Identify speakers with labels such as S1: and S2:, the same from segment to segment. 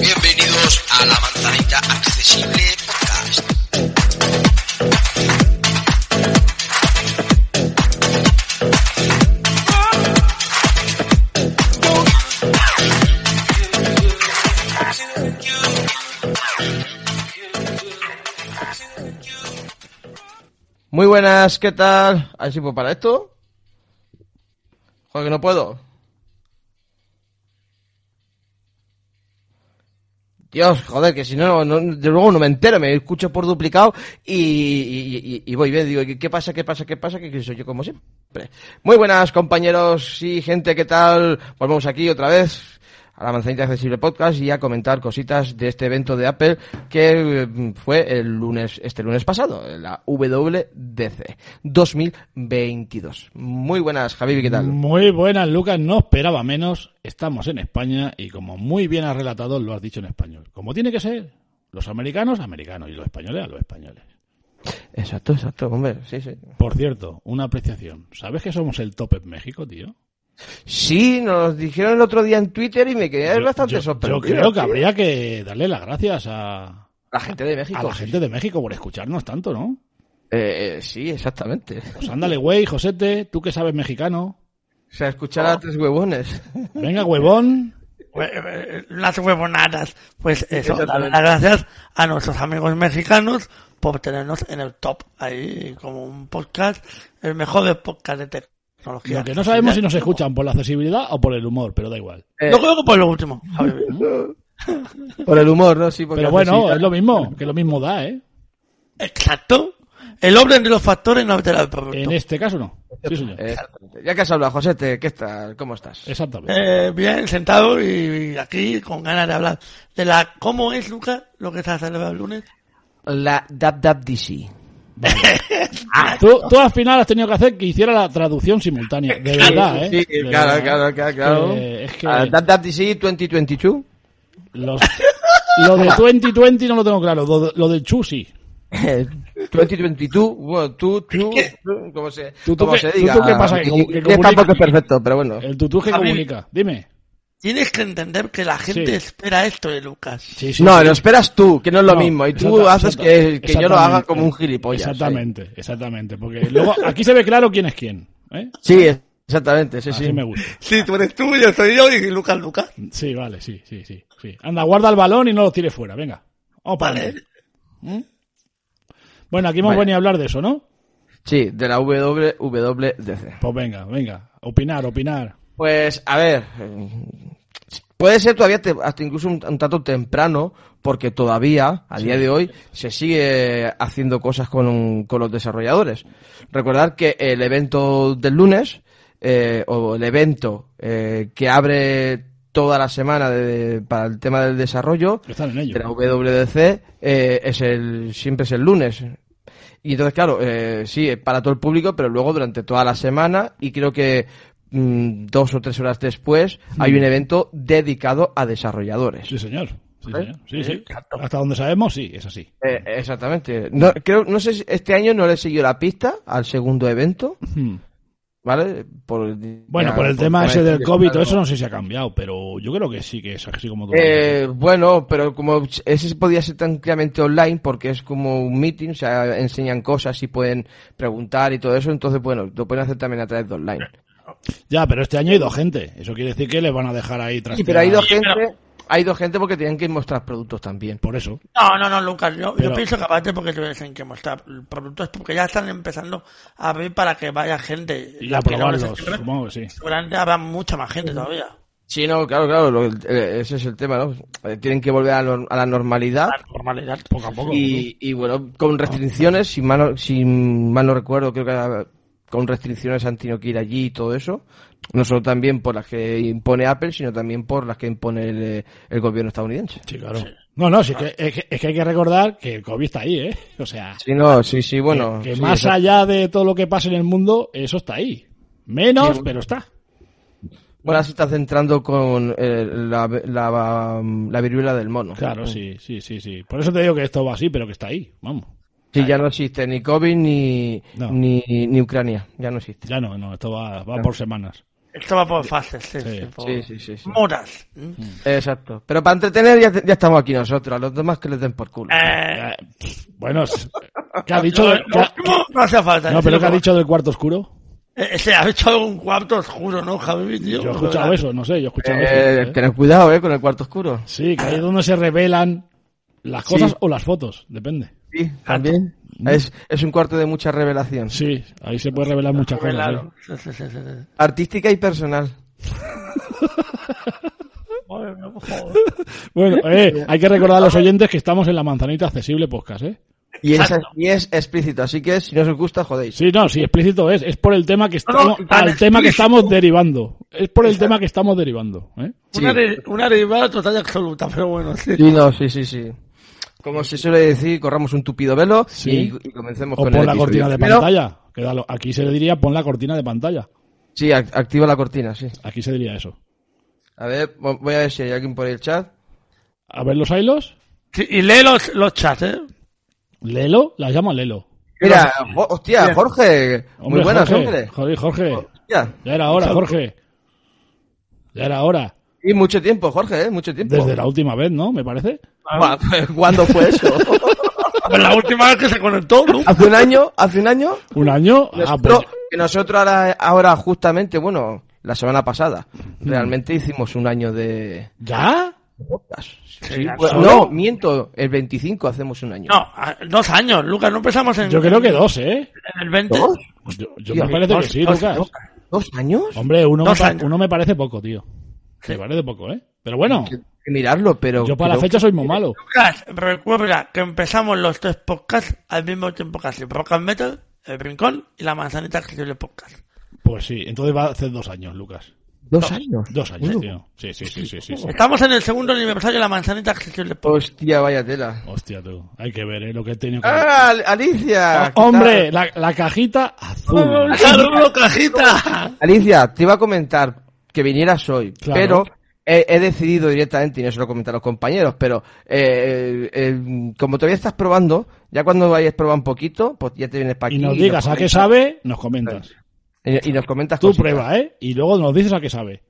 S1: Bienvenidos a la manzanita accesible podcast.
S2: Muy buenas, ¿qué tal? A ver si puedo para esto. Joder, que no puedo. Dios, joder, que si no, no de luego no me entero, me escucho por duplicado y, y- y- y voy bien. Digo, ¿qué- ¿qué pasa, qué pasa, qué pasa? Que que soy yo como siempre. Muy buenas, compañeros y gente, ¿qué tal? Volvemos aquí otra vez a la Manzanita Accesible Podcast y a comentar cositas de este evento de Apple que eh, fue el lunes, este lunes pasado, la WDC 2022. Muy buenas, Javi, ¿qué tal?
S3: Muy buenas, Lucas. No esperaba menos. Estamos en España y como muy bien has relatado, lo has dicho en español. Como tiene que ser. Los americanos, americanos. Y los españoles, a los españoles.
S2: Exacto, exacto, hombre, sí, sí.
S3: Por cierto, una apreciación. ¿Sabes que somos el top en México, tío?
S2: Sí, nos dijeron el otro día en Twitter y me quedé
S3: Yo-
S2: bastante
S3: yo-
S2: sorprendido.
S3: Yo creo que
S2: tío.
S3: habría que darle las gracias a,
S2: La gente de México.
S3: a la gente de México por escucharnos tanto, ¿no?
S2: Eh, eh, sí, exactamente.
S3: Pues ándale, güey, Josete, tú que sabes mexicano.
S2: O sea, escuchar
S3: Ah.
S2: a tres huevones.
S3: Venga, huevón.
S4: hue- eh, las huevonadas. Pues eso,
S2: Exactamente.
S4: dar las gracias a nuestros amigos mexicanos por tenernos en el top ahí como un podcast, el mejor de podcast de tecnología. Eh,
S3: Lo que no sabemos si nos escuchan por la accesibilidad o por el humor, pero da igual.
S2: Eh,
S4: No creo que por pues, lo último. Javi.
S2: por el humor, ¿no? Sí, porque
S3: Pero bueno, es lo mismo, que lo mismo da, ¿eh?
S4: Exacto. El orden de los factores no altera el producto.
S3: En este caso no. Sí, señor.
S2: Eh, Exactamente. Ya que has hablado, José, te- ¿qué tal? ¿Cómo estás?
S3: Exactamente.
S4: Eh, bien, sentado y, y aquí con ganas de hablar de la cómo es, Lucas, lo que se ha celebrado el lunes.
S2: La DabDabDC.
S3: Tú, tú al final has tenido que hacer que hiciera la traducción simultánea. De verdad, ¿eh?
S2: Sí,
S3: De
S2: claro,
S3: verdad.
S2: claro, claro, claro.
S3: Eh, es que
S2: Ah, DabDabDC 2022.
S3: los, lo de 2020 no lo tengo claro. Lo, de- lo del Chu sí.
S2: Eh, 2022, bueno, tú, tú, tú, como se,
S3: Tú, tú,
S2: como
S3: ¿qué-
S2: se
S3: tú,
S2: diga. Ah,
S3: tú, qué pasa? Que
S2: Y-
S3: como- que
S2: y-
S3: comunica-
S2: tampoco es perfecto, pero bueno.
S3: El tutú que
S4: A mí-
S3: comunica. Dime.
S4: Tienes que entender que la gente
S3: Sí.
S4: espera esto de Lucas.
S3: Sí, sí,
S2: No,
S3: sí.
S2: lo esperas tú, que no es lo
S3: No,
S2: mismo. Y tú
S3: exacta-
S2: haces
S3: exacta-
S2: que, que yo lo haga
S3: exactamente.
S2: como un gilipollas.
S3: Exactamente, exactamente. Porque luego aquí se ve claro quién es quién. ¿eh?
S2: Sí, Sí, exactamente, sí,
S3: Así
S2: sí.
S3: me gusta.
S4: Sí, tú eres tú, yo soy yo y Lucas, Lucas.
S3: Sí, vale, sí, sí, sí. sí. Anda, guarda el balón y no lo tires fuera. Venga. Vamos para
S4: Vale.
S3: adelante. ¿Mm? Bueno, aquí hemos
S2: Vale.
S3: venido a hablar de eso, ¿no?
S2: Sí, de la WWDC.
S3: Pues venga, venga. Opinar, opinar.
S2: Pues, a ver. eh, Puede ser todavía te- hasta incluso un, un tanto temprano, porque todavía, a día de hoy, se sigue haciendo cosas con, un- con los desarrolladores. Recordar que el evento del lunes, eh, o el evento eh, que abre toda la semana de- para el tema del desarrollo,
S3: Están en ello.
S2: de la WWDC eh, es el, siempre es el lunes. Y entonces, claro, eh, sí, es para todo el público, pero luego durante toda la semana y creo que mm, dos o tres horas después hay un evento dedicado a desarrolladores.
S3: Mm. Sí, señor. Sí,
S2: ¿Eh?
S3: señor. Sí, sí.
S2: Exacto.
S3: Hasta donde sabemos, sí, es así.
S2: Eh, exactamente. No, creo, no sé si este año no le he seguido la pista al segundo evento,
S3: Hmm.
S2: ¿vale? Por-
S3: Bueno,
S2: ya,
S3: por el tema
S2: tema
S3: ese del
S2: de-
S3: COVID, todo eso no sé si ha cambiado, pero yo creo que sí que es así como tú dices.
S2: Eh, bueno, pero como ese podía ser tranquilamente online porque es como un meeting, o sea, enseñan cosas y pueden preguntar y todo eso, entonces bueno, lo pueden hacer también a través de online.
S3: Ya, pero este año ha ido gente. Eso quiere decir que les van a dejar ahí tras.
S2: Sí, pero ha ido gente, ha ido gente porque tenían que mostrar productos también.
S3: Por eso.
S4: No, no, no, Lucas, yo, yo
S3: Pero-
S4: pienso que aparte porque tuviesen que mostrar productos, porque ya están empezando a abrir para que vaya gente.
S3: Y
S4: La
S3: a
S4: que no
S3: probarlos.
S4: les-
S3: Supongo que sí.
S4: Seguramente habrá mucha más gente todavía.
S2: Sí, no, claro, claro, lo- eh, ese es el tema, ¿no? Eh, Tienen que volver a, la nor- a la normalidad
S4: La normalidad.
S3: Poco a poco.
S2: y, y, bueno, con restricciones, si mal, no- si mal no recuerdo, creo que ah, con restricciones han tenido que ir allí y todo eso, no solo también por las que impone Apple, sino también por las que impone el, eh, el gobierno estadounidense.
S3: Sí, claro. No, no, sí
S2: Ah.
S3: que- es, que, es que hay que recordar que el COVID está ahí, ¿eh? O sea,
S2: Sí, no, sí, sí, bueno.
S3: que, que
S2: sí,
S3: más
S2: exacto.
S3: allá de todo lo que pasa en el mundo, eso está ahí. Menos, pero está.
S2: Bueno, ahora se está centrando con eh, la, la, la viruela del mono.
S3: Claro, sí, sí, sí, sí. Por eso te digo que esto va así, pero que está ahí. Vamos.
S2: Sí, ya no existe ni COVID ni,
S3: No.
S2: ni, ni Ucrania. Ya no existe.
S3: Ya no, no, esto va, va por semanas.
S4: Esto va por fases, sí,
S3: Sí. Mm.
S4: sí, por
S2: Sí, sí, sí. sí.
S4: moras. ¿eh?
S2: Exacto. Pero para entretener ya, ya estamos aquí nosotros. A los demás que les den por culo.
S4: Eh,
S3: Eh, pff, bueno, es- ¿qué ha dicho? de-
S4: lo
S3: qué ha-
S4: último no hace falta.
S3: no, pero ¿qué ha
S4: decirlo.
S3: dicho del cuarto oscuro?
S4: Eh, se ha hecho un cuarto oscuro, ¿no, Javi? Tío?
S3: Yo he escuchado
S4: ¿Verdad?
S3: eso, no sé, yo he escuchado
S2: Eh,
S3: eso. ¿eh?
S2: Tened cuidado, eh, con el cuarto oscuro.
S3: Sí, que ahí es donde se revelan las
S2: Sí.
S3: cosas o las fotos, depende.
S2: Sí, también. Es, es un cuarto de mucha revelación.
S3: Sí, ahí se puede revelar muchas
S4: Fue
S3: cosas.
S4: largo.
S3: ¿eh?
S4: Sí, sí, sí, sí, sí.
S2: Artística y personal.
S4: Madre mía, por favor.
S3: Bueno, eh, hay que recordar a los oyentes que estamos en la manzanita accesible podcast, ¿eh?
S2: Y es,
S4: Exacto.
S2: y es explícito. Así que si no os gusta, jodéis.
S3: Sí, no, sí, explícito es. Es por el tema que
S4: No, no,
S3: estamos,
S4: tan
S3: al tema que
S4: explícito.
S3: estamos derivando. Es por el tema que estamos derivando, ¿eh?
S4: Una, de- una derivada total y absoluta, pero bueno, sí.
S2: Sí, no, sí, sí, sí. Como se suele decir, corramos un tupido velo
S3: Sí.
S2: y, y comencemos
S3: O
S2: con
S3: pon
S2: el
S3: la
S2: episodio.
S3: cortina de
S2: Primero-
S3: pantalla. que da lo- aquí se le diría pon la cortina de pantalla.
S2: Sí, ac- activa la cortina, sí.
S3: Aquí se diría eso.
S2: A ver, vo- voy a ver si hay alguien por el chat.
S3: A ver los hilos.
S4: Sí, y lee los, los chats, ¿eh?
S3: Lelo, la llama Lelo.
S2: Mira, jo- hostia, Jorge. Muy
S3: Hombre,
S2: buenas,
S3: Jorge.
S2: hombre.
S3: Joder, Jorge.
S2: Hostia.
S3: Ya era hora, Jorge. Ya era hora.
S2: Y mucho tiempo, Jorge, ¿eh? mucho tiempo.
S3: Desde la última vez, ¿no? Me parece.
S2: Buah, ¿Cuándo fue eso?
S4: Pues la última vez que se conectó, ¿no?
S2: hace un año, hace un año.
S3: Un año. Ah, pues,
S2: Nosotros, que nosotros ahora, ahora justamente, bueno, la semana pasada, realmente hicimos un año de
S3: ¿Ya?
S2: podcast.
S4: Sí,
S2: Pues,
S4: solo-
S2: no, miento, el 25 hacemos un año.
S4: No, a- dos años, Lucas, no empezamos en,
S3: Yo creo que dos, ¿eh?
S4: en el 20.
S2: ¿Dos?
S3: Yo, yo
S2: Tío,
S3: me parece que
S4: dos-
S3: sí,
S4: dos-
S3: Lucas.
S4: dos-
S2: ¿Dos años?
S3: Hombre, uno me,
S4: dos
S3: pa-
S4: años.
S3: uno me parece poco, tío. Me
S4: Sí.
S3: parece poco, ¿eh? Pero bueno,
S2: Hay que mirarlo, pero.
S3: yo para la
S2: pero-
S3: fecha soy muy malo.
S4: Lucas, recuerda que empezamos los tres podcasts al mismo tiempo casi. Rock and Metal, El Rincón y La Manzanita Accesible Podcast.
S3: Pues sí, entonces va a hacer dos años, Lucas.
S2: Dos años.
S3: Dos años, tío. Sí, sí, sí, sí, sí. sí.
S4: Estamos en el segundo aniversario de La Manzanita Accesible Podcast.
S2: Hostia, vaya tela.
S3: Hostia, tú. Hay que ver, ¿eh? Lo que he tenido que...
S2: ¡Ah, Al- Alicia! ¿qué
S3: ¡Hombre! La, la cajita azul.
S4: ¡Saludos, cajita!
S2: tal? Alicia, te iba a comentar que vinieras hoy,
S3: Claro.
S2: pero he, he decidido directamente, y no se lo comenté a los compañeros, pero eh, eh, como todavía estás probando, ya cuando vayas probando un poquito, pues ya te vienes para aquí.
S3: Y nos digas a qué
S2: comentas-
S3: sabe, nos comentas.
S2: Y, y nos comentas
S3: Tú
S2: cositas.
S3: prueba, ¿eh? Y luego nos dices a qué sabe.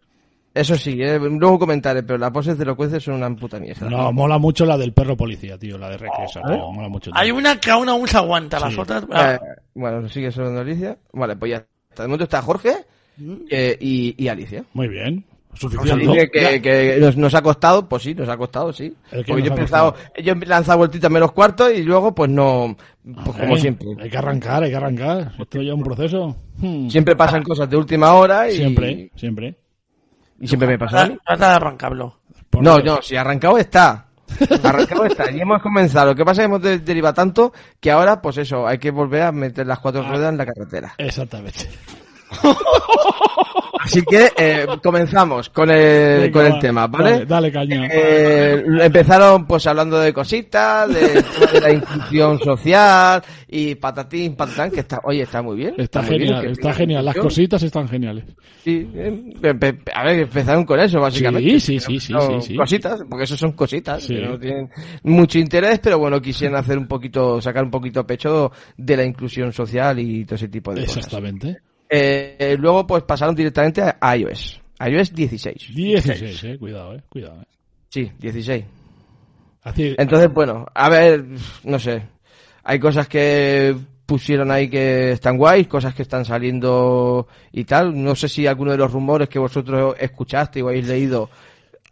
S2: Eso sí, eh, luego comentaré, pero las poses de elocuencia son una puta mierda.
S3: No, mola mucho la del perro policía, tío. La de Requesa,
S2: Ah,
S3: tío. Mola mucho. tío.
S4: Hay una que aún aún se aguanta, las
S3: Sí.
S4: otras... ah,
S2: Eh, bueno, sigue sonando Alicia. Vale, pues ya está. De momento está Jorge eh, y, y Alicia.
S3: Muy bien.
S2: Sí,
S3: Suficiente.
S2: que, que- que nos, nos ha costado, pues sí, nos ha costado, sí.
S3: El
S2: Porque
S3: que
S2: yo he
S3: nos ha
S2: pensado, yo he lanzado vueltitas menos cuartos y luego, pues no, pues
S3: Eh,
S2: como siempre.
S3: Hay que arrancar, hay que arrancar. Esto ya es un proceso. Hmm.
S2: Siempre pasan cosas de última hora y
S3: Siempre, siempre.
S2: y siempre me pasa. a mí.
S4: Trata trata de arrancarlo.
S3: Por-
S2: No, no, si arrancado está. Arrancado está, y hemos comenzado. Lo que pasa es que hemos de- derivado tanto que ahora, pues eso, hay que volver a meter las
S3: Ah.
S2: cuatro ruedas en la carretera.
S3: Exactamente.
S2: Así que eh, comenzamos con el,
S3: Venga,
S2: Eh, con el
S3: va.
S2: tema, ¿vale?
S3: Dale, dale, caña.
S2: Eh, empezaron pues hablando de cositas, de, de la inclusión social y patatín, patatán, que está, oye, está muy bien.
S3: Está
S2: muy bien,
S3: genial,
S2: que
S3: está
S2: tenga
S3: genial. Las
S2: inclusión.
S3: cositas están geniales.
S2: Sí, eh, empe- empe- a ver, empezaron con eso, básicamente.
S3: Sí, sí, sí, sí,
S2: No,
S3: sí, sí.
S2: Cositas, porque eso son cositas,
S3: Sí.
S2: que no tienen mucho interés, pero bueno, quisieran hacer un poquito, sacar un poquito pecho de la inclusión social y todo ese tipo de cosas.
S3: Exactamente.
S2: Eh, eh, luego pues pasaron directamente a iOS, iOS 16.
S3: 16, eh. Cuidado, eh. Cuidado, eh.
S2: Sí, 16.
S3: Así,
S2: Entonces, bueno, a ver, no sé. Hay cosas que pusieron ahí que están guays, cosas que están saliendo y tal. No sé si alguno de los rumores que vosotros escuchaste o habéis leído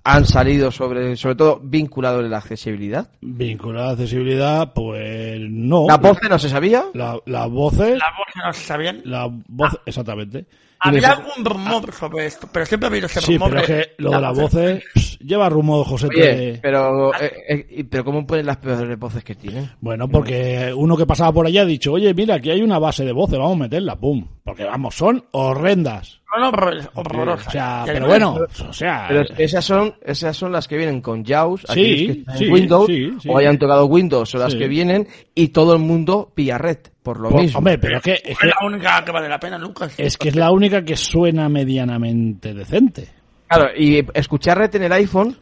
S2: han salido sobre, sobre todo vinculado en la accesibilidad.
S3: Vinculada a accesibilidad, pues no.
S2: La voz no se sabía.
S3: La- las voces.
S4: Las voces no se sabían.
S3: La voz, exactamente.
S4: Había algún rumor sobre esto, pero siempre ha habido ese
S3: Sí,
S4: Ah, rumor.
S3: pero es
S4: de-
S3: que lo de las voces pss, lleva rumor, José.
S2: Oye, pero, eh, eh, y- pero ¿cómo ponen las peores voces que tienen?
S3: Bueno, porque uno que pasaba por allá ha dicho, oye, mira, aquí hay una base de voces, vamos a meterla, pum. Porque vamos, son horrendas.
S4: No, no, horror- horrorosa.
S3: O sea,
S4: Y
S3: pero
S4: además,
S3: bueno, o sea,
S2: Pero esas son, esas son las que vienen con JAWS, aquellos que están en
S3: sí,
S2: Windows,
S3: sí, sí.
S2: o hayan tocado Windows, son las
S3: Sí.
S2: que vienen, y todo el mundo pilla red, por lo
S3: por-
S2: mismo.
S3: pues, hombre, pero es que, es
S4: Es
S3: que
S4: la única que vale la pena, Lucas.
S3: es que es la única que suena medianamente decente.
S2: Claro, y escuchar red en el iPhone,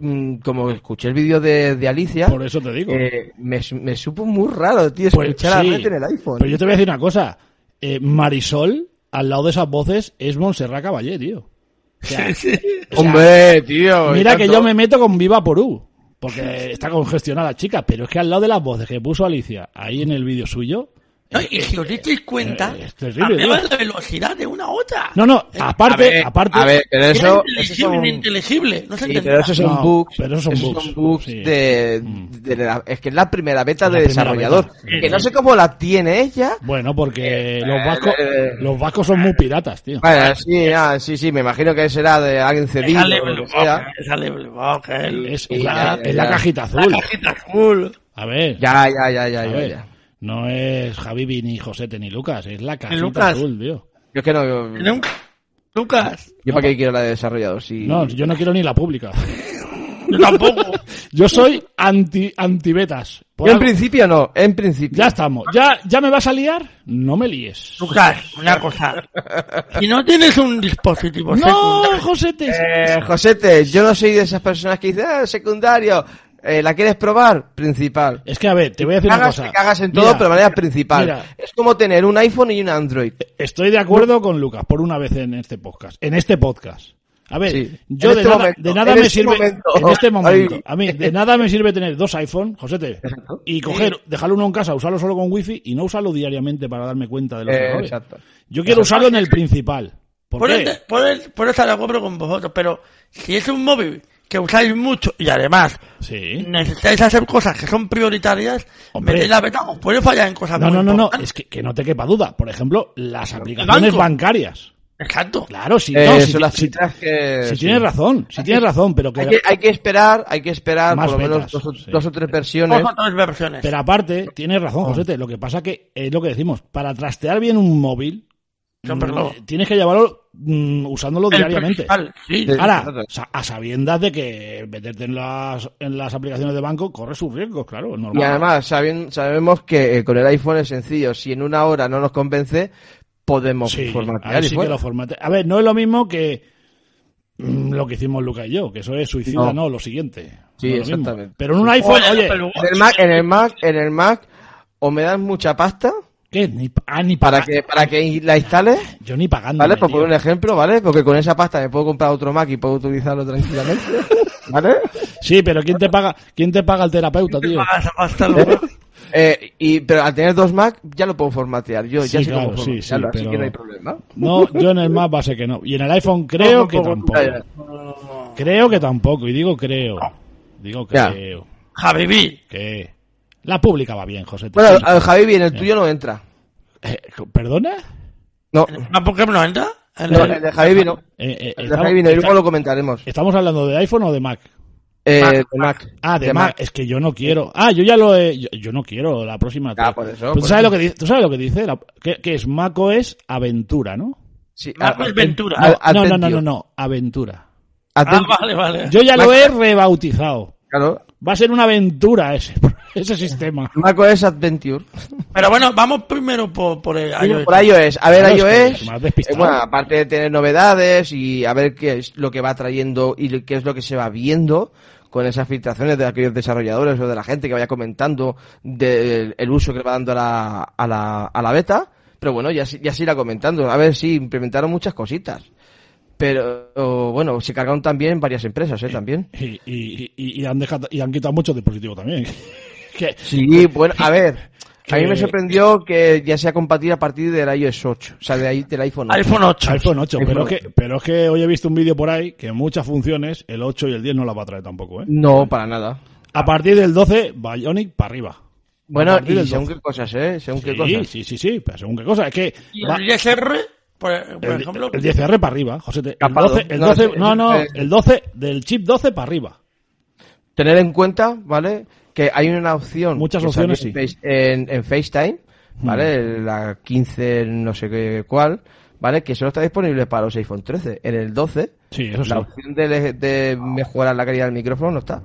S2: mm, como escuché el vídeo de, de Alicia,
S3: Por eso te digo.
S2: eh, me, me supo muy raro, tío,
S3: Pues
S2: escuchar
S3: sí,
S2: a red en el iPhone.
S3: Pero yo te voy a decir una cosa. Eh, Marisol, al lado de esas voces, es Montserrat Caballé, tío. O sea, o sea,
S2: Hombre, tío.
S3: mira que
S2: tanto-
S3: yo me meto con Viva Porú. Porque está congestionada, chica. Pero es que al lado de las voces que puso Alicia ahí en el vídeo suyo.
S4: No, y si os disteis cuenta,
S3: Eh, es terrible,
S4: hablaba
S3: tío.
S4: de la velocidad de una a otra.
S3: No, no,
S2: A
S3: aparte,
S2: ver,
S3: aparte.
S2: a ver, pero
S4: Era
S2: eso, eso
S4: inteligible,
S2: son-
S4: ininteligible. No se
S2: Sí,
S4: entendía.
S2: pero esos son
S3: No,
S2: bugs.
S3: pero esos son
S2: esos
S3: bugs,
S2: son bugs
S3: sí.
S2: de,
S3: Mm.
S2: de la- es que es la primera beta
S3: La
S2: de
S3: primera
S2: desarrollador.
S3: beta.
S2: Que no sé cómo la tiene ella.
S3: Bueno, porque los
S2: eh,
S3: vascos,
S2: eh,
S3: los vascos son muy piratas, tío.
S2: Bueno, sí, ah, sí, sí, me imagino que será de alguien cedido.
S4: Déjale
S2: o lo que
S4: Blue
S2: sea.
S4: Walker, déjale Blue Walker.
S3: Es,
S2: eh,
S3: es la,
S2: eh,
S3: es la
S2: eh,
S3: cajita
S4: La
S3: azul.
S4: cajita azul.
S2: Mm.
S3: A ver,
S2: Ya, ya, ya, ya,
S3: a
S2: ya,
S3: ver,
S2: ya.
S3: No es Javi ni Josete ni Lucas, es la cajita
S4: Lucas.
S3: azul, tío.
S2: Yo es que no, yo,
S4: Tiene un- Lucas,
S2: yo para qué quiero la de desarrollador. Sí.
S3: pues- No, yo no quiero ni la pública.
S4: yo tampoco.
S3: Yo soy anti antibetas. Por
S2: yo en
S3: pues algo-
S2: principio no, en principio.
S3: Ya estamos. ¿Ya, ¿Ya me vas a liar? No me líes.
S4: Lucas, una cosa. Si no tienes un dispositivo
S3: ¡No,
S4: secundario,
S3: Josete!
S2: Eh, Josete, yo no soy de esas personas que dicen, ah, secundario, eh, ¿la quieres probar? Principal.
S3: Es que, a ver, te voy a decir una
S2: Cagas,
S3: cosa.
S2: te cagas en todo,
S3: Mira,
S2: pero de manera principal.
S3: mira.
S2: Es como tener un iPhone y un Android.
S3: Estoy de acuerdo con Lucas, por una vez en este podcast. En este podcast. A ver,
S2: Sí.
S3: yo
S2: En
S3: de,
S2: este
S3: nada,
S2: momento.
S3: de nada
S2: En
S3: me
S2: este
S3: sirve.
S2: momento.
S3: En este momento.
S2: Ay.
S3: A mí, de nada me sirve tener dos iPhone, Josete, y coger, dejarlo uno en casa, usarlo solo con wifi y no usarlo diariamente para darme cuenta de los
S2: Eh,
S3: errores.
S2: exacto.
S3: Yo quiero usarlo en el principal. ¿Por
S4: por,
S3: qué?
S4: el- por, el- por estar de acuerdo con vosotros, pero si es un móvil que usáis mucho y además
S3: Sí.
S4: necesitáis hacer cosas que son prioritarias,
S3: Hombre.
S4: metéis la beta, os puede fallar en cosas
S3: No,
S4: Ah, muy
S3: no, no, no.
S4: importantes.
S3: Es que, que no te quepa duda. Por ejemplo, las aplicaciones
S4: banco.
S3: bancarias.
S4: Exacto.
S3: Claro, sí.
S2: Eh,
S3: no,
S2: son
S3: si,
S2: las
S3: si-
S2: citas que...
S3: si
S2: sí.
S3: tienes razón, si tienes razón, pero que,
S2: Hay que, hay que esperar, hay que esperar
S3: Más
S2: por lo menos
S3: betas,
S2: dos, o-
S3: sí.
S2: dos o tres
S4: Dos
S2: versiones.
S4: o tres versiones.
S3: ¿eh? Pero aparte, tienes
S2: Ah.
S3: razón, Josete. Lo que pasa que es lo que decimos. Para trastear bien un móvil,
S4: No, pero no.
S3: mm, tienes que llevarlo mm, usándolo
S4: El
S3: diariamente.
S4: principal, sí.
S2: Sí.
S3: Ahora, sa- a sabiendas de que meterte en las, en las aplicaciones de banco corre sus riesgos, claro, es normal.
S2: Y además saben- sabemos que eh, con el iPhone es sencillo. Si en una hora no nos convence, podemos
S3: Sí,
S2: formatear
S3: ahí
S2: y
S3: sí que
S2: fuera.
S3: lo formate- A ver, no es lo mismo que mm, lo que hicimos Luca y yo, que eso es suicida, no,
S2: No.
S3: lo siguiente.
S2: Sí,
S3: No es lo mismo.
S2: exactamente.
S3: Pero en un iPhone,
S4: Oye,
S3: oye,
S4: pero-
S2: En el Mac, en el Mac, en el Mac, o me das mucha pasta
S3: ¿qué? Ni, pa- ah, ni
S2: para
S3: paga-
S2: que para que la instales,
S3: Yo ni pagando.
S2: ¿vale? pues Por poner un ejemplo, ¿vale? Porque con esa pasta me puedo comprar otro Mac y puedo utilizarlo tranquilamente, ¿vale?
S3: Sí, pero ¿quién te paga, quién te paga el terapeuta, tío?
S4: Hasta- hasta luego.
S2: Eh, y pero al tener dos Mac ya lo puedo formatear. Yo ya
S3: Sí,
S2: sé cómo
S3: claro, sí, sí,
S2: formatearlo, así
S3: pero-
S2: que no hay problema.
S3: No, yo en el Mac va a ser que no. Y en el iPhone creo que tampoco.
S2: Ya, ya.
S3: Creo que tampoco. Y digo creo. Digo
S2: Ya.
S3: creo.
S4: Javi B.
S3: Que. La pública va bien, José.
S2: Bueno, a ver, Javi, bien, el tuyo no entra.
S3: Eh, ¿Perdona?
S2: No,
S4: ¿Una Pokémon no entra? En
S2: no,
S4: el-
S2: el de Javi vino.
S3: Eh, eh,
S2: El de
S3: estamos-
S2: Javi vino, y luego
S3: está-
S2: lo comentaremos.
S3: ¿Estamos hablando de iPhone o de Mac?
S2: Eh,
S4: Mac,
S2: de Mac.
S3: Ah, de, Mac. Es que yo no quiero. Ah, yo ya lo he. Yo, yo no quiero la próxima. Pues,
S2: Ah, por eso,
S3: ¿Tú,
S2: por eso.
S3: sabes Lo que dice, ¿Tú sabes lo que dice? La- que, que es Mac OS Aventura, ¿no?
S2: Sí,
S4: Mac
S2: a-
S4: es Ventura.
S2: a- a-
S3: no, no, no,
S2: Adventio.
S3: no, no. Aventura.
S4: Ah,
S2: Adventio,
S4: vale, vale.
S3: Yo ya lo
S2: Mac-
S3: he rebautizado.
S2: claro.
S3: Va a ser una aventura ese, ese sistema.
S2: Mac OS Adventure.
S4: Pero bueno, vamos primero por, por el iOS.
S2: Por iOS. A ver,
S3: Claro, es que
S2: iOS.
S3: me has despistado.
S2: eh, bueno, aparte de tener novedades y a ver qué es lo que va trayendo y lo- qué es lo que se va viendo con esas filtraciones de aquellos desarrolladores o de la gente que vaya comentando del el uso que le va dando a la, a la, a la beta. Pero bueno, ya, se- ya se irá comentando. A ver si implementaron muchas cositas. Pero o, bueno, se cargaron también varias empresas, ¿eh? También.
S3: Y, y, y- y han dejado, y han quitado muchos dispositivos también. que,
S2: Sí, bueno, a ver. A mí me sorprendió que ya sea compatible a partir del iOS 8, o sea, de ahí, del iPhone 8.
S4: iPhone 8.
S3: iPhone 8,
S2: iPhone
S3: pero,
S2: 8.
S3: Es que, pero es que hoy he visto un vídeo por ahí que muchas funciones, el 8 y el 10 no las va a traer tampoco, ¿eh?
S2: No, para nada.
S3: A partir del 12, Bionic para arriba. A
S2: Bueno,
S3: partir
S2: y
S3: del
S2: según
S3: 12.
S2: qué cosas, ¿eh? Según qué
S3: Sí,
S2: cosas.
S3: sí, sí, sí, pero según qué cosa, es que
S4: Y
S3: va-
S4: el 10R, por, por
S3: el,
S4: ejemplo,
S3: el 10R para arriba, José. te- El
S2: Capado.
S3: 12, el
S2: No,
S3: 12
S2: sí,
S3: no, no,
S2: eh.
S3: el 12 del chip 12 para arriba.
S2: Tener en cuenta, ¿vale? Que hay una opción.
S3: Muchas
S2: que
S3: opciones,
S2: salió
S3: sí. Hmm.
S2: En, Face- en- en FaceTime, ¿vale? La 15, no sé qué cuál, ¿vale? Que solo está disponible para los iPhone 13. En el 12,
S3: Sí, eso
S2: la
S3: sí.
S2: opción de, de mejorar la calidad del micrófono no está.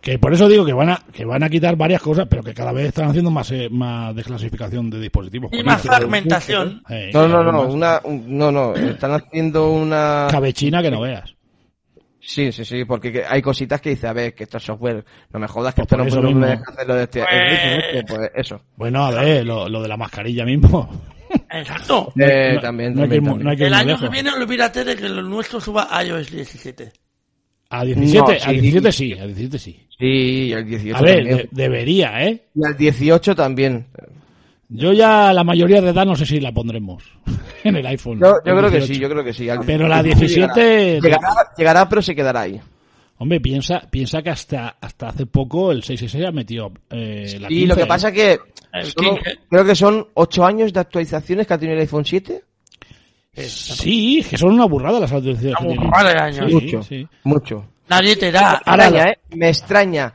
S3: Que por eso digo que van a que van a quitar varias cosas, pero que cada vez están haciendo más eh, más desclasificación de dispositivos.
S4: y
S3: Con
S4: más
S3: esto-
S4: fragmentación.
S3: Eh,
S2: No, no,
S3: cada vez
S2: no,
S3: más
S2: una, un- no, no, están haciendo una...
S3: cabechina que no veas.
S2: Sí, sí, sí, porque que- hay cositas que dice, a ver, que esto es software, no me jodas, que
S3: Pues
S2: esto
S3: por
S2: no
S3: eso
S2: puedo
S3: mismo.
S2: dejar hacerlo de este... el ritmo este, pues eso.
S3: Bueno, a ver, lo, lo de la mascarilla mismo.
S4: Exacto.
S2: Eh,
S3: No-
S2: también,
S3: no hay que
S2: también,
S3: ir mu-
S2: también.
S3: no hay que ir
S4: El
S3: muy
S4: año que
S3: lejos.
S4: viene olvídate de que lo nuestro suba a iOS 17.
S3: A 17,
S2: No,
S3: a
S2: sí.
S3: 17 sí, a 17 sí.
S2: Sí, y al 18
S3: A ver,
S2: también.
S3: de- debería, ¿eh?
S2: Y al 18 también.
S3: Yo ya la mayoría de edad no sé si la pondremos en el iPhone.
S2: Yo, yo creo que
S3: 18.
S2: sí, yo creo que sí. Al-
S3: Pero la
S2: llegará,
S3: 17
S2: llegará, llegará, pero se quedará ahí.
S3: Hombre, piensa, piensa que hasta, hasta hace poco el 666 ha metido eh, la
S2: Y lo
S3: 15,
S2: que pasa es que
S4: El
S2: solo-
S4: 15.
S2: creo que son 8 años de actualizaciones que ha tenido el iPhone 7.
S3: ¿eh? Sí, es que son una burrada las autorizaciones. que
S4: Una
S3: tienen.
S4: burrada de años.
S3: Ah, Sí,
S2: mucho,
S3: sí.
S2: mucho.
S4: Nadie te da.
S2: Me extraña, ¿eh? Me extraña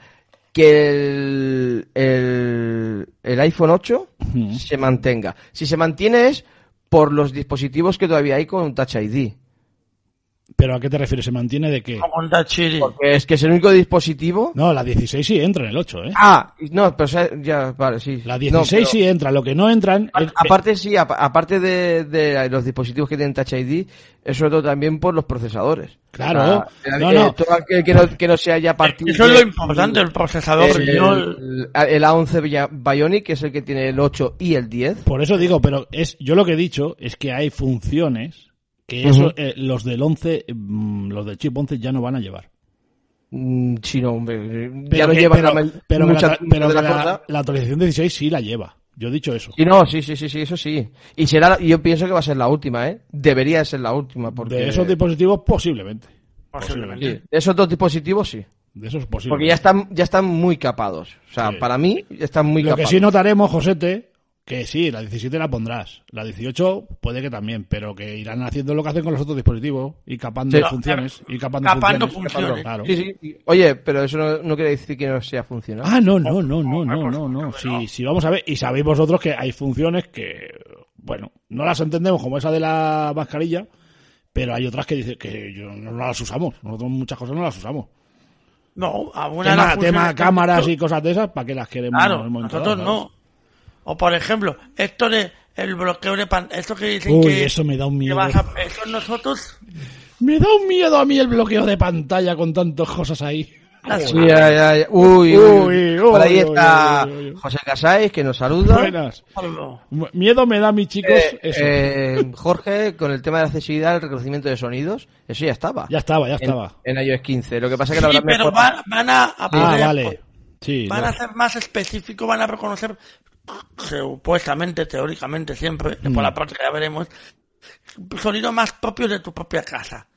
S2: que el, el, el iPhone 8
S3: Ujú.
S2: se mantenga. Si se mantiene es por los dispositivos que todavía hay con Touch ID.
S3: Pero ¿a qué te refieres? ¿Se mantiene de qué?
S4: No contar chiri.
S2: Porque es que es el único dispositivo...
S3: No, la 16 sí entra en el 8, ¿eh?
S2: Ah, no, pero se- ya, vale, sí.
S3: La
S2: No,
S3: 16
S2: pero-
S3: sí entra, lo que no entran...
S2: A-
S3: es-
S2: Aparte, sí, a- aparte de, de los dispositivos que tienen Touch ID, es sobre todo también por los procesadores.
S3: Claro.
S2: sea,
S3: No,
S2: eh,
S3: no.
S2: todo aquel que no, que no sea ya partido.
S4: Eso es lo importante, el procesador.
S2: El,
S4: no el-
S2: Eh, el- el A11 Bi- Bionic, que es el que tiene el 8 y el 10.
S3: Por eso digo, pero es yo lo que he dicho es que hay funciones que eso,
S2: Ujú.
S3: eh, los del 11, mm, los del chip 11 ya no van a llevar.
S2: Mm, Sí, no, hombre.
S3: Pero
S2: ya no
S3: que-
S2: llevan
S3: pero-
S2: la ma-
S3: pero que
S2: mucha
S3: la, pero
S2: de la
S3: que la-
S2: cosa.
S3: la actualización 16 sí la lleva. Yo he dicho eso.
S2: Sí, no, sí, sí, sí, sí, eso sí. Y será, la- yo pienso que va a ser la última, ¿eh? Debería ser la última, porque.
S3: De esos dispositivos posiblemente.
S4: Posiblemente.
S2: Sí, de esos dos dispositivos, sí.
S3: De esos posiblemente.
S2: Porque ya están, ya están muy capados. O sea,
S3: Sí.
S2: para mí, ya están muy
S3: Lo que
S2: capados.
S3: sí notaremos, Josete, que sí, la 17 la pondrás. La 18 puede que también, pero que irán haciendo lo que hacen con los otros dispositivos y capando
S2: Sí.
S3: funciones. Y capando,
S4: Capando
S3: funciones.
S4: funciones.
S3: Claro.
S2: Sí, sí, sí. Oye, pero eso no, no quiere decir que no sea funcional.
S3: Ah, no,
S4: Oh,
S3: no, no, no, no, no, no. Si, si vamos a ver, y sabéis vosotros que hay funciones que, bueno, no las entendemos como esa de la mascarilla, pero hay otras que dice que yo- no las usamos. Nosotros muchas cosas no las usamos.
S4: No, alguna de las
S3: Tema, tema
S4: funciones que-
S3: cámaras y cosas de esas, ¿para qué las queremos? en
S4: Claro,
S3: el momento
S4: nosotros
S3: dado,
S4: no. O por ejemplo, esto de el bloqueo de pan, esto que dicen
S3: Uy,
S4: que,
S3: eso me da un
S4: que
S3: miedo.
S4: vas a- eso nosotros
S3: Me da un miedo a mí el bloqueo de pantalla con tantas cosas ahí.
S4: las-
S2: Sí, ay, ay, Uy,
S3: Uy,
S2: uy,
S3: uy,
S2: Por ahí
S3: uy,
S2: está
S3: uy, uy, uy.
S2: José Casais, que nos saluda.
S3: Buenas.
S4: Pablo,
S3: M- Miedo me da a mí, chicos.
S2: Eh,
S3: eso.
S2: eh, Jorge, con el tema de la accesibilidad, el reconocimiento de sonidos, eso ya estaba.
S3: ya estaba, ya
S2: En-
S3: estaba.
S2: En, iOS 15. Lo que pasa es que la
S4: Sí,
S2: verdad
S4: pero
S2: mejor-
S4: van, van a, a
S3: Ah,
S4: poder-
S3: vale. Sí,
S4: van
S3: no.
S4: a ser más específicos, van a reconocer supuestamente, teóricamente siempre, que
S3: Mm.
S4: por la práctica ya veremos, sonidos más propios de tu propia casa.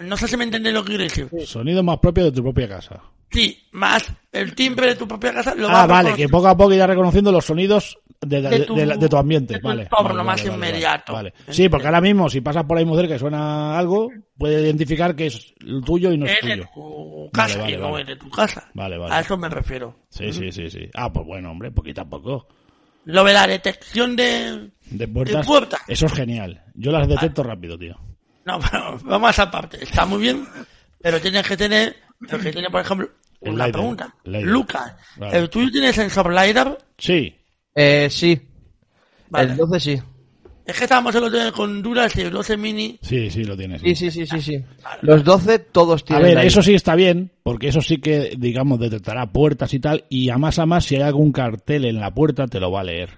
S4: No sé si me entendéis lo que quiero decir.
S3: Sonido más propio de tu propia casa.
S4: Sí, más el timbre de tu propia casa lo va
S3: Ah,
S4: a
S3: vale,
S4: reconocer.
S3: que poco a poco irá reconociendo los sonidos de, de-
S4: De
S3: de-
S4: tu-
S3: de la- de tu ambiente.
S4: de tu
S3: vale,
S4: entorno
S3: vale,
S4: más
S3: vale, vale,
S4: inmediato.
S3: vale. Sí, porque ahora mismo, si pasas por ahí mujer que suena algo, puede identificar que es lo tuyo y no es
S4: es de
S3: tuyo.
S4: tu casa
S3: Vale, vale,
S4: y no
S3: vale.
S4: es de tu casa.
S3: Vale, vale.
S4: A eso me refiero.
S3: Sí, sí, sí, sí. Ah, pues bueno, hombre, poquito a poco.
S4: Lo de la detección de...
S3: De puertas.
S4: De puertas.
S3: Eso es genial. Yo las detecto rápido, tío.
S4: No, pero vamos a esa parte. Está muy bien, pero tienes que tener... Lo que tiene, por ejemplo,
S3: El
S4: una
S3: LiDAR,
S4: pregunta.
S3: LiDAR.
S4: Lucas,
S3: Vale.
S4: ¿el tuyo tiene sensor LiDAR?
S3: Sí.
S2: Eh, sí.
S4: Vale.
S2: El 12 sí.
S4: Es que estábamos el otro día con Duras y el 12 mini.
S3: Sí, sí, lo tienes.
S2: Sí, sí, sí, sí, sí.
S4: Ah,
S2: Los 12 todos
S3: A
S2: tienen.
S3: ver,
S2: la
S3: eso
S2: misma.
S3: sí está bien, porque eso sí que, digamos, detectará puertas y tal, y a más a más, si hay algún cartel en la puerta, te lo va a leer.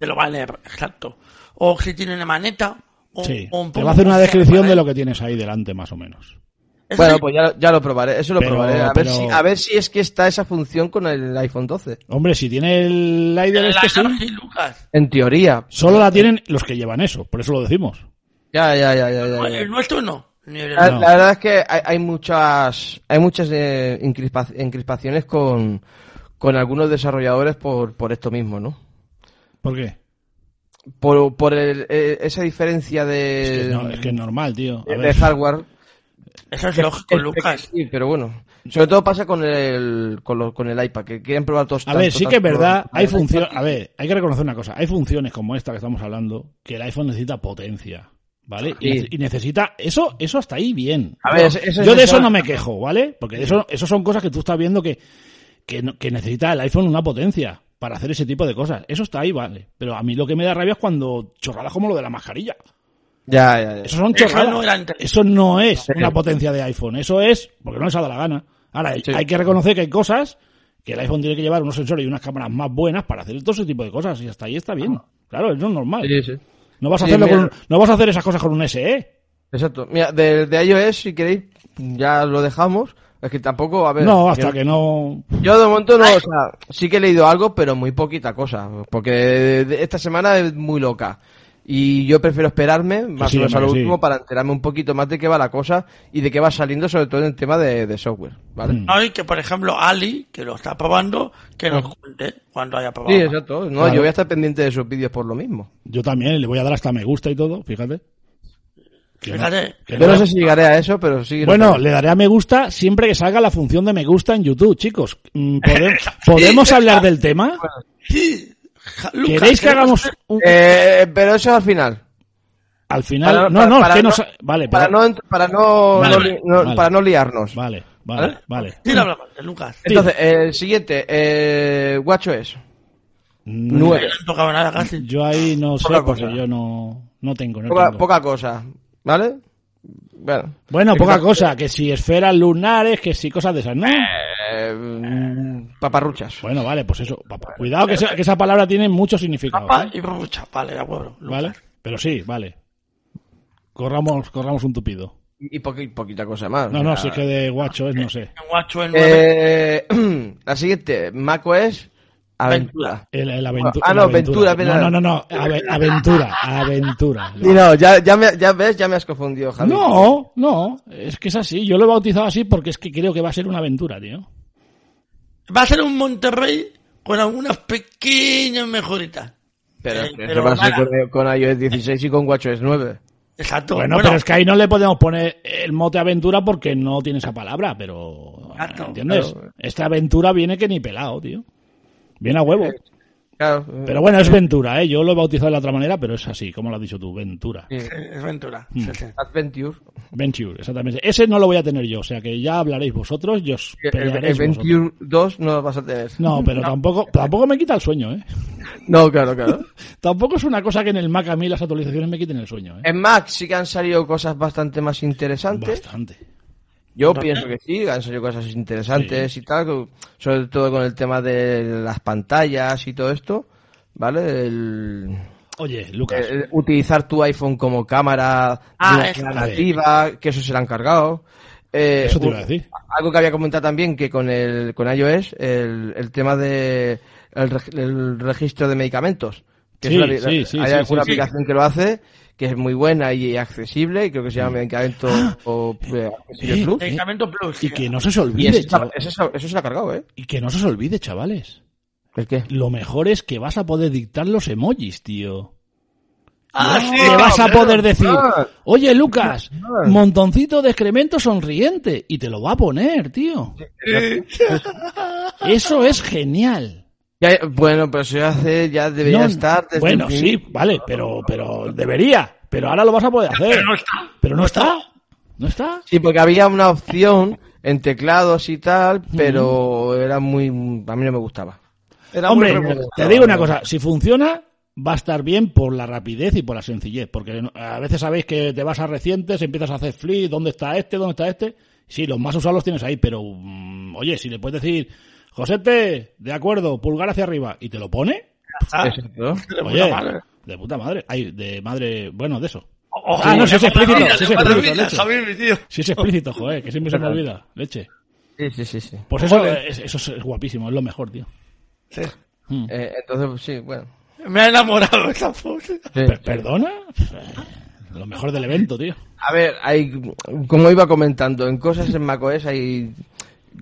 S4: Te lo va a leer, exacto. O si tiene una maneta. O,
S3: Sí,
S4: o un
S3: te va a hacer una
S4: poco-
S3: descripción de lo que tienes ahí delante, más o menos.
S4: Eso
S2: Bueno,
S4: sí,
S2: pues ya, ya lo probaré, eso lo
S3: Pero-
S2: probaré. A,
S3: pero-
S2: ver si, a ver si es que está esa función con el iPhone 12.
S3: Hombre, si tiene el
S4: el
S3: Lidar este sí,
S4: Lidar sí, Lucas.
S2: En teoría.
S3: solo la tienen los que llevan eso, por eso lo decimos.
S2: Ya, ya, ya, ya. ya, ya.
S4: El nuestro no. Ni el-
S2: La,
S3: No.
S2: la verdad es que hay, hay muchas hay muchas eh, incrispa- encrispaciones con, con algunos desarrolladores por, por esto mismo, ¿no?
S3: ¿Por qué?
S2: Por, por el- eh, esa diferencia de,
S3: Es que, no, es que es normal, tío. A
S2: de-
S3: ver,
S2: de hardware. Este
S4: Eso es lógico, Lucas.
S2: Sí, pero bueno. Sobre todo pasa con el, con, lo- con el iPad, que quieren probar todos.
S3: a ver
S2: tanto,
S3: sí que es
S2: tanto-
S3: verdad, hay
S2: tanto-
S3: funciones... A ver, hay que reconocer una cosa. Hay funciones como esta que estamos hablando que el iPhone necesita potencia, ¿vale? Y,
S2: Sí.
S3: nece- y necesita... Eso eso hasta ahí bien.
S2: A ver, eso- eso
S3: Yo
S2: es
S3: de eso
S2: mejor.
S3: no me quejo, ¿vale? Porque de eso, eso son cosas que tú estás viendo que, que, no- que necesita el iPhone una potencia para hacer ese tipo de cosas. Eso está ahí, ¿vale? Pero a mí lo que me da rabia es cuando chorradas como lo de la mascarilla.
S2: Ya, ya, ya.
S3: Eso son
S4: Eso
S3: chorradas.
S4: no era antes.
S3: Eso no es una potencia de iPhone. Eso es porque no les ha dado la gana. Ahora,
S2: Sí.
S3: hay que reconocer que hay cosas que el iPhone tiene que llevar unos sensores y unas cámaras más buenas para hacer todo ese tipo de cosas. Y hasta ahí está bien. Claro, eso es normal.
S2: Sí, sí.
S3: No, vas a
S2: Sí,
S3: hacerlo
S2: mira.
S3: con, no vas a hacer esas cosas con un E. SE.
S2: Exacto. Mira, de, de iOS, si queréis, ya lo dejamos. Es que tampoco, a ver.
S3: No, hasta
S2: Pues, yo-
S3: que no...
S2: Yo de momento no, o sea, sí que he leído algo, pero muy poquita cosa. Porque de- de- esta semana es muy loca. Y yo prefiero esperarme más
S3: sí,
S2: o menos a lo
S3: hombre, que sí.
S2: último para enterarme un poquito más de qué va la cosa y de qué va saliendo, sobre todo en el tema de, de software. ¿Vale?
S3: Mm.
S4: No, y que por ejemplo Ali, que lo está probando, que nos cuente cuando haya probado.
S2: Ah. Sí, exacto. No,
S3: Claro.
S2: yo voy a estar pendiente de sus vídeos por lo mismo.
S3: Yo también le voy a dar hasta me gusta y todo, fíjate. Que no-
S4: Fíjate,
S3: que
S2: Yo
S3: no-
S2: no sé si llegaré a eso, pero sí. lo
S3: Bueno,
S2: que-
S3: le daré a me gusta siempre que salga la función de me gusta en YouTube, chicos. Mm, ¿pode- ¿Podemos hablar del tema?
S4: Sí, ja- Lucas,
S3: ¿Queréis que
S4: queremos
S3: hagamos
S4: hacer-
S3: un-
S2: Eh, pero eso al final.
S3: al final?
S2: para-
S3: no,
S2: para-
S3: no,
S2: para
S3: es que
S2: no-
S3: no... sa- Vale,
S2: Para
S3: pero-
S2: no, ent- para no,
S3: Vale,
S2: no li- no-
S3: vale.
S2: para no liarnos.
S3: Vale, vale, vale.
S4: Sí, lo hablamos, de Lucas.
S2: Entonces, el siguiente, eh, guacho es.
S3: Mm,
S4: No le
S2: Nueve.
S4: han tocado nada casi.
S3: Yo ahí no sé
S2: Poca
S3: porque
S2: cosa.
S3: yo no, no tengo. no
S2: Poca,
S3: tengo.
S2: poca cosa, ¿vale? Bueno.
S3: Bueno,
S2: Es
S3: poca
S2: que-
S3: cosa. Que si esferas lunares, que si cosas de esas. ¿no?
S2: Eh, mm, paparruchas.
S3: Bueno, vale, pues eso. papá. Cuidado que, esa- que esa palabra tiene mucho significado. ¿eh?
S4: Papá y mucha, vale, de acuerdo. Lucas.
S3: ¿Vale? Pero sí, vale. Corramos, corramos un tupido.
S2: Y, poqui- poquita cosa más.
S3: No, no,
S2: O
S3: si
S2: sea,
S3: es que de guacho es, no sé.
S4: En Guacho en nueve.
S2: eh, la siguiente, Maco es aventura.
S3: El, el aventu-
S2: Ah,
S3: el
S2: no, Ventura, espera.
S3: No, no, no, no. Ave- aventura, aventura.
S2: Y no, ya, ya, me- ya ves, ya me has confundido, Javi.
S3: No, no, es que es así. Yo lo he bautizado así porque es que creo que va a ser una aventura, tío.
S4: Va a ser un Monterrey con algunas pequeñas mejoritas.
S2: Pero,
S4: Eh,
S2: eso
S4: pero
S2: va a ser
S4: nada.
S2: con, con iOS 16 y con WatchOS 9.
S4: Exacto.
S3: Bueno, pero es que ahí no le podemos poner el mote aventura porque no tiene esa palabra, pero.
S4: Exacto,
S3: ¿Entiendes?
S2: claro.
S3: Esta aventura viene que ni pelado, tío. Viene a huevo.
S2: Claro.
S3: Pero bueno, es Ventura, ¿eh? Yo lo he bautizado de la otra manera, pero es así, como lo has dicho tú, Ventura.
S2: eh, Sí.
S4: eh, es Ventura.
S3: Hmm.
S4: sí,
S3: ¿Eh?
S4: sí.
S2: Adventure.
S3: Venture, exactamente. Ese no lo voy a tener yo, o sea que ya hablaréis vosotros, yo os
S2: El, el
S3: pelearéis vosotros.
S2: Adventure 2 no lo vas a tener.
S3: No, pero tampoco tampoco me quita el sueño, ¿eh?
S2: No, claro, claro.
S3: Tampoco es una cosa que en el Mac a mí las actualizaciones me quiten el sueño, ¿eh?
S2: En Mac sí que han salido cosas bastante más interesantes.
S3: Bastante.
S2: Yo pienso que sí, han salido cosas interesantes y tal, co- sobre todo con el tema de las pantallas y todo esto, ¿vale? El,
S3: Oye, Lucas,
S2: el Eh, utilizar tu iPhone como cámara
S4: Ah,
S2: de una
S4: eso.
S2: cámara nativa, que eso se lo han cargado. Eh,
S3: eso te
S2: un-
S3: iba a decir.
S2: Algo que había comentado también, que con el con iOS, el, el tema de el, reg- el registro de medicamentos. Que
S3: Sí,
S2: es una,
S3: sí, sí,
S2: hay
S3: sí,
S2: alguna
S3: sí, sí.
S2: aplicación que lo hace, que es muy buena y accesible, y creo que se llama Medicamento o, eh, Accesible
S3: Mm. Ah. eh,
S2: Plus.
S3: eh,
S4: Medicamento Plus.
S3: Y que no se os
S2: Y este
S3: olvide,
S2: eso,
S3: chaval-
S2: eso, eso, eso se lo ha cargado, ¿eh?
S3: y que no se os olvide, chavales.
S2: ¿El qué?
S3: Lo mejor es que vas a poder dictar los emojis, tío.
S4: Ah, sí.
S3: Le vas a
S2: claro,
S3: poder decir,
S2: claro.
S3: oye Lucas,
S2: Claro.
S3: montoncito de excremento sonriente, y te lo va a poner, tío. Eso es genial.
S2: Ya, eh, bueno, pero se hace, ya debería
S3: No,
S2: estar desde
S3: bueno,
S2: el
S3: sí,
S2: principio.
S3: vale, pero, pero debería. Pero ahora lo vas a poder hacer. Pero no está. Pero no está. ¿No está?
S2: Sí, porque había una opción en teclados y tal, pero era muy... A mí no me gustaba. Era muy
S3: Hombre,
S2: rebuscado.
S3: te digo una cosa, si funciona, va a estar bien por la rapidez y por la sencillez, porque no- a veces sabéis que te vas a recientes, empiezas a hacer flip, ¿dónde está este? ¿Dónde está este? Sí, los más usados los tienes ahí, pero mm, oye, si le puedes decir, Josete, de acuerdo, pulgar hacia arriba, y te lo pone,
S4: Ah,
S2: Exacto.
S4: de puta
S3: oye,
S4: madre.
S3: de puta madre, ay, de madre, bueno, de eso.
S4: O- Ojo,
S3: Ah, no, si es
S4: cuatro
S3: explícito,
S4: vidas,
S3: si es
S4: cuatro
S3: explícito,
S4: vidas,
S3: leche.
S4: Javier, mi tío.
S3: Si es explícito, joder, que siempre se me olvida. Leche.
S2: Sí, sí, sí. sí.
S3: Pues eso, es, eso es guapísimo, es lo mejor, tío.
S4: Sí. Mm.
S2: Eh, entonces, sí, bueno.
S4: Me ha enamorado esa foto.
S2: Sí.
S3: Per- ¿Perdona? eh, Lo mejor del evento, tío.
S2: A ver, hay, como iba comentando, en cosas en macOS hay,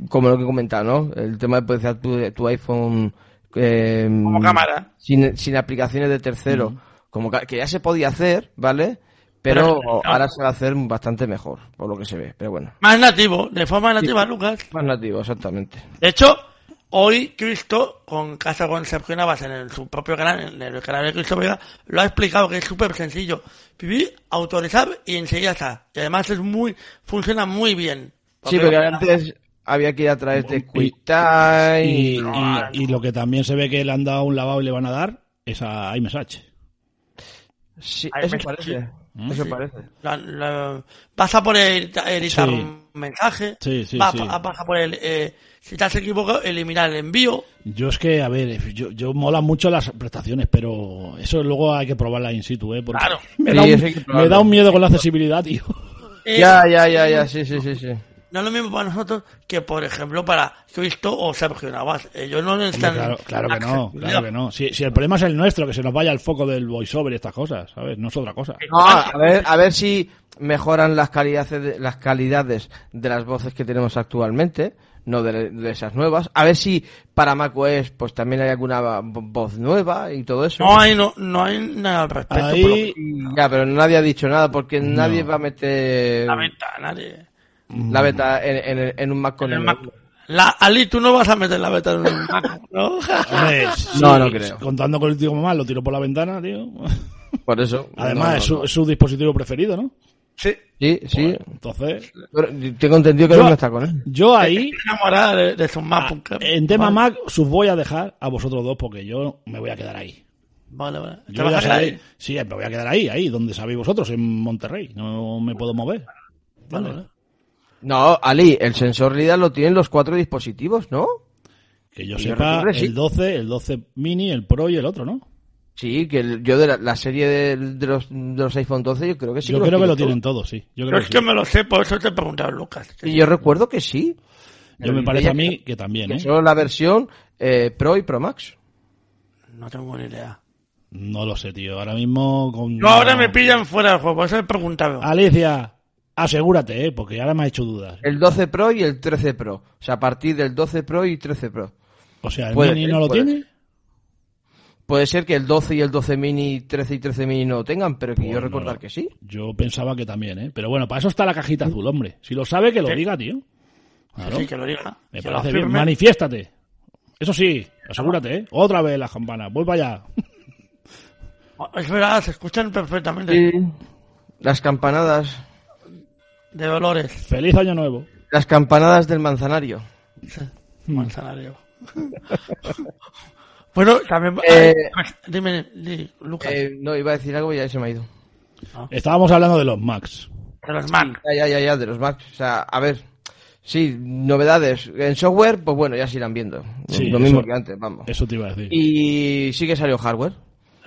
S2: como lo que he comentado, ¿no? El tema de potenciar tu, tu iPhone eh,
S4: Como cámara. Mm.
S2: sin, sin aplicaciones de tercero, como ca- que ya se podía hacer, ¿vale? Pero,
S4: Pero no.
S2: ahora se va a hacer bastante mejor, por lo que se ve, pero bueno.
S4: Más nativo, de forma nativa, Lucas.
S2: Más nativo, exactamente.
S4: De hecho, hoy Cristo, con Casa con Sergio Navas en el- su propio canal, en el canal de Cristo Vega, lo ha explicado que es súper sencillo. Vivir, autorizar y enseguida está. Y además es muy, funciona muy bien.
S2: Sí, porque antes había que ir a través de
S3: Y-
S2: QuickTime
S3: Y,
S2: y...
S3: y- y lo que también se ve que le han dado un lavado y le van a dar es a iMessage.
S2: Sí,
S4: Ahí
S2: eso
S4: me-
S2: parece.
S3: Mm.
S2: Eso
S4: Sí.
S2: parece.
S4: La- la- pasa por el- editar
S3: Sí.
S4: un mensaje,
S3: Sí, sí,
S4: va-
S3: sí.
S4: pa- pasa por el, eh, si te has equivocado, eliminar el envío.
S3: Yo es que, a ver, yo, yo mola mucho las prestaciones, pero eso luego hay que probarla in situ, ¿eh? Porque
S4: Claro.
S3: Me
S2: Sí,
S3: da, un,
S2: eso hay que
S3: me
S2: probarlo.
S3: da un miedo con la accesibilidad, tío.
S4: Eh,
S2: Ya, ya, ya, ya, sí, sí, sí, sí.
S4: No es lo mismo para nosotros que, por ejemplo, para Cristo o Sergio Navas. Ellos no
S3: Hombre,
S4: necesitan.
S3: claro, claro que no,
S4: accesibilidad.
S3: claro que no. Si, si el problema es el nuestro, que se nos vaya el foco del voiceover y estas cosas, ¿sabes? No es otra cosa.
S2: No, a ver, a ver si mejoran las calidades de, las calidades de las voces que tenemos actualmente, no de, de esas nuevas. A ver si para macOS pues también hay alguna vo- voz nueva y todo eso.
S4: No hay, no, no hay nada al respecto. por lo
S3: Ahí,
S4: que-
S2: Ya, pero nadie ha dicho nada porque nadie va a meter
S4: la ventana de-
S2: la beta en, en- en un Mac con
S4: del
S2: el
S4: Mac. La, Ali, tú no vas a meter la beta en un Mac, ¿no?
S3: hombre,
S2: No,
S3: sí,
S2: no creo.
S3: Contando con el tío mamá, lo tiró por la ventana, tío.
S2: Por eso.
S3: Además, es,
S2: No,
S3: su,
S2: no, no.
S3: es su dispositivo preferido, ¿no?
S4: sí.
S2: Sí, sí.
S3: Entonces,
S2: Pero tengo entendido que
S3: Yo-
S2: no está con él.
S3: yo ahí,
S4: Enamorada de, de su Mac.
S3: Ah, en tema Mac, sus voy a dejar a vosotros dos porque yo me voy a quedar ahí.
S4: Vale, vale. ¿Te
S3: Yo
S4: vas
S3: ya
S4: a quedar
S3: sabéis-
S4: ahí?
S3: Sí, me voy a quedar ahí, ahí, donde sabéis vosotros, en Monterrey. No me puedo mover.
S4: Vale, vale.
S2: No, Ali, el sensor LIDAR lo tienen los cuatro dispositivos, ¿no?
S3: Que yo
S2: Que yo
S3: sepa,
S2: recuerde, sí.
S3: el 12, el 12 mini, el Pro y el otro, ¿no?
S2: Sí, que el- yo de la, la serie de, de los, de los iPhone 12, yo creo que sí.
S3: yo
S2: los
S3: creo que lo
S2: tiene
S3: tienen todos, sí. Yo
S4: Yo
S3: creo
S4: es
S3: que
S4: que
S3: sí.
S4: me lo sé, por eso te he preguntado, Lucas.
S2: todo. Y yo recuerdo que sí.
S3: Yo me parece a mí que también,
S2: Que
S3: ¿eh?
S2: solo la versión eh, Pro y Pro Max.
S4: No tengo ni idea.
S3: No lo sé, tío. Ahora mismo con...
S4: No, ahora me pillan fuera del juego, por eso he preguntado.
S3: Ah, Alicia, asegúrate, ¿eh? Porque ahora me ha hecho dudas.
S2: El 12 Pro y el 13 Pro. O sea, a partir del 12 Pro y 13 Pro.
S3: O sea, ¿el
S2: Puede
S3: mini
S2: ser,
S3: no lo
S2: puede
S3: tiene?
S2: Puede ser que el 12 y el 12 mini, 13 y 13 mini no lo tengan, pero que
S3: Pues
S2: yo
S3: no.
S2: recordar que sí.
S3: Yo pensaba que también, ¿eh? Pero bueno, para eso está la
S2: Mm.
S3: cajita azul, hombre. Si lo sabe, que lo
S4: Sí.
S3: diga, tío. Claro.
S4: Sí, que lo diga.
S3: Me
S4: Que lo
S3: parece bien.
S4: afirme.
S3: Manifiéstate. Eso sí, asegúrate, ¿eh? Otra vez las campanas. Vuelva allá.
S4: Es verdad, se escuchan perfectamente.
S2: Las campanadas.
S4: De Dolores,
S3: Feliz año nuevo.
S2: Las campanadas del manzanario. Hmm.
S4: Manzanario. bueno, también.
S2: Eh,
S4: Ay, dime, di, Lucas.
S2: Eh, no, iba a decir algo y ya se me ha ido.
S3: Estábamos hablando de los Macs.
S4: de los man.
S2: Ya, ya, ya, ya, de los Macs. O sea, a ver. Sí, novedades. En software, pues bueno, ya se irán viendo.
S3: Sí,
S2: lo mismo
S3: eso-
S2: que antes, vamos.
S3: Eso te iba a decir.
S2: Y sí que salió hardware.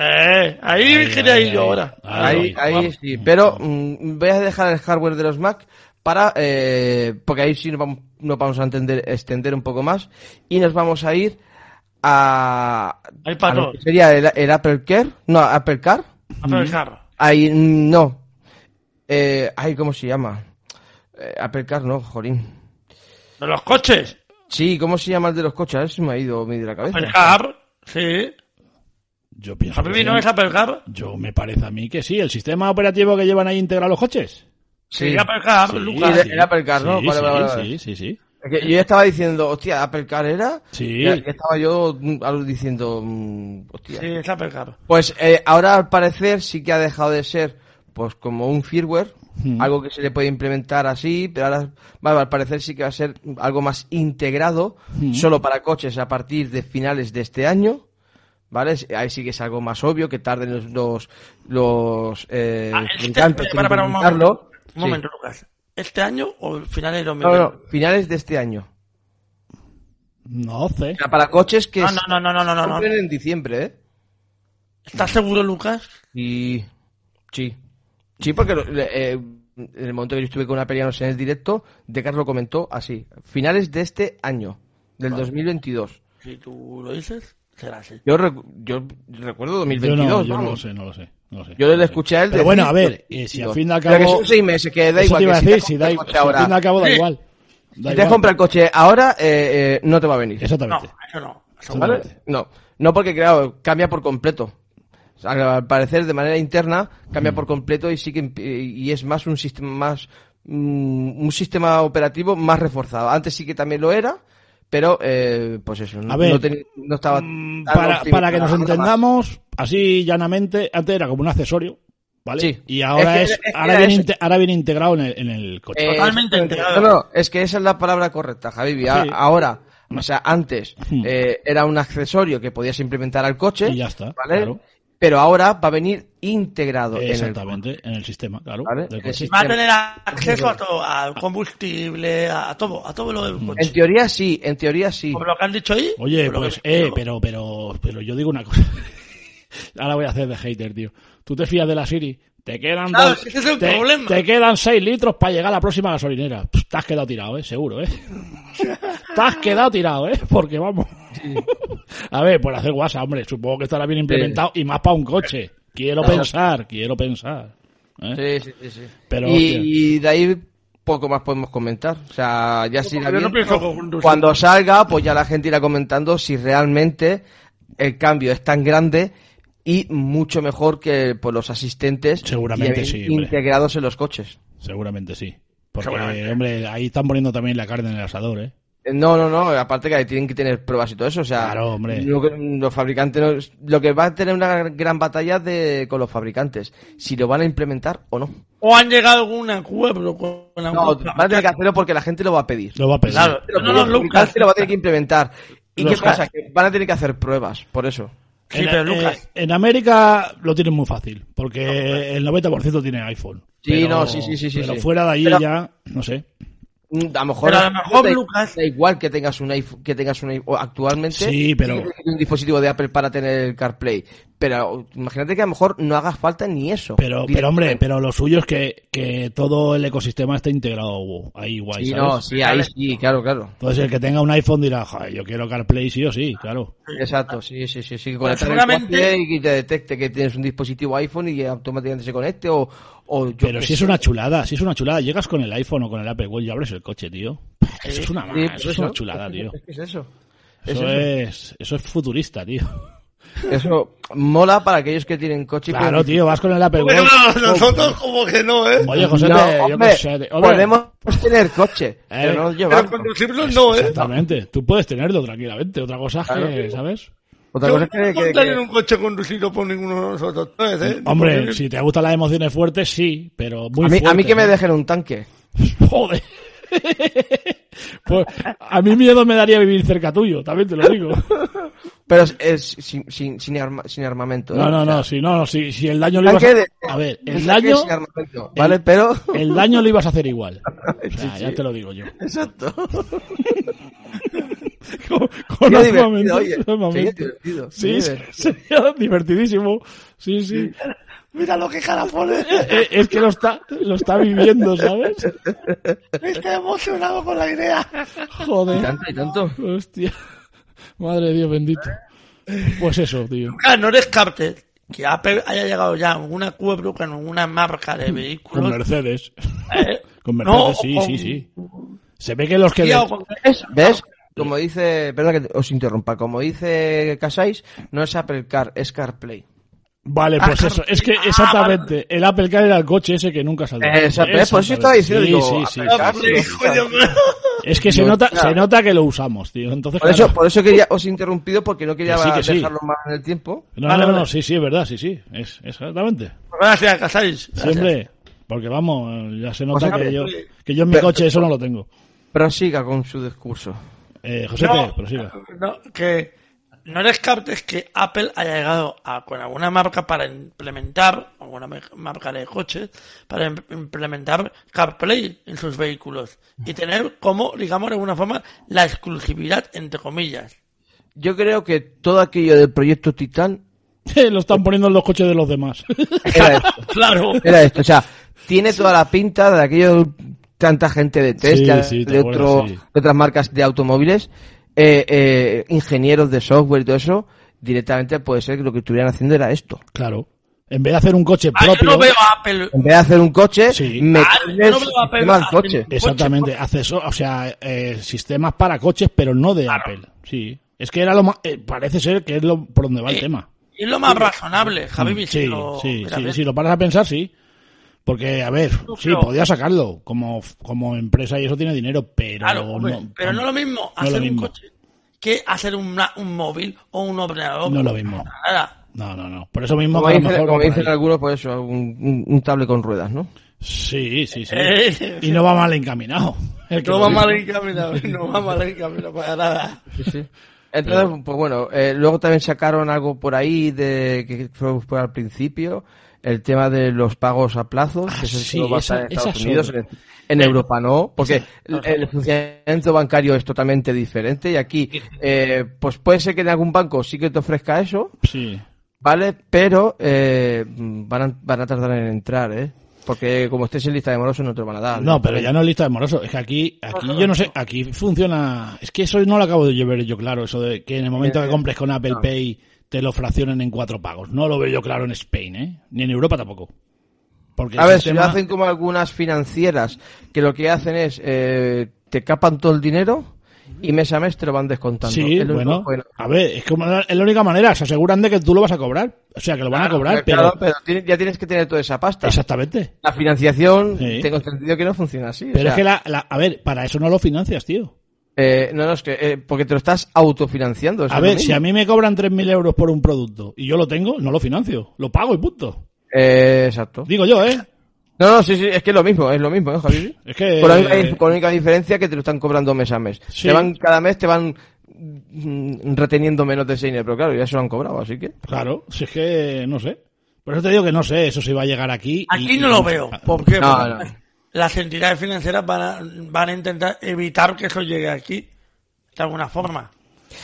S4: Eh, ahí,
S3: Ahí,
S4: quería
S3: ahí,
S4: ir yo
S3: ahí.
S4: ahora.
S2: Ahí,
S3: Ahí,
S2: ahí
S4: Ah, vamos.
S2: sí. Pero mm, voy a dejar el hardware de los Mac para. eh, porque ahí sí nos vamos, nos vamos a entender, extender un poco más. Y nos vamos a ir a.
S4: Ahí para
S2: a lo
S4: todos.
S2: que sería el, el Apple Care. No, Apple Car.
S4: Apple Car.
S2: Ahí, mm, no. Eh, ay, ¿cómo se llama? Eh, Apple Car, no, jolín.
S4: De los coches.
S2: Sí, ¿cómo se llama el de los coches? A ver si me ha ido mi de la cabeza.
S4: Apple Car. Sí.
S3: Yo pienso. que
S4: Javi no
S3: sí.
S4: es Apple Car.
S3: Yo me parece a mí que sí. El sistema operativo que llevan ahí integrado los coches.
S4: Sí, Apple Car,
S3: Sí,
S4: Lucas.
S3: sí.
S2: el Apple Car, ¿no?
S3: Sí,
S2: Vale,
S3: sí,
S2: vale, vale.
S3: sí, sí, sí.
S2: Es que yo ya estaba diciendo, hostia, Apple Car era.
S3: Sí.
S2: Ya, ya estaba yo mm, algo diciendo, mm, hostia.
S4: Sí, es Apple Car.
S2: Pues eh, ahora al parecer sí que ha dejado de ser, pues como un firmware, algo que se le puede implementar así, pero ahora vale, al parecer sí que va a ser algo más integrado, solo para coches a partir de finales de este año. ¿Vale? Ahí sí que es algo más obvio, que tarden los los, los eh,
S4: Ah, el sistema-
S2: fabricantes en
S4: para, para, un
S2: implementarlo.
S4: momento.
S2: Sí.
S4: Un momento, Lucas. ¿Este año o finales de
S2: No,
S4: 2020?
S2: no, no, finales de este año.
S3: No sé.
S2: O sea, para coches que
S4: No, no, no, no, no, no, no.
S2: compren en diciembre, ¿eh?
S4: ¿Estás seguro, Lucas?
S2: Y... Sí. Sí, porque lo- le- eh, en el momento que yo estuve con una peleanos en el directo, Decar lo comentó así: finales de este año, del 2022.
S4: Si tú lo dices, será así.
S2: Yo, recu- yo recuerdo
S3: Yo
S2: 2022,
S3: no, yo no lo
S2: vamos.
S3: sé, no lo sé. no lo sé,
S2: Yo
S3: no
S2: le
S3: lo sé.
S2: escuché a él.
S3: Pero
S2: decir-
S3: bueno, a ver, eh, si al fin y al
S2: Pero que
S3: cabo.
S2: son seis meses, que da
S3: eso
S2: igual.
S3: te iba
S2: que
S3: a
S2: si
S3: decir,
S2: te
S3: si da
S2: compras
S3: igual.
S2: el
S3: Si
S2: coche
S3: al fin y
S2: ahora,
S3: al cabo da
S4: Sí.
S3: igual. Da
S2: si te
S3: igual.
S2: compra el coche ahora, eh, eh, no te va a venir.
S4: No,
S3: Exactamente.
S4: eso no. Eso
S3: Eso
S4: no.
S3: no.
S2: ¿Vale? No, no porque claro, cambia por completo. O sea, al parecer de manera interna
S3: Mm.
S2: cambia por completo y sí que imp- y es más un sistema más mm, un sistema operativo más reforzado. Antes sí que también lo era, pero eh, pues eso, no,
S3: A ver,
S2: no tenía- no estaba
S3: Mm,
S2: tan
S3: Para,
S2: optimizado.
S3: para que nos
S2: Ahora más.
S3: entendamos, así llanamente, antes era como un accesorio, ¿vale?
S2: Sí.
S3: Y ahora
S2: Es
S3: es,
S2: que- es que
S3: ahora,
S2: era
S3: viene
S2: eso.
S3: inte- ahora viene integrado en el, en el coche.
S2: Eh,
S4: Totalmente
S2: exactamente.
S4: integrado.
S2: No, no, es que esa es la palabra correcta, Javi. A-
S3: Sí.
S2: Ahora, o sea, antes
S3: Hmm.
S2: eh, era un accesorio que podías implementar al coche,
S3: Y ya está,
S2: ¿vale?
S3: claro.
S2: Pero ahora va a venir integrado Eh, en el
S3: Exactamente, en el sistema, claro.
S2: Vale,
S3: del coche.
S2: existe.
S4: Va a tener acceso a todo, al combustible, a, a todo, a todo lo del
S2: En
S4: coche.
S2: teoría sí, en teoría sí.
S4: Como lo que han dicho ahí.
S3: Oye,
S4: por lo
S3: pues,
S4: que han
S3: eh,
S4: dicho.
S3: pero, pero, pero yo digo una cosa. Ahora voy a hacer de hater, tío. Tú te fías de la Siri. Te quedan,
S4: Claro,
S3: dos-
S4: es que ese es el
S3: te,
S4: problema.
S3: te quedan 6 litros para llegar a la próxima gasolinera. Pff, te has quedado tirado, eh, seguro, eh. te has quedado tirado, eh, porque vamos. a ver, por hacer WhatsApp, hombre, supongo que estará bien implementado y más para un coche. Quiero pensar, quiero pensar. ¿eh?
S2: Sí, sí, sí, sí.
S3: Pero, hostia.
S2: y, y de ahí poco más podemos comentar. O sea, ya si
S4: yo no pienso conducir.
S2: cuando salga, pues ya la gente irá comentando si realmente el cambio es tan grande y mucho mejor que pues, los asistentes
S3: Seguramente
S2: lleven
S3: sí, hombre.
S2: integrados en los coches.
S3: Seguramente sí. Porque,
S4: Seguramente.
S3: hombre, ahí están poniendo también la carne en el asador, eh.
S2: Eh, No, no, no, aparte que tienen que tener pruebas y todo eso, o sea,
S3: Claro, hombre.
S2: lo que- los fabricantes, no- lo que va a tener una gran batalla de, con los fabricantes, si lo van a implementar o no.
S4: O han llegado a algún acuerdo con con
S2: No,
S4: algún-
S2: van a tener que hacerlo porque la gente lo va a pedir.
S3: Lo va a pensar.
S4: Claro, no, no, Lucas.
S2: Lucas lo va a tener que implementar. ¿Y
S3: Los
S2: qué pasa? Que van a tener que hacer pruebas, por eso.
S4: Sí, pero Lucas.
S3: eh, en América lo tienen muy fácil, porque el 90% tiene iPhone.
S2: Sí,
S3: Pero-
S2: no, sí, sí, sí, sí,
S3: Pero
S2: sí.
S3: fuera de allí
S2: Pero-
S3: ya, no sé.
S2: Mm, A lo mejor,
S4: Pero a lo mejor,
S2: da,
S4: Lucas-
S2: da igual que tengas un iPhone, que tengas un iPhone actualmente
S3: Sí, pero-
S2: tienes un dispositivo de Apple para tener el CarPlay. Pero imagínate que a lo mejor no hagas falta ni eso.
S3: Pero, pero hombre,
S2: directamente.
S3: pero lo suyo es que, que todo el ecosistema esté integrado ahí guay,
S2: Sí,
S3: ¿sabes?
S2: no, sí, ahí sí, claro, claro.
S3: Entonces el que tenga un iPhone dirá, "Joder, yo quiero CarPlay sí o sí, Pues claro.
S2: Exacto, sí, sí, sí, sí. que Conectar
S4: seguramente-
S2: el coche y que te detecte que tienes un dispositivo iPhone y que automáticamente se conecte o, o yo
S3: Pero
S2: qué
S3: si es
S2: sé.
S3: una chulada, si es una chulada, llegas con el iPhone o con el Apple Watch y abres el coche, tío. Eso es una,
S2: Sí,
S3: eso
S2: pero
S3: es una chulada, tío.
S2: Es que es eso. Es
S3: Eso es, eso es futurista, tío.
S2: Eso mola para aquellos que tienen coche. y
S3: Claro,
S2: pueden-
S3: tío, vas con el Apple Watch.
S4: Bueno, nosotros como que no, ¿eh?
S3: Oye, José,
S2: No,
S3: yo
S2: hombre,
S3: qué sé. tío. Hombre, Eh,
S2: podemos tener coche, pero no
S4: Pero
S2: llevarlo.
S4: conducirlo no, ¿eh?
S3: Exactamente, tú puedes tenerlo tranquilamente. Otra cosa es
S2: Claro.
S3: que, ¿sabes?
S2: Otra
S4: Yo
S2: cosa es que,
S4: no
S2: que-
S4: montaría
S2: que-
S4: en un coche conducido por ninguno de nosotros tres, ¿eh?
S3: Hombre,
S4: Porque-
S3: si te gustan las emociones fuertes, sí, pero muy
S2: a, mí,
S3: fuerte,
S2: a mí que me
S3: ¿no?
S2: dejen un tanque.
S3: Joder. pues a mí miedo me daría vivir cerca tuyo, también te lo digo.
S2: Pero es, es sin, sin, sin, arma- sin armamento. ¿eh?
S3: No,
S2: O
S3: no,
S2: sea,
S3: no, si, no, no, si, si el daño lo ibas
S2: tanque
S3: a...
S2: de-
S3: a ver,
S2: un
S3: el
S2: tanque
S3: daño,
S2: sin armamento, ¿vale? Pero...
S3: el daño lo ibas a hacer igual. O sea, ya te lo digo yo.
S2: Exacto.
S3: Con, con
S2: Sería
S3: los
S2: divertido,
S3: momentos,
S2: oye.
S3: los
S2: Sería
S3: momentos.
S2: divertido. sería
S3: Sí, sí,
S2: divertido.
S3: sería divertidísimo. Sí, sí.
S4: Mira lo que cara pone.
S3: Eh, Es que lo está, lo está viviendo, ¿sabes?
S4: Está emocionado con la idea.
S2: Y
S3: Joder.
S2: tanto, y tanto.
S3: Hostia. Madre de Dios bendito. Pues eso, tío.
S4: Ah, no descartes que Apple haya llegado ya a un acuerdo con una marca de
S3: Con
S4: vehículos.
S3: Mercedes.
S4: ¿eh?
S3: Con Mercedes,
S4: No,
S3: sí,
S4: con-
S3: sí, sí. Se ve que los que...
S4: Kia
S3: de-
S4: o con-
S2: ¿Ves? Como dice... Perdón que te- os interrumpa. Como dice Casais, no es Apple Car, es CarPlay.
S3: Vale, pues eso. Es que exactamente. El Apple Car era el coche ese que nunca salió.
S2: Exacto, eh, por eso estaba diciendo,
S3: Sí,
S2: digo,
S3: sí, sí,
S2: Apple
S3: sí,
S2: Car,
S3: sí.
S4: Sí, coño,
S3: Es que se
S2: Digo,
S3: nota,
S2: claro.
S3: se nota que lo usamos, tío. Entonces,
S2: Por
S3: claro.
S2: eso, pues, por eso quería, os he interrumpido porque no quería
S3: Que sí, que sí.
S2: dejarlo más en el tiempo.
S3: No,
S4: Vale,
S3: no, no,
S4: vale.
S3: sí, sí, es verdad, sí, sí. Es, exactamente.
S4: Gracias, Casais.
S3: Siempre. Porque vamos, ya se nota
S2: José,
S3: que yo,
S4: sí.
S3: que yo en mi
S2: Pero-
S3: coche eso no lo tengo.
S2: Prosiga con su discurso.
S3: Eh, José,
S4: No,
S3: prosiga.
S4: no, que no descartes que Apple haya llegado a, con alguna marca para implementar, alguna me- marca de coches, para im- implementar CarPlay en sus vehículos y tener como, digamos de alguna forma, la exclusividad, entre comillas.
S2: Yo creo que todo aquello del proyecto Titán
S3: Lo están poniendo en los coches de los demás.
S2: Era esto.
S4: Claro.
S2: Era esto, o sea, tiene toda la pinta de aquello tanta gente de Tesla,
S3: Sí, sí, te
S2: de,
S3: acuerdas,
S2: otro-
S3: sí.
S2: de otras marcas de automóviles, eh, eh, ingenieros de software y todo eso, directamente puede ser que lo que estuvieran haciendo era esto.
S3: Claro. En vez de hacer un coche
S4: Ah, yo
S3: propio.
S4: no veo a Apple.
S2: En vez de hacer un coche,
S3: Sí.
S2: meterle
S4: Ah, yo no
S2: el
S4: veo a Apple
S2: sistema al
S4: haciendo-
S2: coche.
S3: Exactamente, acceso, o sea, eh, sistemas para coches, pero no de Apple. Sí, es que era lo más, eh, parece ser que es lo por donde va el
S4: Sí.
S3: tema.
S4: Es lo más razonable, Javi.
S3: sí,
S4: si
S3: sí,
S4: lo-
S3: sí,
S4: mira,
S3: sí,
S4: ves.
S3: si lo paras a pensar, sí. Porque, a ver, sí,
S4: pero-
S3: podía sacarlo como, como empresa y eso tiene dinero, pero
S4: Claro, hombre,
S3: no,
S4: pero no lo mismo
S3: no lo
S4: hacer
S3: mismo.
S4: un coche que hacer una- un móvil o un ordenador.
S3: No lo mismo.
S4: Nada.
S3: No, no, no. Por eso mismo,
S2: Como
S3: que a lo
S2: dicen,
S3: mejor
S2: como
S3: va por
S2: dicen
S3: ahí.
S2: algunos, pues eso, un, un- un tablet con ruedas, ¿no?
S3: Sí, sí, sí.
S4: Eh.
S3: Y no va mal encaminado. El que
S4: No
S3: lo
S4: va
S3: dice.
S4: mal encaminado, no va mal encaminado para nada.
S2: Entonces, pues bueno, eh, luego también sacaron algo por ahí de que fue, fue al principio, el tema de los pagos a plazos,
S3: Ah,
S2: que eso
S3: sí,
S2: solo va a estar
S3: esa- Eh,
S2: en Estados
S3: esa
S2: Unidos,
S3: sobra.
S2: en, en Europa no, porque el, el funcionamiento bancario es totalmente diferente y aquí, eh, pues puede ser que en algún banco sí que te ofrezca eso,
S3: Sí.
S2: ¿vale? Pero eh, van, a, van a tardar en entrar, ¿eh? Porque como estés en lista de morosos no te lo van a dar.
S3: No, pero ya no es lista de morosos. Es que aquí, aquí yo no sé, aquí funciona. Es que eso no lo acabo de llevar yo claro, eso de que en el momento que compres con Apple Pay te lo fraccionen en cuatro pagos. No lo veo yo claro en España, ¿eh? Ni en Europa tampoco. Porque
S2: A
S3: el
S2: ver,
S3: sistema-
S2: si lo hacen como algunas financieras, que lo que hacen es, eh, te capan todo el dinero y mes a mes te lo van descontando.
S3: Sí,
S2: Es lo
S3: bueno,
S2: único bueno.
S3: A ver, es como es la única manera. Se aseguran de que tú lo vas a cobrar. O sea, que lo van a cobrar, pero.
S2: Claro, pero tiene- ya tienes que tener toda esa pasta.
S3: Exactamente.
S2: La financiación,
S3: Sí.
S2: tengo entendido que no funciona así. o
S3: Pero
S2: sea,
S3: es que la, la- A ver, para eso no lo financias, tío.
S2: eh, no, no, es que, eh, porque te lo estás autofinanciando. eso Pues
S3: A
S2: es lo
S3: ver,
S2: mismo.
S3: si a mí me cobran 3.000 euros por un producto y yo lo tengo, no lo financio. Lo pago y punto.
S2: Eh, exacto.
S3: Digo yo, ¿eh?
S2: No, no, sí, sí, es que es lo mismo, es lo mismo, ¿eh, Javi?
S3: Es que. eh,
S2: Con la, única, con la única diferencia que te lo están cobrando mes a mes.
S3: Sí.
S2: Te van, cada mes te van mm, reteniendo menos de ese dinero, pero claro, ya se lo han cobrado, así que...
S3: Claro, si es que no sé. Por eso te digo que no sé, eso si va a llegar aquí. y-
S4: Aquí
S3: y-
S4: no lo veo. ¿Por qué?
S2: No,
S4: Porque
S2: no.
S4: Las entidades financieras van a, van a intentar evitar que eso llegue aquí de alguna forma.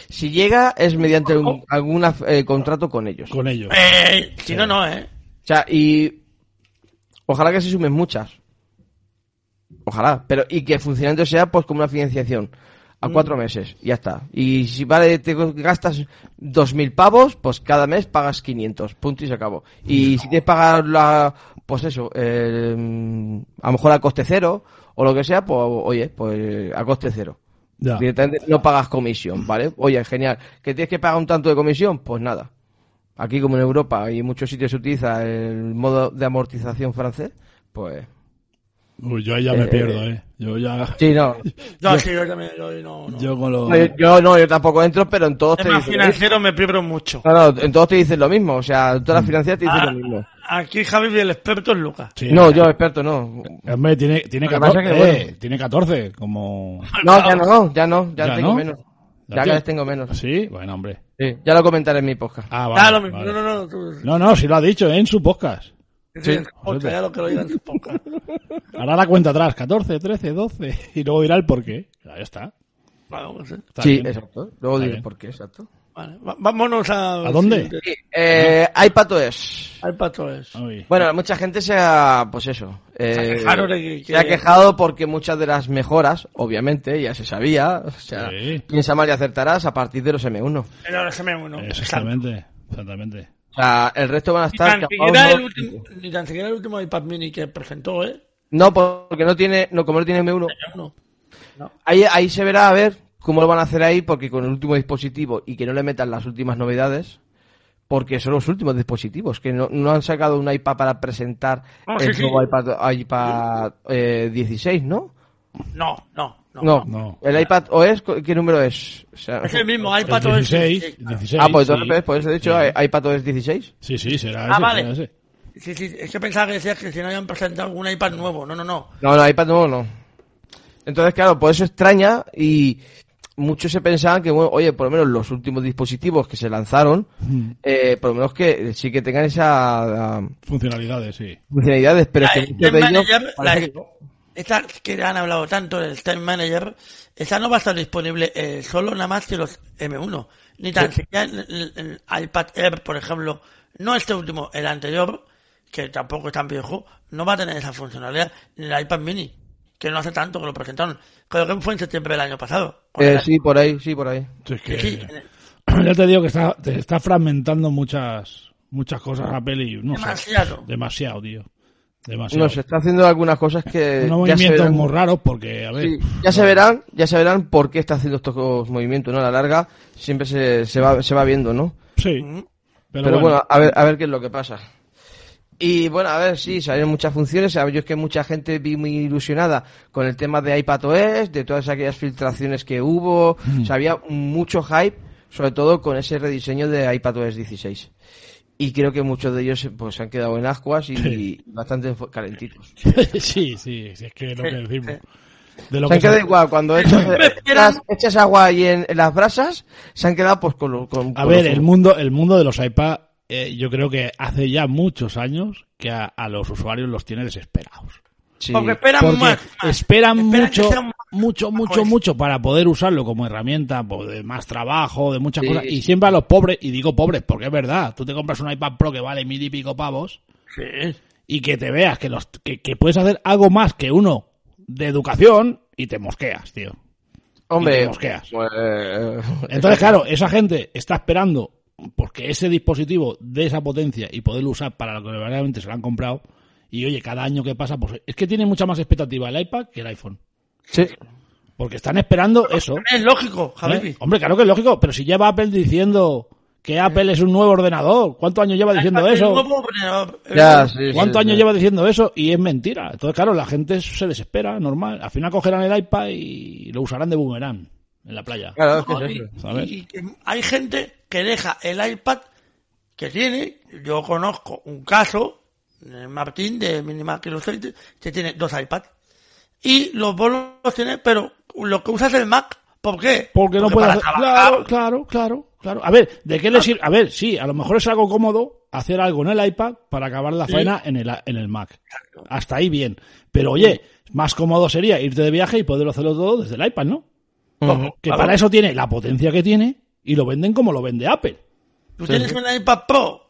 S2: Si llega es mediante un- algún af- eh, contrato con ellos. O
S3: Con ellos.
S4: Eh, si no, no, ¿eh?
S2: sea, y ojalá que se sumen muchas. Ojalá, pero y que funcionando sea pues como una financiación a cuatro meses, ya está. Y si vale, te gastas dos mil pavos, pues cada mes pagas 500, punto y se acabó. Y si te pagar la, pues eso, eh, a lo mejor a coste cero o lo que sea, pues oye, pues a coste cero.
S3: Ya.
S2: Directamente no pagas comisión, ¿vale? Oye, genial. ¿Que tienes que pagar un tanto de comisión? Pues nada. Aquí, como en Europa y en muchos sitios se utiliza el modo de amortización francés, pues.
S3: Uy, yo ahí ya me
S2: Eh,
S3: pierdo, ¿eh? Yo ya.
S2: Sí, no.
S4: Yo, sí, yo también, yo no, no.
S3: Yo con los.
S2: No, Yo, yo no, yo tampoco entro, pero en todos te
S4: Temas
S2: dicen. eh,
S4: financieros me pierdo mucho.
S2: No, no, en todos te dicen lo mismo. O sea, en
S3: Mm.
S2: todas las financieras te dicen
S4: Ah,
S2: lo mismo.
S4: Aquí Javi, el experto es Lucas.
S3: Sí. eh,
S2: No, yo, experto, no.
S3: Hombre, tiene, tiene
S2: Lo que pasa
S3: 14.
S2: es que,
S3: eh,
S2: bueno.
S3: Tiene 14, como.
S2: No, ya no, ya no, ya,
S3: ¿Ya
S2: tengo
S3: no?
S2: menos.
S3: ¿Ya
S2: Ya
S3: tiene?
S2: cada vez tengo menos.
S3: Sí, bueno, hombre.
S2: Sí, ya lo comentaré en mi podcast.
S3: Ah, vale,
S4: Ah, lo mismo.
S3: vale.
S4: No, no, no. tú-
S3: No, no, si lo ha dicho ¿eh? en su podcast.
S4: sí, o sea, ya lo que lo digan, supongo.
S3: Hará la cuenta atrás, 14, 13, 12. Y luego dirá el por qué. Ya está.
S4: Vale, pues, eh.
S3: Está
S2: sí,
S3: bien.
S2: exacto. Luego
S3: Está
S2: diré
S3: bien.
S2: por qué, exacto.
S4: Vale, va- vámonos a...
S3: ¿A dónde?
S4: siguiente.
S2: Sí, eh, iPadOS.
S4: Al pato es.
S3: Uy. Eh,
S2: Bueno, mucha gente se ha, pues eso, eh,
S4: quejado de que-
S2: se ha quejado porque muchas de las mejoras, obviamente, ya se sabía, o sea,
S3: Sí.
S2: piensa mal y acertarás a partir de los M1.
S4: Pero ahora se me uno.
S3: Eh, Exactamente. Exactamente.
S2: O sea, el resto van a
S4: Ni
S2: estar
S4: tan,
S2: capados
S4: siquiera el
S2: no-
S4: último, ni tan siquiera el último iPad mini que presentó, ¿eh?
S2: No, porque no tiene, no como no tiene M1,
S4: No.
S2: ahí, ahí se verá a ver cómo lo van a hacer ahí, porque con el último dispositivo y que no le metan las últimas novedades, porque son los últimos dispositivos, que no, no han sacado un iPad para presentar
S4: Ah, sí,
S2: el
S4: sí.
S2: nuevo iPad, iPad eh, 16, ¿no?
S4: No, no, no.
S2: No,
S3: No.
S2: el iPad OS, ¿qué número es? O sea,
S4: Es Eh, el mismo
S3: El
S4: iPad OS.
S3: 16,
S4: Sí,
S3: 16.
S2: ah, pues
S3: sí.
S2: entonces, pues, por eso he dicho,
S3: Sí.
S2: eh, iPad OS 16.
S3: Sí, sí, será
S4: Ah,
S3: ese. será
S4: vale.
S3: ese.
S4: Sí, sí, es que pensaba que decías que si no habían presentado algún iPad nuevo. No, no, no.
S2: No, no, iPad no, no. Entonces, claro, por eso extraña y muchos se pensaban que, bueno, oye, por lo menos los últimos dispositivos que se lanzaron,
S4: Hmm.
S2: eh, por lo menos que sí que tengan esas ah,
S3: Funcionalidades, sí.
S2: funcionalidades, pero es
S4: La
S2: que
S4: Air
S2: muchos de ellos
S4: Ah, Manager, la
S2: parece
S4: Air-
S2: que no.
S4: estas que han hablado tanto del Time Manager, esa no va a estar disponible eh, solo nada más que los M1. Ni tan siquiera el, el- el iPad Air, por ejemplo, no este último, el anterior, que tampoco es tan viejo, no va a tener esa funcionalidad, ni el iPad Mini, que no hace tanto que lo presentaron. Creo que fue en septiembre del año pasado. con
S2: Eh,
S4: el-
S2: sí, por ahí, sí, por ahí.
S3: Es que-
S4: Sí, en el-
S3: ya te digo que está, te está fragmentando muchas muchas cosas la peli. No sé.
S4: Demasiado.
S3: demasiado, tío. Demasiado.
S2: Nos está haciendo algunas cosas que
S3: Unos
S2: eh, ya se
S3: movimientos
S2: verán,
S3: muy raros porque, a ver.
S2: sí, ya se verán, ya se verán por qué está haciendo estos movimientos, ¿no? A la larga siempre se, se va, se va viendo, ¿no?
S3: Sí. Pero,
S2: Mm. Pero, bueno,
S3: bueno,
S2: a, ver, a ver qué es lo que pasa. Y bueno, a ver, sí, salieron muchas funciones. Yo es que mucha gente vi muy ilusionada con el tema de iPadOS, de todas aquellas filtraciones que hubo.
S3: Mm.
S2: O sea, había mucho hype, sobre todo con ese rediseño de iPadOS 16. Y creo que muchos de ellos pues se han quedado en ascuas y,
S3: Sí.
S2: y bastante fu- calentitos.
S3: sí, sí, sí, es que es lo que decimos. De lo
S2: Se han
S3: que se-
S2: quedado igual, cuando echas,
S4: esperan.
S2: echas agua ahí en, en las brasas, se han quedado pues con... lo- con
S3: A
S2: con
S3: ver,
S2: lo-
S3: el mundo, el mundo de los iPad, eh, yo creo que hace ya muchos años que a, a los usuarios los tiene desesperados.
S2: Sí.
S4: Porque esperan
S3: Porque
S4: más. más.
S3: esperan
S4: Esperan que
S3: mucho,
S4: sea un-
S3: mucho, mucho,
S4: mejores.
S3: mucho para poder usarlo como herramienta pues, de más trabajo, de muchas
S2: Sí,
S3: cosas. Y
S2: sí.
S3: siempre a los pobres, y digo pobres porque es verdad, tú te compras un iPad Pro que vale mil y pico pavos
S4: Sí.
S3: y que te veas que, los, que, que puedes hacer algo más que uno de educación y te mosqueas, tío. y te
S2: Hombre,
S3: mosqueas.
S2: pues, eh,
S3: Entonces, claro, esa gente está esperando porque ese dispositivo de esa potencia y poderlo usar para lo que verdaderamente se lo han comprado. Y oye, cada año que pasa, pues es que tiene mucha más expectativa el iPad que el iPhone.
S2: sí.
S3: eh, Porque están esperando eso.
S4: Es lógico, Javi.
S3: ¿eh? Hombre, claro que es lógico, pero si lleva Apple diciendo que Apple es un nuevo ordenador, ¿cuántos años lleva diciendo
S4: Aparte,
S3: eso?
S4: nuevo, eh, pero-
S2: Ya, sí,
S3: ¿Cuántos
S2: sí,
S3: años
S2: sí.
S3: lleva diciendo eso? Y es mentira. Entonces, claro, la gente se desespera, normal. Al final cogerán el iPad y lo usarán de boomerang en la playa.
S2: Claro, es que
S4: No,
S2: es eso.
S4: y-
S3: ¿sabes?
S4: y que hay gente que deja el iPad que tiene. Yo conozco un caso, eh, Martín de Minimal Illustrated, que tiene dos iPads. Y los bolos los tiene, pero lo que usa es el Mac. ¿Por qué?
S3: Porque no puede
S4: para
S3: hacer.
S4: trabajar-
S3: Claro, claro, claro, claro. A ver, ¿de qué le sirve? A ver, sí, a lo mejor es algo cómodo hacer algo en el iPad para acabar la faena en el, en el Mac. Hasta ahí bien. Pero oye, más cómodo sería irte de viaje y poder hacerlo todo desde el iPad, ¿no?
S2: Ujú.
S3: Que
S4: Claro.
S3: para eso tiene la potencia que tiene y lo venden como lo vende Apple.
S4: Tú tienes un iPad Pro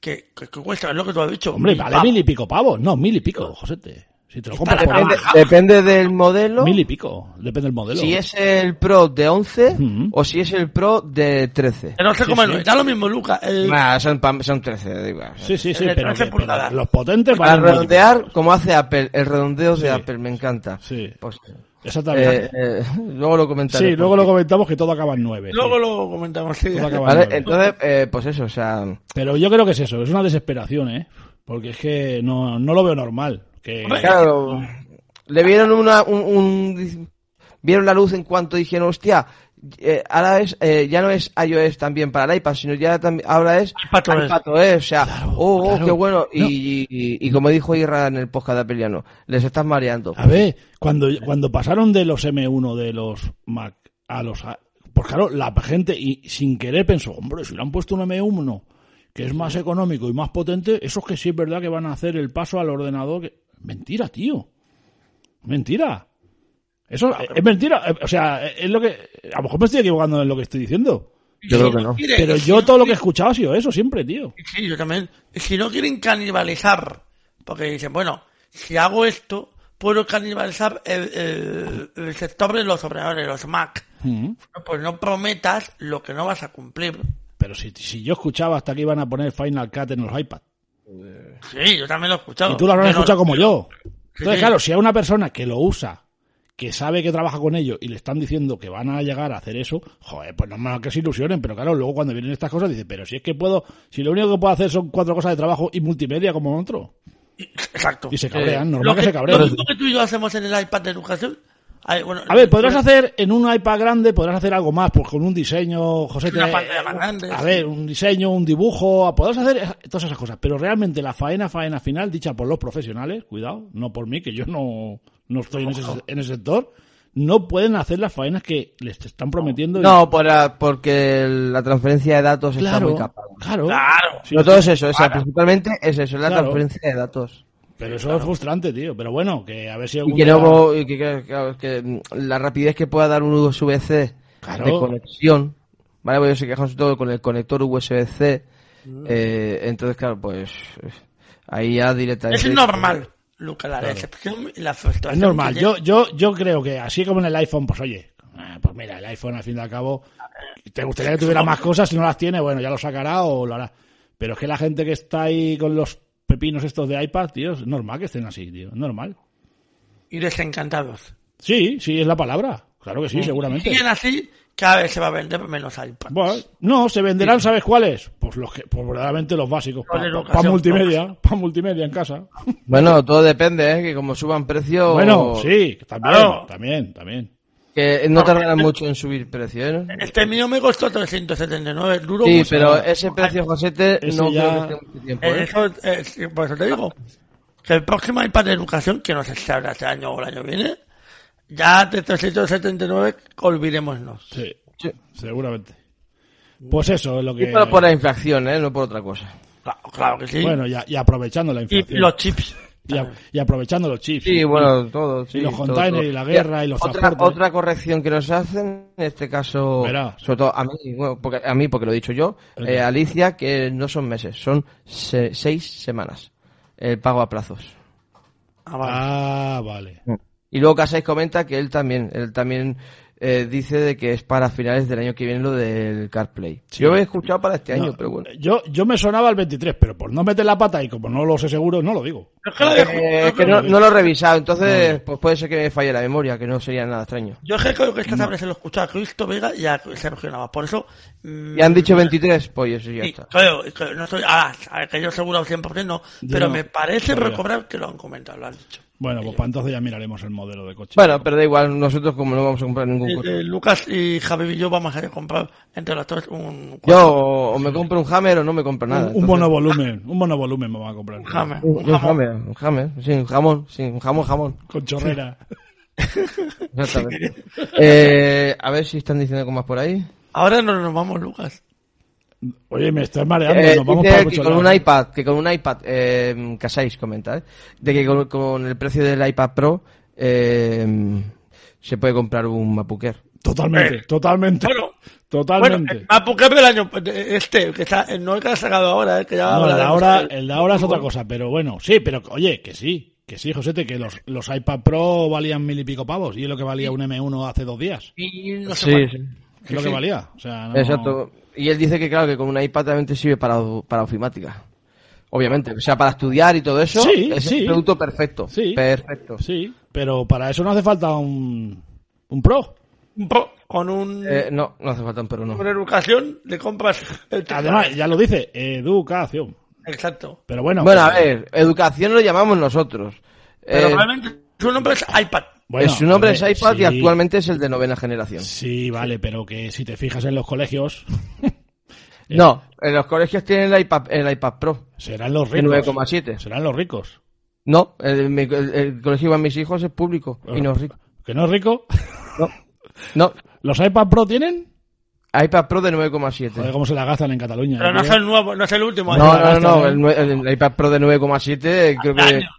S4: que, que- que cuesta, es lo que tú has dicho.
S3: Hombre,
S4: mil
S3: vale
S4: pavos.
S3: mil y pico pavos. No, mil y pico, Josete. Si te lo compras por
S2: Depende,
S3: mil-
S2: depende del modelo.
S3: Ah. mil y pico, depende del modelo.
S2: Si es el Pro de 11
S3: Ujú.
S2: o si es el Pro de 13.
S4: Que No sé
S3: Sí,
S4: cómo
S3: sí.
S4: es. Da lo mismo, Lucas. El-
S2: Nah, son, pa- son 13, da igual.
S3: Sí, sí, sí,
S4: el de
S3: pero,
S4: 13
S3: que- pero
S4: pulgadas.
S3: los potentes
S2: Para
S3: valen mil y pico.
S2: redondear, como hace Apple, el redondeo
S3: Sí.
S2: de Apple, me encanta.
S3: Sí.
S2: Pues,
S3: Exactamente.
S2: eh, eh, luego lo comentaré.
S3: Sí, luego lo comentamos que todo acaba en nueve.
S4: pues, Luego
S3: sí.
S4: lo comentamos. sí.
S3: Todo acaba en
S2: Vale,
S3: nueve.
S2: entonces, eh, pues eso, o sea,
S3: Pero yo creo que es eso, es una desesperación, ¿eh? Porque es que no, no lo veo normal. Que...
S4: Hombre,
S2: claro, le vieron una, un, un- vieron la luz en cuanto dijeron, hostia, eh, ahora es, eh, ya no es iOS también para el iPad, sino ya tam- ahora es
S4: iPadOS.
S2: iPadOS, o sea,
S3: Claro,
S2: oh, oh,
S3: claro.
S2: qué bueno, y,
S3: No.
S2: y- y- y como dijo Irra en el podcast de Apeliano, les estás mareando.
S3: A ver, cuando, cuando pasaron de los M1 de los Mac a los... a- Pues claro, la gente y sin querer pensó, hombre, si le han puesto un M1 que es más económico y más potente, esos que sí es verdad que van a hacer el paso al ordenador... que- Mentira, tío. Mentira. Eso
S4: Ah,
S3: es, es mentira. eh, O sea, es lo que... A lo mejor me estoy equivocando en lo que estoy diciendo.
S2: Yo creo que no.
S4: Mire,
S3: Pero
S4: si
S3: yo
S4: no
S3: todo lo que he escuchado ha sido eso siempre, tío.
S4: Sí, yo también. Si no quieren canibalizar, porque dicen, bueno, si hago esto, puedo canibalizar el, el- el sector de los ordenadores, los Mac.
S3: Mm.
S4: Pues no prometas lo que no vas a cumplir.
S3: Pero si, si yo escuchaba hasta que iban a poner Final Cut en los iPads.
S4: Sí, yo también lo he escuchado.
S3: Y tú lo habrás
S4: Yo no-
S3: escuchado como yo.
S4: sí.
S3: Entonces, claro, si hay una persona que lo usa, que sabe que trabaja con ello y le están diciendo que van a llegar a hacer eso, joder, pues no es malo que se ilusionen, pero claro, luego cuando vienen estas cosas dice, pero si es que puedo, si lo único que puedo hacer son cuatro cosas de trabajo y multimedia como otro.
S4: Exacto. Eh,
S3: Y se cabrean,
S4: Lo
S3: normal
S4: que,
S3: que se
S4: lo
S3: cabrean.
S4: mismo que tú y yo hacemos en el iPad de educación. Ay, bueno,
S3: A ver, podrás hacer en un iPad grande, podrás hacer algo más, pues con un diseño, José.
S4: Una
S3: te-
S4: pantalla más grande,
S3: A
S4: sí.
S3: ver, un diseño, un dibujo, podrás hacer esa- todas esas cosas. Pero realmente la faena, faena final, dicha por los profesionales, cuidado, no por mí, que yo no, no estoy en ese, en ese sector, no pueden hacer las faenas que les están prometiendo. y-
S2: No, por la- porque la transferencia de datos está
S3: claro,
S2: muy capada.
S3: claro.
S4: Claro.
S3: Sí,
S2: No todo es eso, ¿eh? o sea,
S4: Para.
S2: principalmente es eso, la
S3: Claro.
S2: transferencia de datos.
S3: Pero eso es frustrante, tío. Pero bueno, que a ver si
S2: Y
S3: algún
S2: que
S3: día-
S2: luego, y que, que- que- que, mm, la rapidez que pueda dar un USB-C
S3: Claro.
S2: de conexión, ¿vale? Pues Porque se quejan sobre todo con el conector USB-C,
S3: Mm.
S2: eh, entonces, claro, pues ahí ya
S4: Es
S2: directamente...
S4: normal, Luca, la decepción y la frustración.
S3: Es normal.
S4: que
S3: Yo, yo, yo creo que así como en el iPhone, pues oye, ah, pues mira, el iPhone al fin y al cabo, te gustaría que tuviera más cosas, si no las tiene, bueno, ya lo sacará o lo hará. Pero es que la gente que está ahí con los pepinos estos de iPad, tío, es normal que estén así, tío, es normal.
S4: Y desencantados.
S3: Sí, sí, es la palabra. Claro que sí, seguramente.
S4: Siguen así, cada vez se va a vender menos iPad.
S3: Bueno, no, se venderán, ¿sabes cuáles? Pues los que, pues verdaderamente los básicos.
S4: Con
S3: Para
S4: educación,
S3: multimedia, para multimedia en casa.
S2: Bueno, todo depende, ¿eh? Que como suban precios...
S3: Bueno, sí, también,
S4: Claro.
S3: también, también.
S2: Que no tardarán mucho en subir precios, ¿eh?
S4: Este mío me costó 379 duro.
S2: Sí,
S4: pues,
S2: pero
S4: eh,
S2: ese precio, Josete,
S3: ese
S2: no creo
S3: ya-
S2: que esté mucho tiempo,
S4: eh,
S2: ¿eh?
S4: eso, eh, sí, por eso te digo. Que el próximo iPad de educación, que no sé si habrá este año o el año viene, ya de 379 olvidémonos.
S3: Sí,
S2: Sí.
S3: seguramente. Pues eso es lo
S2: Y
S3: que.
S2: por, por la inflación, ¿eh? No por otra cosa.
S4: Claro, claro que sí.
S3: Bueno, y, a- y aprovechando la
S4: y
S3: inflación.
S4: los chips.
S3: y, a- y aprovechando los chips.
S2: Sí, bueno, todo. Sí,
S3: los
S2: todo,
S3: containers
S2: todo.
S3: y la guerra y los
S2: otra,
S3: transportes.
S2: otra corrección que nos hacen, en este caso,
S3: Verá.
S2: sobre todo a mí, bueno, porque, a mí, porque lo he dicho yo,
S3: Ok.
S2: eh, Alicia, que no son meses, son se- seis semanas el pago a plazos.
S4: Ah, vale.
S3: Ah, vale.
S2: Y luego Casais comenta que él también, él también eh, dice de que es para finales del año que viene lo del CarPlay. Yo he escuchado para este año,
S3: No, eh,
S2: pero bueno.
S3: Yo, yo me sonaba el 23, pero por no meter la pata y como no lo sé seguro, no lo digo.
S4: Yo es que lo
S2: Eh,
S4: dejo-
S2: que no, no lo he revisado, entonces pues puede ser que me falle la memoria, que no sería nada extraño.
S4: Yo es que creo que esta tarde se lo escuchó a Cristo Vega y a Sergio Navas. Por eso. mm,
S2: Y han dicho 23, pues eso ya
S4: Sí,
S2: está.
S4: creo, creo, no estoy, ah, a ver, que yo seguro al 100% no,
S3: Yo
S4: pero
S3: no.
S4: me parece
S3: Todavía.
S4: recobrar que lo han comentado, lo han dicho.
S3: Bueno, pues para entonces ya miraremos el modelo de coche.
S2: Bueno, pero da igual, nosotros como no vamos a comprar ningún
S4: Y,
S2: coche.
S4: eh, Lucas y Javi y yo vamos a ir a comprar entre los tres un,
S2: Yo o o me compro un Hammer o no me compro
S3: un,
S2: nada.
S3: un
S2: entonces-
S3: monovolumen, un monovolumen me va a comprar.
S4: un Hammer.
S2: Un,
S4: un
S2: un
S4: jamón.
S2: Hammer, un Hammer, sí, un jamón, sí, un jamón, jamón.
S3: Con chorrera.
S2: Exactamente. Eh, a ver si están diciendo comas por ahí.
S4: Ahora no nos vamos, Lucas.
S3: Oye, me estás mareando,
S2: Eh,
S3: nos vamos
S2: dice
S3: para
S2: que
S3: muchos
S2: con un
S3: lados.
S2: iPad, que con un iPad, eh, Casais comenta, eh, de que con, con el precio del iPad Pro eh, se puede comprar un Mapuquer.
S3: Totalmente, totalmente.
S4: Eh, Bueno,
S3: totalmente.
S4: Bueno, el Mapuquer del año eh, este, que está, eh, no el que ha sacado ahora, eh, que ya
S3: No, el de
S4: hablaremos Eh,
S3: ahora,
S4: de él.
S3: el de ahora es otra cosa, pero bueno, sí, pero oye, que sí, que sí, Josete, que los, los iPad Pro valían mil y pico pavos y es lo que valía un M1 hace dos días.
S4: Y no sé
S2: eh, Sí,
S4: cuál.
S2: sí.
S3: Es lo que valía. O sea, no-
S2: Exacto. Y él dice que, claro, que con un iPad también te sirve para, para ofimática. Obviamente. O sea, para estudiar y todo eso.
S3: Sí,
S2: es
S3: sí.
S2: un producto perfecto.
S3: Sí.
S2: Perfecto.
S3: Sí, pero para eso no hace falta un, un Pro.
S4: Un pro- con un.
S2: Eh, no, no hace falta un pero no.
S4: con educación le compras el teclado.
S3: Además, ya lo dice, educación.
S4: Exacto.
S3: Pero bueno. pues,
S2: Bueno, a
S3: pero-
S2: ver, educación lo llamamos nosotros.
S4: Pero
S2: Eh,
S4: realmente su nombre es iPad.
S3: bueno,
S2: su nombre
S3: hombre,
S2: es iPad
S3: sí,
S2: y actualmente es el de novena generación.
S3: Sí, vale, pero que si te fijas en los colegios,
S2: No, en los colegios tienen el iPad, el iPad Pro.
S3: serán los
S2: El
S3: ricos.
S2: 9,7.
S3: Serán los ricos.
S2: No, el, mi- el- el colegio de mis hijos es público
S3: Ah.
S2: y no es rico.
S3: ¿Que no es rico?
S2: No, no,
S3: ¿Los iPad Pro tienen?
S2: iPad Pro de
S3: Joder,
S2: 9,7.
S3: cómo se la gastan en Cataluña.
S4: Pero
S3: ¿eh,
S4: no es
S3: tío?
S4: el nuevo, no es el último.
S2: No,
S4: eh.
S2: no, no, no, el, nue- el- el iPad Pro de 9,7 eh, creo que eh,
S4: años.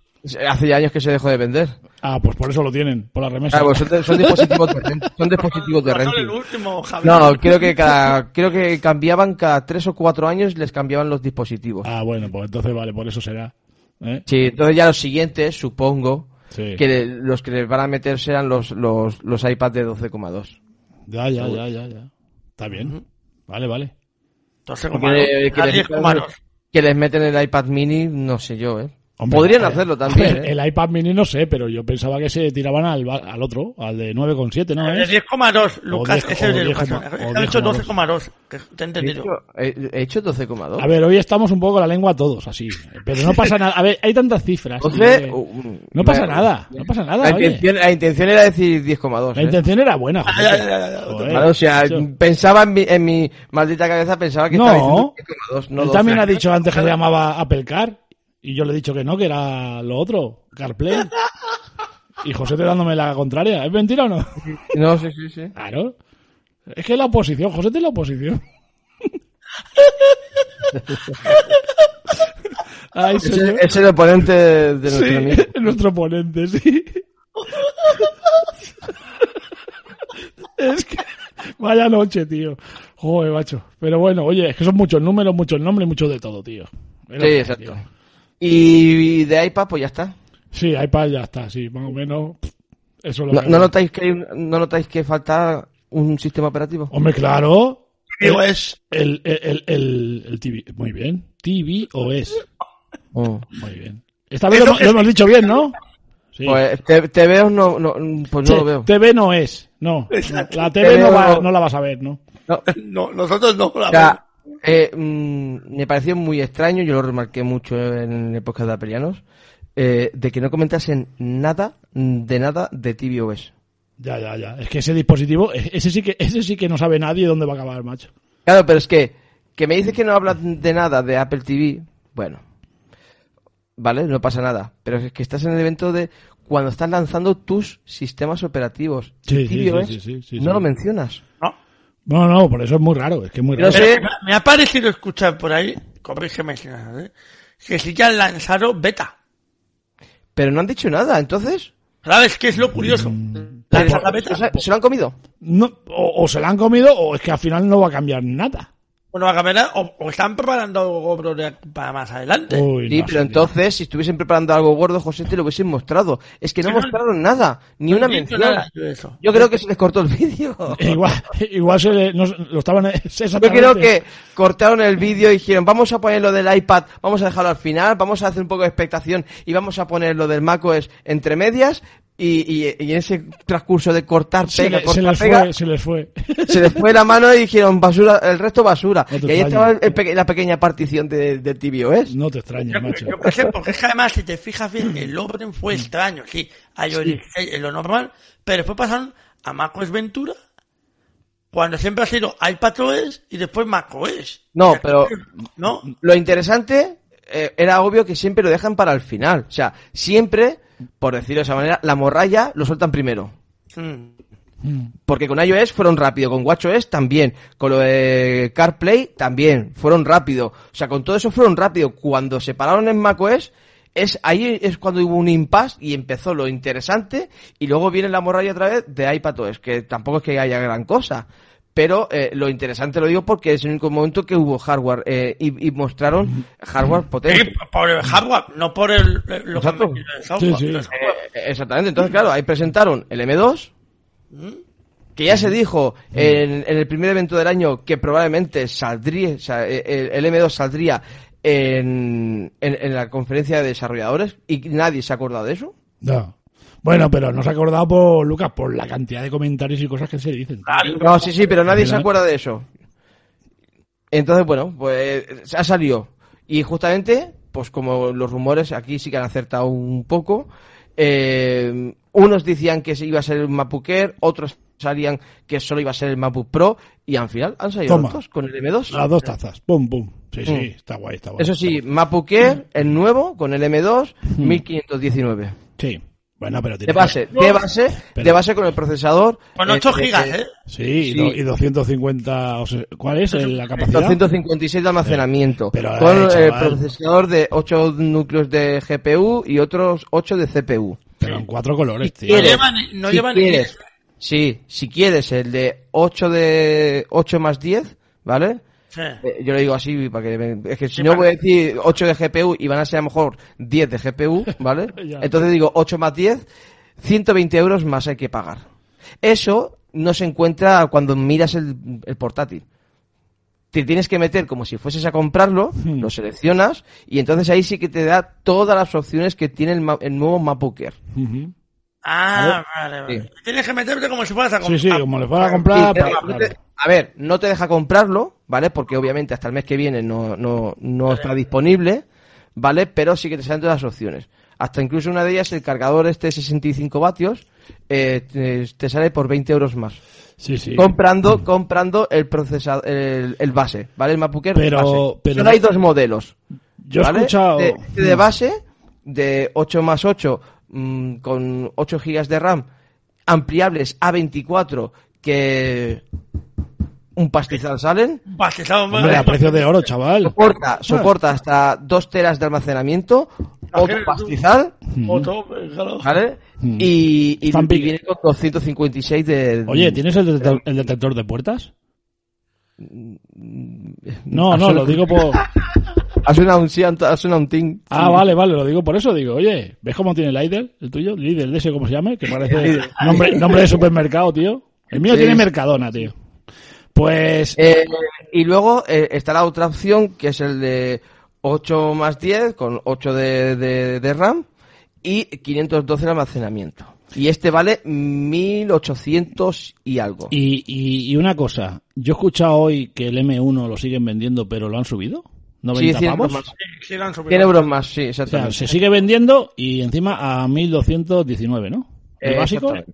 S2: hace ya años que se dejó de vender.
S3: Ah, pues por eso lo tienen, por la remesa.
S2: Claro, pues son, de- son dispositivos de rent- son dispositivos de
S4: No, no,
S2: renting.
S4: el último, Javi.
S2: No, creo que cada, creo que cambiaban cada tres o cuatro años les cambiaban los dispositivos.
S3: Ah, bueno, pues entonces vale, por eso será. ¿eh?
S2: Sí, entonces ya los siguientes, supongo,
S3: Sí.
S2: que le- los que les van a meter serán los, los, los iPads de 12,2.
S3: Ya, ya, ya, ya, ya. Está bien. Vale, vale.
S4: Entonces,
S2: Porque,
S4: como
S2: eh, Que,
S4: a
S2: les
S4: 10
S2: metan-
S4: cubanos.
S2: que les meten el iPad mini, no sé yo, ¿eh?
S3: Hombre,
S2: Podrían
S3: eh,
S2: hacerlo
S3: a
S2: también,
S3: ver,
S2: ¿eh?
S3: El iPad mini no sé, pero yo pensaba que se tiraban al, va- al otro, al de 9,7, ¿no? ¿Eh?
S4: El
S3: es?
S4: 10,2, Lucas,
S3: 10,
S4: es el de
S3: o 10,
S4: educación.
S3: o
S4: He hecho
S3: 10,2.
S4: 12,2, que te he
S2: He
S4: entendido.
S2: hecho, he- he hecho 12,2.
S3: A ver, hoy estamos un poco la lengua todos, así. Pero no pasa nada. A ver, hay tantas cifras. tío,
S2: Entonces,
S3: que-
S2: uh,
S3: no pasa
S2: bueno,
S3: nada, no pasa nada.
S2: La
S3: Ah, oye.
S2: intención, la intención era decir 10,2.
S3: La
S2: ¿eh?
S3: intención era buena.
S4: Ah,
S3: joder.
S4: ya, ya, ya, ya.
S3: Joder,
S2: Vale, o sea,
S3: macho.
S2: pensaba en mi, en mi maldita cabeza, pensaba que
S3: No.
S2: estaba diciendo 10,2, no
S3: Él
S2: 12.
S3: también ha dicho antes que se llamaba Apple Car y yo le he dicho que no, que era lo otro, CarPlay. Y José te dándome la contraria. ¿Es mentira o no?
S2: No, sí, sí, sí.
S3: Claro. Es que es la oposición, José te es la oposición. Ay,
S2: Es el,
S3: señor.
S2: es el oponente de nuestro
S3: Sí,
S2: amigo.
S3: nuestro oponente, sí. es que vaya noche, tío. Joder, macho. Pero bueno, oye, es que son muchos números, muchos nombres, mucho de todo, tío. Es lo
S2: Sí,
S3: que hay,
S2: exacto.
S3: tío.
S2: Y de iPad, pues ya está.
S3: Sí, iPad ya está, sí, más o menos. pff, Eso es lo
S2: ¿No,
S3: que
S2: no
S3: hay.
S2: notáis que, hay un- ¿No notáis que falta un sistema operativo?
S3: Hombre, claro.
S4: Digo, es
S3: El, el, el, el, el TV. Muy bien. TVOS. Oh.
S2: Mm.
S3: Muy bien. Esta vez lo, lo hemos dicho bien, ¿no? Sí.
S2: Pues te, te veo, no, no, pues no
S3: Sí,
S2: lo veo.
S3: TV no es. No.
S4: Exacto.
S3: La TV no,
S2: Pero-
S3: va- no la vas a ver, ¿no?
S2: No.
S4: no, nosotros no la
S2: O sea, eh, mm, me pareció muy extraño, yo lo remarqué mucho en el podcast de Apelianos, eh, de que no comentasen nada, mm, de nada de TVOS.
S3: Ya, ya, ya. Es que ese dispositivo, e- ese sí que, ese sí que no sabe nadie dónde va a acabar, macho.
S2: Claro, pero es que, que me dices que no hablas de nada de Apple TV, bueno, vale, no pasa nada, pero es que estás en el evento de cuando estás lanzando tus sistemas operativos.
S3: Sí, sí,
S2: TVOS,
S3: sí, sí, sí, sí,
S2: no
S3: sí.
S2: lo mencionas.
S3: No, no, por eso es muy raro, es que es muy
S2: Pero
S3: raro.
S2: sí.
S4: Pero me- Me ha parecido escuchar por ahí, corrígeme si no, ¿eh? que si ya han lanzado beta.
S2: Pero no han dicho nada, entonces...
S4: ¿Sabes qué es lo curioso?
S3: Mm.
S4: Lanzar la beta. Pues,
S2: O sea, ¿Se lo han comido?
S3: No, o, o se la han comido o es que al final no va a cambiar nada.
S4: Bueno, va a cambiar, o, o están preparando algo gordo de- para más adelante.
S3: Uy,
S2: Sí,
S3: no sé,
S2: pero entonces, si estuviesen preparando algo gordo, José, te lo hubiesen mostrado. Es que no
S4: Sí, no,
S2: mostraron nada, ni
S4: no
S2: una
S4: han dicho
S2: mención.
S4: nada de eso.
S2: Yo creo que se les cortó el vídeo.
S3: tío. Igual, igual se le, no, lo estaban.
S2: Yo creo que cortaron el vídeo y dijeron, vamos a poner lo del iPad, vamos a dejarlo al final, vamos a hacer un poco de expectación y vamos a poner lo del macOS entre medias. Y, y- y en ese transcurso de cortar,
S3: se,
S2: pega,
S3: le- se
S2: cortar,
S3: les
S2: pega,
S3: fue, se les fue.
S2: se les fue la mano y dijeron basura, el resto basura.
S3: No te
S2: y ahí
S3: extraña.
S2: estaba el pe- la pequeña partición de, de TVOS.
S3: No te extrañes, macho.
S4: Yo qué sé, porque es que además, si te fijas bien, el orden fue extraño, sí, a iOS 16 es lo normal, pero después pasaron a macOS Ventura, cuando siempre ha sido iPadOS y después macOS.
S2: No,
S4: O sea,
S2: pero- Mm,
S4: No,
S2: lo interesante eh, era obvio que siempre lo dejan para el final. O sea, siempre, por decirlo de esa manera, la morralla lo sueltan primero.
S4: mm,
S2: Porque con iOS fueron rápido, con WatchOS también, con lo de CarPlay también, fueron rápido. O sea, con todo eso fueron rápido. Cuando se pararon en macOS, es, ahí es cuando hubo un impasse y empezó lo interesante. Y luego viene la morralla otra vez de iPadOS, que tampoco es que haya gran cosa. Pero eh, lo interesante lo digo porque es el único momento que hubo hardware eh, y, y mostraron hardware
S4: sí,
S2: potente.
S4: por el hardware, no por el, lo que han
S2: eh. Exacto.
S4: metido en el software.
S3: Sí, sí.
S4: Entonces,
S2: Eh, Exactamente, entonces claro, ahí presentaron el M2, que ya se dijo en, en el primer evento del año que probablemente saldría, o sea, eh, el, el M2 saldría en, en- en la conferencia de desarrolladores y nadie se ha acordado de eso.
S3: No. Bueno, pero nos ha acordado por Lucas por la cantidad de comentarios y cosas que se dicen.
S2: No, sí, sí, pero nadie se
S3: Claro.
S2: acuerda de eso. Entonces, bueno, pues ha salido. Y justamente, pues como los rumores aquí sí que han acertado un poco, eh, unos decían que se iba a ser el MacBook Air, otros salían que solo iba a ser el MacBook Pro, y al final han salido
S3: Toma.
S2: los dos con el M2.
S3: Las dos tazas. Pum, pum. Sí, sí,
S2: Mm.
S3: está guay, está guay.
S2: Eso sí, MacBook Air, el nuevo, con el M2, 1519.
S3: Sí. Bueno, pero tiene
S2: De base, de base, de base con el procesador.
S4: Con 8
S2: eh,
S4: gigas, ¿eh?
S2: Sí.
S3: Sí, Y, do- y 250. o sea, ¿Cuál es el- la capacidad?
S2: 256 de almacenamiento.
S3: Pero,
S2: con
S3: eh,
S2: el
S3: chaval.
S2: procesador de 8 núcleos de GPU y otros 8 de CPU.
S3: Pero en cuatro colores, tío.
S4: quieres. lleva ni- no
S2: si
S4: lleva ni
S2: quieres,
S4: 10.
S2: Sí, si quieres el de 8 de 8 más 10, ¿vale?
S4: Sí.
S2: Eh, Yo lo digo así para que me- es que si
S4: Sí,
S2: no
S4: para-
S2: voy a decir 8 de GPU y van a ser a lo mejor 10 de GPU, ¿vale?
S3: Ya.
S2: Entonces digo 8 más 10, 120 euros más hay que pagar. Eso no se encuentra cuando miras el, el portátil. Te tienes que meter como si fueses a comprarlo,
S3: Hmm.
S2: lo seleccionas y entonces ahí sí que te da todas las opciones que tiene el, ma- el nuevo MacBook Air.
S3: Ujú.
S4: Ah, vale, vale.
S2: Sí.
S4: Tienes que meterte como si fueras a
S3: Sí,
S4: comprar.
S3: sí, como le fuera a
S2: Sí,
S3: comprar.
S2: pero
S3: pa-
S2: no te-
S3: claro.
S2: a ver, no te deja comprarlo, ¿vale? Porque obviamente hasta el mes que viene no, no, no está disponible, ¿vale? Pero sí que te salen todas las opciones. Hasta incluso una de ellas, el cargador este de 65 vatios, eh, te- te sale por 20 euros más.
S3: Sí, sí.
S2: Comprando, comprando el procesador, el, el base, ¿vale? El MacBook Air
S3: Pero-
S2: base.
S3: pero-
S2: Solo hay dos modelos.
S3: Yo he
S2: ¿vale?
S3: escuchado. mm.
S2: De, este de base, de 8 más 8, mm, con 8 GB de RAM, ampliables a 24, que... un pastizal salen.
S4: Pastizado,
S3: Hombre, a precio de oro, chaval. Ah.
S2: Soporta, soporta hasta dos teras de almacenamiento, otro
S4: Imagínate tú.
S2: pastizal,
S4: Otro, claro.
S2: ¿vale?
S3: Mm.
S2: Y, y-
S3: Fan
S2: y
S3: pick.
S2: viene con 256 de...
S3: Oye, ¿tienes el, detector- el detector de puertas? No, no, lo digo por...
S2: Ha sonado un sí, ha sonado un ting.
S3: Ah, vale, vale, lo digo por eso. Digo, oye, ¿ves cómo tiene el Lidl, el tuyo? Lidl, de ese, ¿cómo se llama? Que parece nombre, nombre de supermercado, tío. El mío
S2: Sí.
S3: tiene Mercadona, tío. Pues...
S2: Eh, y luego eh, está la otra opción, que es el de 8 más 10, con 8 de, de- de RAM y 512 de almacenamiento. Y este vale 1800 y algo.
S3: Y, y, y una cosa, yo he escuchado hoy que el M1 lo siguen vendiendo, pero lo han subido. ¿90
S2: Sí, 100 euros
S3: pavos?
S2: más.
S4: Sí, lo han subido.
S2: 100 euros más, sí,
S3: O sea,
S2: exactamente.
S3: se sigue vendiendo y encima a 1219, ¿no? El
S2: Eh,
S3: básico.
S2: exactamente.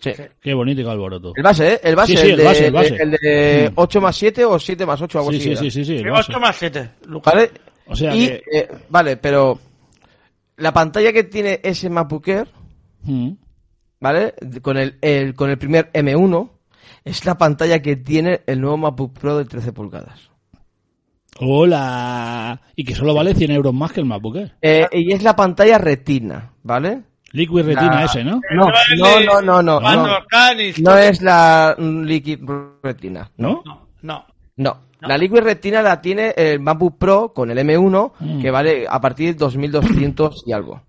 S2: Sí.
S3: Qué bonito y qué alboroto.
S2: El base, ¿eh? El base,
S3: Sí, sí, el
S2: de,
S3: base, el base.
S2: el de
S3: Mm.
S2: 8 más 7 o 7 más 8, algo
S3: Sí,
S2: así.
S3: sí,
S2: era.
S3: sí, sí, sí, el
S4: Sí,
S3: básico.
S4: 8 más 7, Lucas.
S2: ¿Vale?
S3: O sea
S2: Y,
S3: que-
S2: eh, vale, pero la pantalla que tiene ese MacBook Air,
S3: Mm.
S2: ¿vale? De- Con el, el- con el primer M1, es la pantalla que tiene el nuevo MacBook Pro de 13 pulgadas.
S3: Hola. Y que solo vale 100 euros más que el MacBook Air.
S2: Eh, y es la pantalla retina, ¿vale?
S3: Liquid Retina
S2: La-
S3: ese, ¿no?
S2: No,
S4: Vale.
S2: no, no, no, no.
S4: Mando
S2: No,
S4: Arcanis.
S2: No es la mm, Liquid Retina,
S3: ¿No?
S4: No, no.
S2: No. La Liquid Retina la tiene el MacBook Pro con el M1,
S3: Mm.
S2: que vale a partir de 2200 y algo.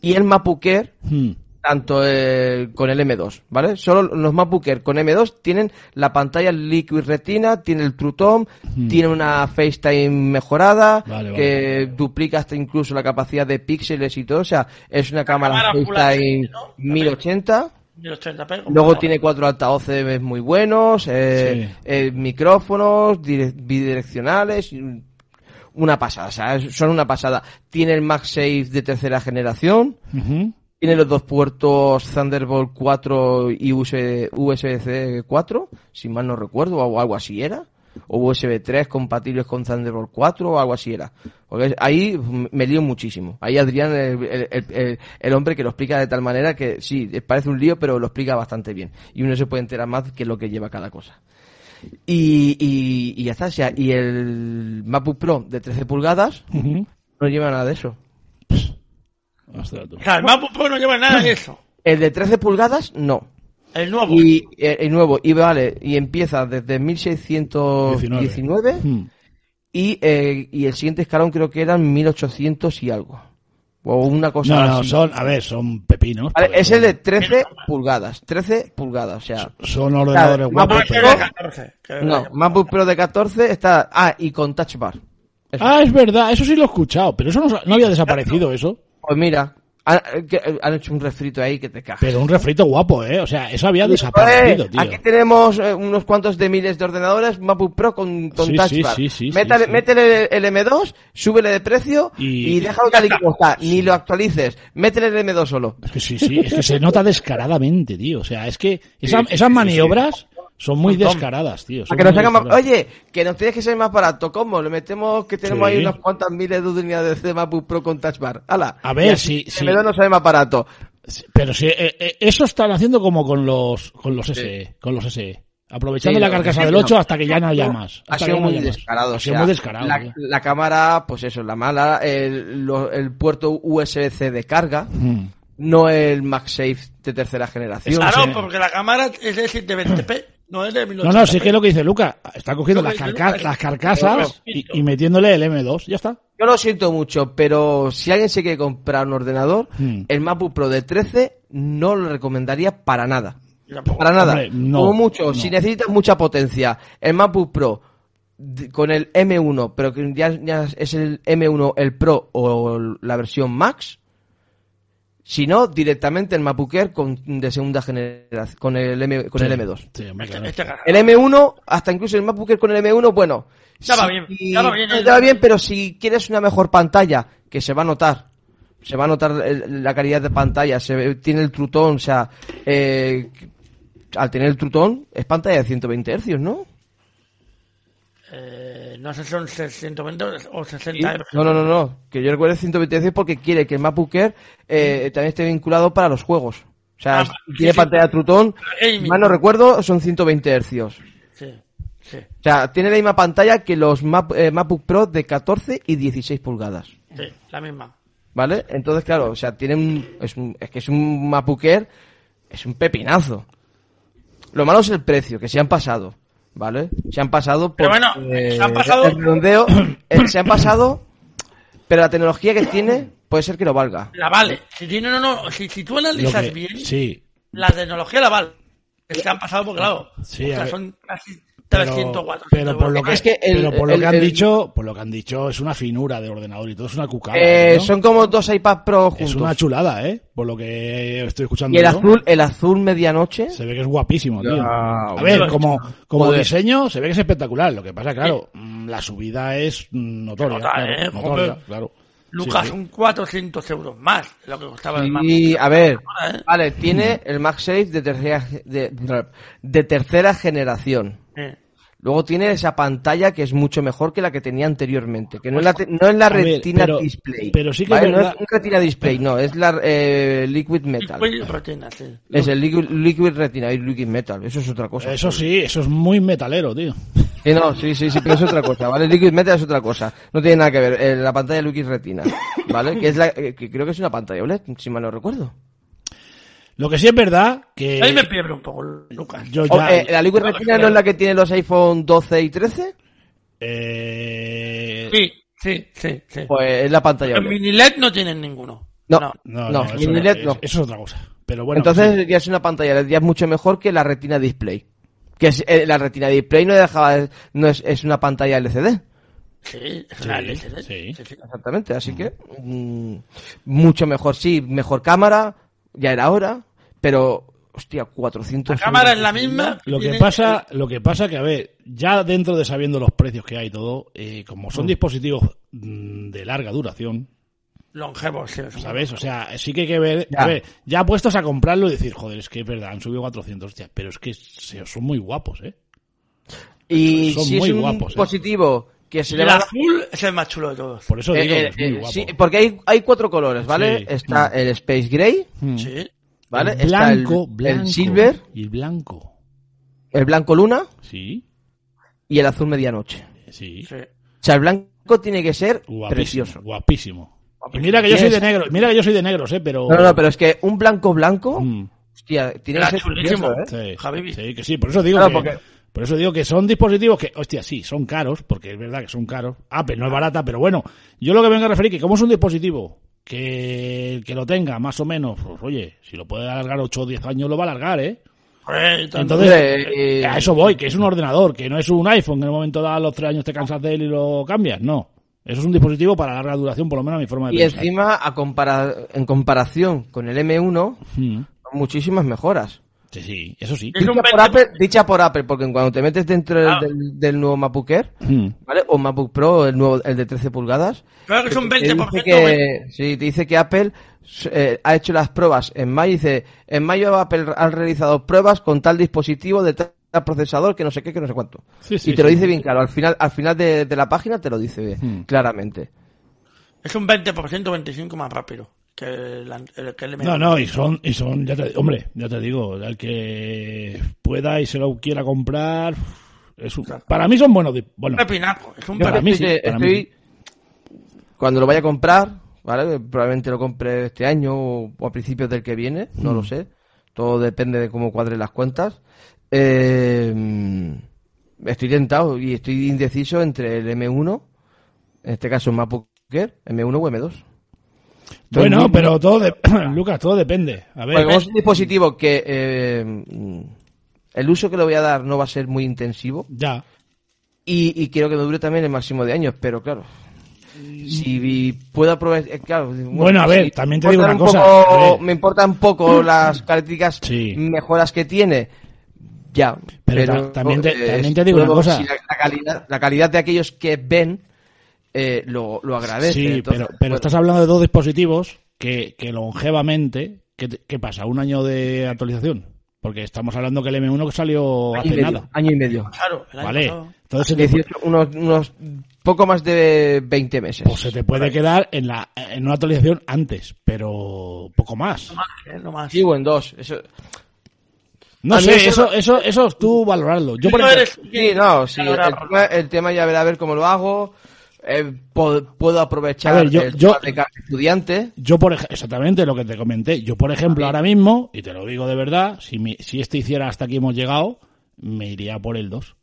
S2: Y el MacBook Air,
S3: Mm.
S2: tanto eh, con el M2, ¿vale? Solo los MacBook Air con M2 tienen la pantalla Liquid Retina, tiene el True Tone, tiene una FaceTime mejorada,
S3: Hmm. Vale, vale.
S2: que duplica hasta incluso la capacidad de píxeles y todo. O sea, es una cámara,
S4: cámara Full
S2: FaceTime
S4: HD, ¿no?
S2: 1080.
S4: 1080p. como
S2: Luego
S4: no.
S2: tiene cuatro altavoces muy buenos, eh,
S3: Sí.
S2: eh, micrófonos dire- bidireccionales, y un- una pasada, o sea, es- son una pasada. Tiene el MagSafe de tercera generación,
S3: Ujú.
S2: tiene los dos puertos Thunderbolt 4 y USB- USB-C 4, si mal no recuerdo, o algo así era. O USB 3 compatibles con Thunderbolt 4 o algo así era. Porque ahí me lío muchísimo. Ahí Adrián, el, el- el- el- el hombre que lo explica de tal manera que sí, parece un lío, pero lo explica bastante bien. Y uno se puede enterar más que lo que lleva cada cosa. Y, y, y ya está. o sea, y el MacBook Pro de 13 pulgadas
S3: Ujú.
S2: no lleva nada de eso.
S3: Ostras, tú.
S4: O sea, el MacBook Pro no lleva nada de eso.
S2: El de 13 pulgadas no.
S4: El nuevo.
S2: Y eh, el nuevo, y vale, y empieza desde 1619
S3: Mm.
S2: y, eh, y el siguiente escalón creo que eran 1800 y algo. O una cosa
S3: No, no,
S2: así.
S3: son, a ver, son pepinos. pues,
S2: Vale,
S3: pero
S2: es el de 13 pulgadas, 13 pulgadas, o sea.
S3: Son ordenadores
S2: Claro,
S4: No,
S3: guapos,
S2: MacBook
S4: Ah, que
S3: pero...
S4: era 14. que era
S2: No,
S4: 14.
S2: MacBook Pro de 14 está... Ah, y con Touch Bar. Eso.
S3: Ah, es verdad, eso sí lo he escuchado, pero eso no, no había desaparecido, eso.
S2: Pues mira, han, eh, que- han hecho un refrito ahí que te cagas.
S3: Pero un refrito guapo, ¿eh? O sea, eso había
S2: Eh,
S3: desaparecido, tío.
S2: Aquí tenemos eh, unos cuantos de miles de ordenadores MacBook Pro con, con
S3: Sí,
S2: Touch
S3: sí,
S2: Bar.
S3: sí, sí,
S2: Métale-
S3: sí, sí.
S2: Métele el M2, súbele de precio
S3: Y-
S2: y, déjalo tal y como está. Ni lo actualices. Métele el M2 solo.
S3: Es que sí, sí, es que se nota descaradamente, tío. O sea, es que esa- esas maniobras son muy descaradas, tío. son
S2: A que nos
S3: muy
S2: haga más...
S3: descaradas.
S2: Oye, que nos tienes que ser más barato. ¿Cómo? Le metemos que tenemos
S3: Sí.
S2: ahí unas cuantas miles de unidades de MacBook Pro con Touch Bar. Ala.
S3: A ver,
S2: Y así
S3: sí,
S2: el
S3: sí.
S2: M2 no sale más barato.
S3: Sí, Pero sí, eh, eh, eso están haciendo como con los con los SE, con los SE. Aprovechando
S2: Sí,
S3: la
S2: lo que
S3: carcasa
S2: sí,
S3: del
S2: no.
S3: 8 hasta que ya no haya más.
S2: Ha sido
S3: Hasta que ya no
S2: muy
S3: haya más.
S2: descarado.
S3: Ha
S2: o
S3: sido
S2: sea,
S3: muy descarado.
S2: La,
S3: tío.
S2: la cámara, pues eso, la mala, el, lo- el puerto USB-C de carga,
S3: Mm.
S2: no el MagSafe de tercera generación.
S4: Claro,
S3: Sí.
S4: porque la cámara es de 720p, no es de 1080p.
S3: No, no, sí que es lo que dice Luca. Está cogiendo
S4: Lo
S3: las,
S4: que dice
S3: carca-
S4: Luca,
S3: las
S4: es-
S3: carcasas y, y metiéndole el M2. Ya está.
S2: Yo lo siento mucho, pero si alguien se quiere comprar un ordenador,
S3: Hmm.
S2: el MacBook Pro de 13 no lo recomendaría para nada.
S4: Yo tampoco.
S2: Para nada.
S3: Pues, Hombre, no,
S2: Como mucho,
S3: no.
S2: si necesitas mucha potencia, el MacBook Pro d- con el M1, pero que ya, ya es el M1 el Pro o el- la versión Max, si no, directamente el MacBook Air con, de segunda generación, con el, M, con Pues el
S3: Sí.
S2: M2.
S3: Sí, hombre,
S4: Este,
S3: claro.
S4: este cara.
S2: El M1, hasta incluso el MacBook Air con el M1, bueno.
S4: Ya va
S2: si-
S4: bien, ya va bien.
S2: ya va bien, pero si quieres una mejor pantalla, que se va a notar. Se va a notar el- la calidad de pantalla, se ve- tiene el trutón, o sea, eh, al tener el trutón es pantalla de 120 Hz, ¿no?
S4: Eh, no sé si son 620 o eh,
S2: Sí.
S4: 60
S2: No, no, no, no, que yo recuerde 120 Hz porque quiere que el MacBook Air eh, también esté vinculado para los juegos. O sea,
S4: Ah,
S2: tiene
S4: sí, sí.
S2: pantalla trutón,
S4: Gaming.
S2: más no recuerdo, son 120 Hz.
S4: Sí. Sí.
S2: O sea, tiene la misma pantalla que los Map- eh, MacBook Pro de 14 y 16 pulgadas.
S4: Sí, la misma.
S2: ¿Vale? Entonces, claro, o sea, tiene un, es, un- es que es un mapuquer, es un pepinazo. Lo malo es el precio, que se han pasado, ¿vale? Se han pasado por
S4: Pero bueno, se han pasado-
S2: el redondeo, eh, se han pasado, pero la tecnología que tiene puede ser que lo valga.
S4: La vale. Si tiene, no, no. Si, si tú
S3: Lo
S4: analizas
S3: que-
S4: bien,
S3: sí,
S4: la tecnología la vale. Que se han pasado por claro.
S3: Sí,
S4: o
S3: a
S4: sea,
S3: ver.
S4: son casi
S3: pero-
S4: 300 400
S3: pero por lo
S4: euros.
S3: que,
S2: Es que el-
S3: pero por lo
S2: el-
S3: que han
S2: el-
S3: dicho, por lo que han dicho es una finura de ordenador y todo es una cucada.
S2: Eh,
S3: ¿no?
S2: Son como dos iPad Pro
S3: es una
S2: juntos.
S3: chulada, ¿eh? Por lo que estoy escuchando.
S2: Y el
S3: yo.
S2: azul, el azul medianoche,
S3: Se ve que es guapísimo, tío.
S2: Ya,
S3: A ver,
S4: bueno.
S3: como, como
S2: Joder.
S3: diseño se ve que es espectacular. Lo que pasa, claro, mm, la subida es mm, notoria.
S4: Nota,
S3: claro,
S4: eh,
S3: notoria,
S4: joder.
S3: claro.
S4: Lucas,
S3: Sí, sí.
S4: son 400 euros Pues más de lo que costaba el Mac.
S2: Y a ver,
S4: Ahora, ¿eh?
S2: vale, tiene el MagSafe de tercera, de, de tercera generación.
S4: Eh,
S2: Luego tiene esa pantalla que es mucho mejor que la que tenía anteriormente, que no es la, te- no es la
S3: A ver,
S2: retina
S3: pero-
S2: display.
S3: pero sí que es
S2: ¿vale? No
S3: verdad-
S2: es un retina display, no, es la eh, liquid metal.
S4: Pues, proteína, sí.
S2: Es el liquid, liquid retina y liquid metal, eso es otra cosa.
S3: Eso sí, eso es muy metalero, tío.
S2: Sí, no, sí, sí, sí, pero es otra cosa, ¿vale? Liquid metal es otra cosa, no tiene nada que ver. eh, la pantalla liquid retina, ¿vale? Que es la, eh, que creo que es una pantalla OLED, si mal no recuerdo.
S3: Lo que sí es verdad que.
S4: Ahí me pierdo un poco, Lucas.
S3: Eh, Yo
S2: O,
S3: ya.
S2: eh, ¿La liquid retina no es la que tienen los iPhone 12 y 13?
S3: eh,
S4: Sí, sí, sí. sí.
S2: Pues es la pantalla
S4: En
S2: OLED.
S4: mini LED no tienen ninguno.
S2: No,
S3: No,
S2: no,
S3: no, eso,
S2: mini
S3: no,
S2: LED
S3: es-
S2: no.
S3: eso es otra cosa. Pero bueno.
S2: Entonces
S3: sí.
S2: ya es una pantalla LED, ya es mucho mejor que la retina display. Que es, eh, la retina display no dejaba de- no es, es una pantalla LCD.
S4: Sí, es una
S3: Sí,
S4: LCD.
S3: sí.
S4: sí.
S2: Exactamente, así que mm, mucho mejor, sí, mejor cámara, ya era hora, pero hostia, 400
S4: La cámara es
S2: euros.
S4: la misma.
S3: Lo que
S4: tiene-
S3: pasa, lo que pasa que a ver, ya dentro de sabiendo los precios que hay y todo, eh, como son dispositivos mm, de larga duración,
S4: Longevo, sí. es un-
S3: ¿sabes? O sea, sí que hay que ver, a
S2: Ya.
S3: ver, ya puestos a comprarlo y decir, joder, es que es verdad, han subido 400, hostia, pero es que se- son muy guapos, ¿eh?
S2: y
S3: son
S2: si
S3: muy
S2: es un
S3: guapos, eh.
S2: positivo que se
S4: El
S2: le va a-
S4: azul es el más chulo de todos.
S3: Por eso
S2: eh,
S3: digo que
S2: eh,
S3: es muy
S2: eh,
S3: guapo.
S2: sí, porque hay, hay cuatro colores, ¿vale?
S3: Sí.
S2: Está el Space Gray,
S3: Hmm.
S4: Sí.
S2: ¿vale?
S3: El
S2: Está el-
S3: blanco,
S2: el,
S3: blanco
S2: Silver,
S3: y el blanco.
S2: el blanco luna
S3: Sí,
S2: y el azul medianoche.
S3: sí.
S4: sí.
S2: O sea, el blanco tiene que ser
S3: Guapísimo,
S2: precioso.
S3: guapísimo. Y mira que yo soy de negro, mira que yo soy de negros, ¿eh? Pero
S2: No, no, pero es que un blanco blanco,
S3: Mm.
S2: hostia, tiene
S4: Era
S2: que ser
S4: chulísimo.
S2: precioso, ¿eh?
S3: Sí,
S4: Javi.
S3: sí, que sí, por eso digo
S2: Claro,
S3: que,
S2: porque-
S3: por eso digo que son dispositivos que, hostia, sí, son caros, porque es verdad que son caros. Apple no es barata, pero bueno, yo lo que vengo a referir que como es un dispositivo que el que lo tenga más o menos, pues, oye, si lo puede alargar 8 o 10 años lo va a alargar, ¿eh?
S4: Joder, tanto-
S3: Entonces,
S2: Eh, eh,
S3: a eso voy, que es un ordenador, que no es un iPhone, que en un momento dado a los 3 años te cansas de él y lo cambias, no. Eso es un dispositivo para larga duración, por lo menos a mi forma de
S2: Y
S3: pensar.
S2: encima, a compara- en comparación con el M1,
S3: Mm.
S2: son muchísimas mejoras.
S3: Sí, sí, eso sí.
S4: Es un
S2: Dicha por,
S4: 20.
S2: Apple, dicha por Apple, porque en cuando te metes dentro del-
S4: Ah.
S2: del, del nuevo MacBook Air,
S3: Mm.
S2: ¿vale? O MacBook Pro, el nuevo, el de 13 pulgadas,
S4: Creo que es un
S2: te dice
S4: 20%. güey.
S2: que, sí, te dice que Apple eh, ha hecho las pruebas en mayo. Dice, en mayo Apple ha realizado pruebas con tal dispositivo de tal procesador que no sé qué, que no sé cuánto.
S3: Sí, sí,
S2: y te lo
S3: sí.
S2: dice bien claro. Al final, al final de, de la página te lo dice
S3: Hmm.
S2: claramente.
S4: Es un 20%, 25% más rápido que el, an- el- que el M1.
S3: No, no, y son, y son, ya te- hombre, ya te digo, el que pueda y se lo quiera comprar, es un- para mí son buenos, di- bueno,
S4: Un pepinaco, Es un
S3: Yo Para
S4: pepinaco.
S3: mí sí,
S2: Estoy-
S3: para mí
S2: estoy- Cuando lo vaya a comprar, ¿vale? Probablemente lo compre este año o o a principios del que viene, no
S3: Mm.
S2: lo sé. Todo depende de cómo cuadren las cuentas. Eh, estoy tentado y estoy indeciso entre el M1, en este caso MacBook Air, M1 o M2.
S3: bueno,
S2: muy-
S3: pero todo, de- Lucas, todo depende, a ver,
S2: Porque como es un dispositivo que eh, mm, el uso que le voy a dar no va a ser muy intensivo
S3: ya,
S2: y, y quiero que me dure también el máximo de años, pero claro, si vi- puedo aprovechar, eh, claro,
S3: Bueno, a ver, también te digo
S2: importan
S3: una
S2: un
S3: cosa,
S2: poco-
S3: a ver.
S2: me importan un poco las características
S3: Sí.
S2: mejoras que tiene. Ya,
S3: Pero
S2: pero,
S3: ta- también te-
S2: eh,
S3: también te digo una
S2: luego,
S3: cosa.
S2: si la, la calidad, la calidad de aquellos que ven eh, lo, lo agradece.
S3: sí,
S2: entonces,
S3: pero, pero
S2: bueno,
S3: estás hablando de dos dispositivos que, que longevamente, ¿qué, te- qué pasa? ¿Un año de actualización? Porque estamos hablando que el M1 salió
S2: año y
S3: hace
S2: medio,
S3: nada,
S2: año y medio.
S4: Claro, el año
S3: ¿vale?
S4: pasado.
S3: Entonces, se te-
S2: 18, unos, unos poco más de 20 meses.
S3: pues se te puede quedar en, la, en una actualización antes, pero poco más.
S4: No más, eh, no más.
S2: Sí, o en dos. Eso...
S3: No
S2: A mí
S3: sé,
S2: eso-
S3: eso, eso, eso tú valorarlo. Yo, por
S4: No
S3: ejemplo,
S4: eres-
S2: Sí, no, sí. El
S4: Ahora-
S2: tema, el tema ya verá a ver cómo lo hago. eh, po- puedo aprovechar
S3: A ver, yo-
S2: el
S3: yo-
S2: tema de cada estudiante.
S3: yo por ej- exactamente lo que te comenté. Yo, por ejemplo, ahora mismo, y te lo digo de verdad, si, mi- si este hiciera hasta aquí hemos llegado, me iría por el 2.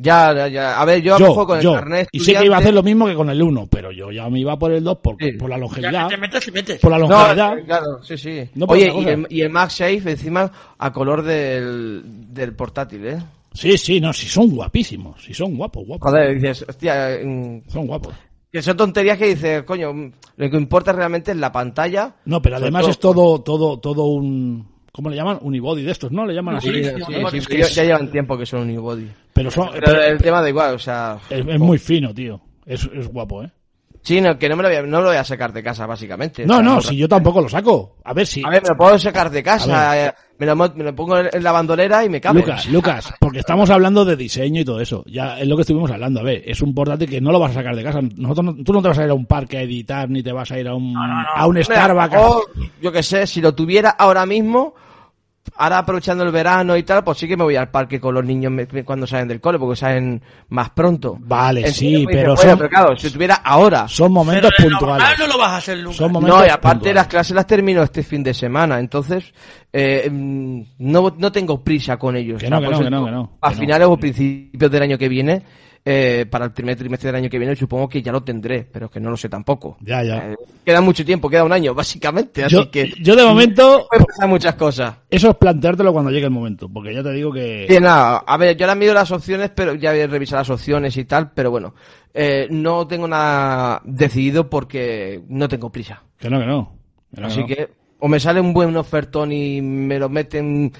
S2: Ya, ya, ya. A ver, yo, a lo mejor con el carnet
S3: y sé que iba a
S2: estudiante-
S3: hacer lo mismo que con el 1, pero yo ya me iba por el 2 por,
S2: Sí.
S3: por la
S4: Ya
S3: longevidad.
S4: que te metes, te metes.
S3: Por la
S2: No, eh,
S3: longevidad.
S2: claro, sí, sí.
S3: No pasa
S2: Oye, y
S3: nada.
S2: el, y el MagSafe encima a color del, del portátil, ¿eh?
S3: Sí, sí, no, si son guapísimos. Si son guapos, guapos.
S2: Joder, dices, hostia, mm,
S3: Son guapos.
S2: que son tonterías que dices, coño, mm, lo que importa realmente es la pantalla.
S3: No, pero
S2: Sobre
S3: además
S2: todo-
S3: es todo, todo, todo un. ¿Cómo le llaman? Unibody de estos, ¿no? Le llaman así.
S2: Sí, sí, sí, sí, ya, ya llevan tiempo que son unibody.
S3: Pero, son,
S2: Pero,
S3: pero-
S2: el tema da igual, o sea...
S3: es, es muy fino, tío. Es, es guapo, ¿eh?
S2: Sí, no, que no me lo voy a, no lo voy a sacar de casa, básicamente. O
S3: No,
S2: sea,
S3: no,
S2: por-
S3: si yo tampoco lo saco. A ver si.
S2: A ver, me lo puedo sacar de
S3: A
S2: casa, eh, me lo, mo- me lo pongo en la bandolera y me cabe.
S3: Lucas, Lucas, porque estamos hablando de diseño y todo eso. Ya es lo que estuvimos hablando. A ver, es un portátil que no lo vas a sacar de casa. Nosotros no- tú no te vas a ir a un parque a editar, ni te vas a ir a un, a un
S2: Mira,
S3: Starbucks.
S2: o, yo que sé, si lo tuviera ahora mismo, ahora aprovechando el verano y tal, pues sí que me voy al parque con los niños me- me- cuando salen del cole, porque salen más pronto.
S3: Vale,
S2: Entonces,
S3: sí,
S2: pues,
S3: pero
S2: dices, bueno,
S3: son-
S2: pero claro, si tuviera ahora.
S3: Son momentos
S4: Pero en la
S3: puntuales.
S4: normal no lo vas a hacer nunca.
S3: Son momentos
S2: No, y aparte
S3: puntuales.
S2: las clases las termino este fin de semana, entonces eh, mm, no, no tengo prisa con ellos.
S3: Que no,
S2: O sea, por
S3: que no,
S2: eso
S3: que no, que no,
S2: A
S3: que no.
S2: finales o principios del año que viene, eh, para el primer trimestre del año que viene, supongo que ya lo tendré, pero es que no lo sé tampoco.
S3: Ya, ya.
S2: Eh, queda mucho tiempo, queda un año, básicamente, así
S3: Yo,
S2: que...
S3: yo de momento,
S2: Pueden pasar muchas cosas.
S3: eso es planteártelo cuando llegue el momento, porque ya te digo que...
S2: Sí, nada, a ver, yo ahora miro las opciones, pero ya voy a revisar las opciones y tal, pero bueno, eh, no tengo nada decidido porque no tengo prisa.
S3: Que no, que no. Que no,
S2: Así
S3: no.
S2: que o me sale un buen ofertón y me lo meten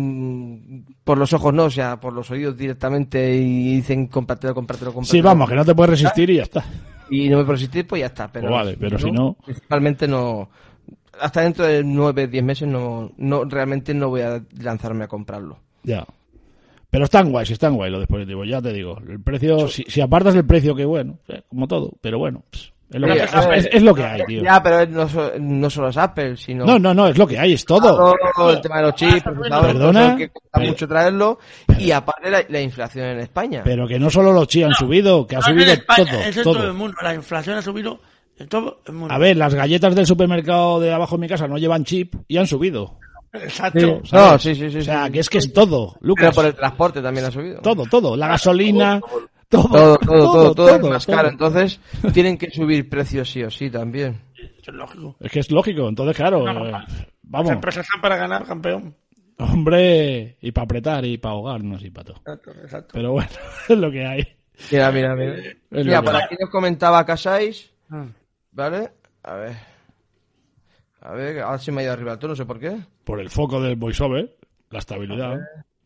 S2: mm, por los ojos, no, o sea, por los oídos directamente y dicen compártelo, compártelo, compártelo.
S3: Sí, vamos, que no te puedes resistir y ya está.
S2: Y no me puedo resistir, pues ya está. Pero
S3: Pues vale, pero si no-
S2: Principalmente no. Hasta dentro de nueve, diez meses no, no, realmente no voy a lanzarme a comprarlo.
S3: Ya. Pero están guays, están guays los dispositivos, ya te digo. El precio, si, si apartas el precio, que bueno, eh, como todo, pero bueno, pss, es, lo que,
S2: Pero
S3: es,
S2: ya sabes.
S3: es- es lo que hay, tío.
S2: Ya, pero no, so- no solo es Apple, sino.
S3: No, no, no, es lo que hay, es todo.
S2: Todo el tema de los chips, procesadores,
S3: Perdona,
S2: todo eso que cuesta
S3: pero-
S2: mucho traerlo, y aparte la, la inflación en España.
S3: Pero que no solo los chi han subido, que ha
S4: No, no en
S3: subido
S4: España, eso
S3: todo,
S4: en todo el
S3: todo.
S4: mundo. La inflación ha subido en todo el mundo.
S3: A ver, las galletas del supermercado de abajo de mi casa no llevan chip y han subido.
S4: Exacto.
S2: no, sí, sí, sí.
S3: O sea,
S2: sí.
S3: que es que es todo,
S2: Pero
S3: Lucas.
S2: por el transporte también ha subido.
S3: Todo, todo. La gasolina, todo,
S2: todo, todo, todo, todo es más
S3: todo.
S2: caro. Entonces, tienen que subir precios sí o sí también.
S4: Eso es lógico.
S3: Es que es lógico, entonces claro, eh,
S4: Las
S3: vamos,
S4: empresas están para ganar, campeón.
S3: hombre, y para apretar y para ahogarnos y para todo.
S4: Exacto, exacto.
S3: Pero bueno, es lo que hay.
S2: Mira, mira, mira.
S3: lo
S2: Mira,
S3: que
S2: por
S3: hay.
S2: aquí nos comentaba Casais,
S4: Ah.
S2: ¿vale? A ver. A ver, ahora sí me ha ido arriba el tono, no sé por qué.
S3: Por el foco del voiceover, la estabilidad,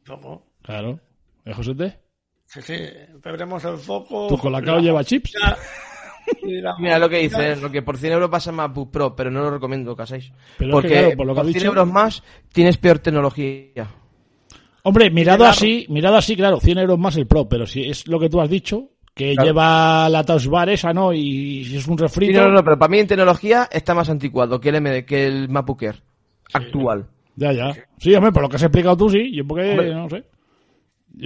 S4: Poco.
S3: claro. ¿Eh, Josete?
S4: Sí, sí. Veremos el foco.
S3: ¿Tu colacao lleva chips?
S4: y la-
S2: Mira lo que dice, eh, lo que por 100 euros pasa más Book Pro, pero no lo recomiendo, Casais.
S3: Pero es
S2: Porque
S3: que, claro, por lo que has
S2: 100
S3: dicho-
S2: euros más tienes peor tecnología.
S3: Hombre, mirado así, mirado así, claro, 100 euros más el Pro, pero si es lo que tú has dicho, que
S2: Claro.
S3: lleva la Touch Bar esa, ¿no? Y si es un
S2: Sí,
S3: refrito...
S2: no, no, pero para mí en tecnología está más anticuado que el, MD, que el MacBook Air actual.
S3: Ya, ya. Sí, hombre, por lo que has explicado tú, sí. Yo porque,
S2: Hombre.
S3: no sé.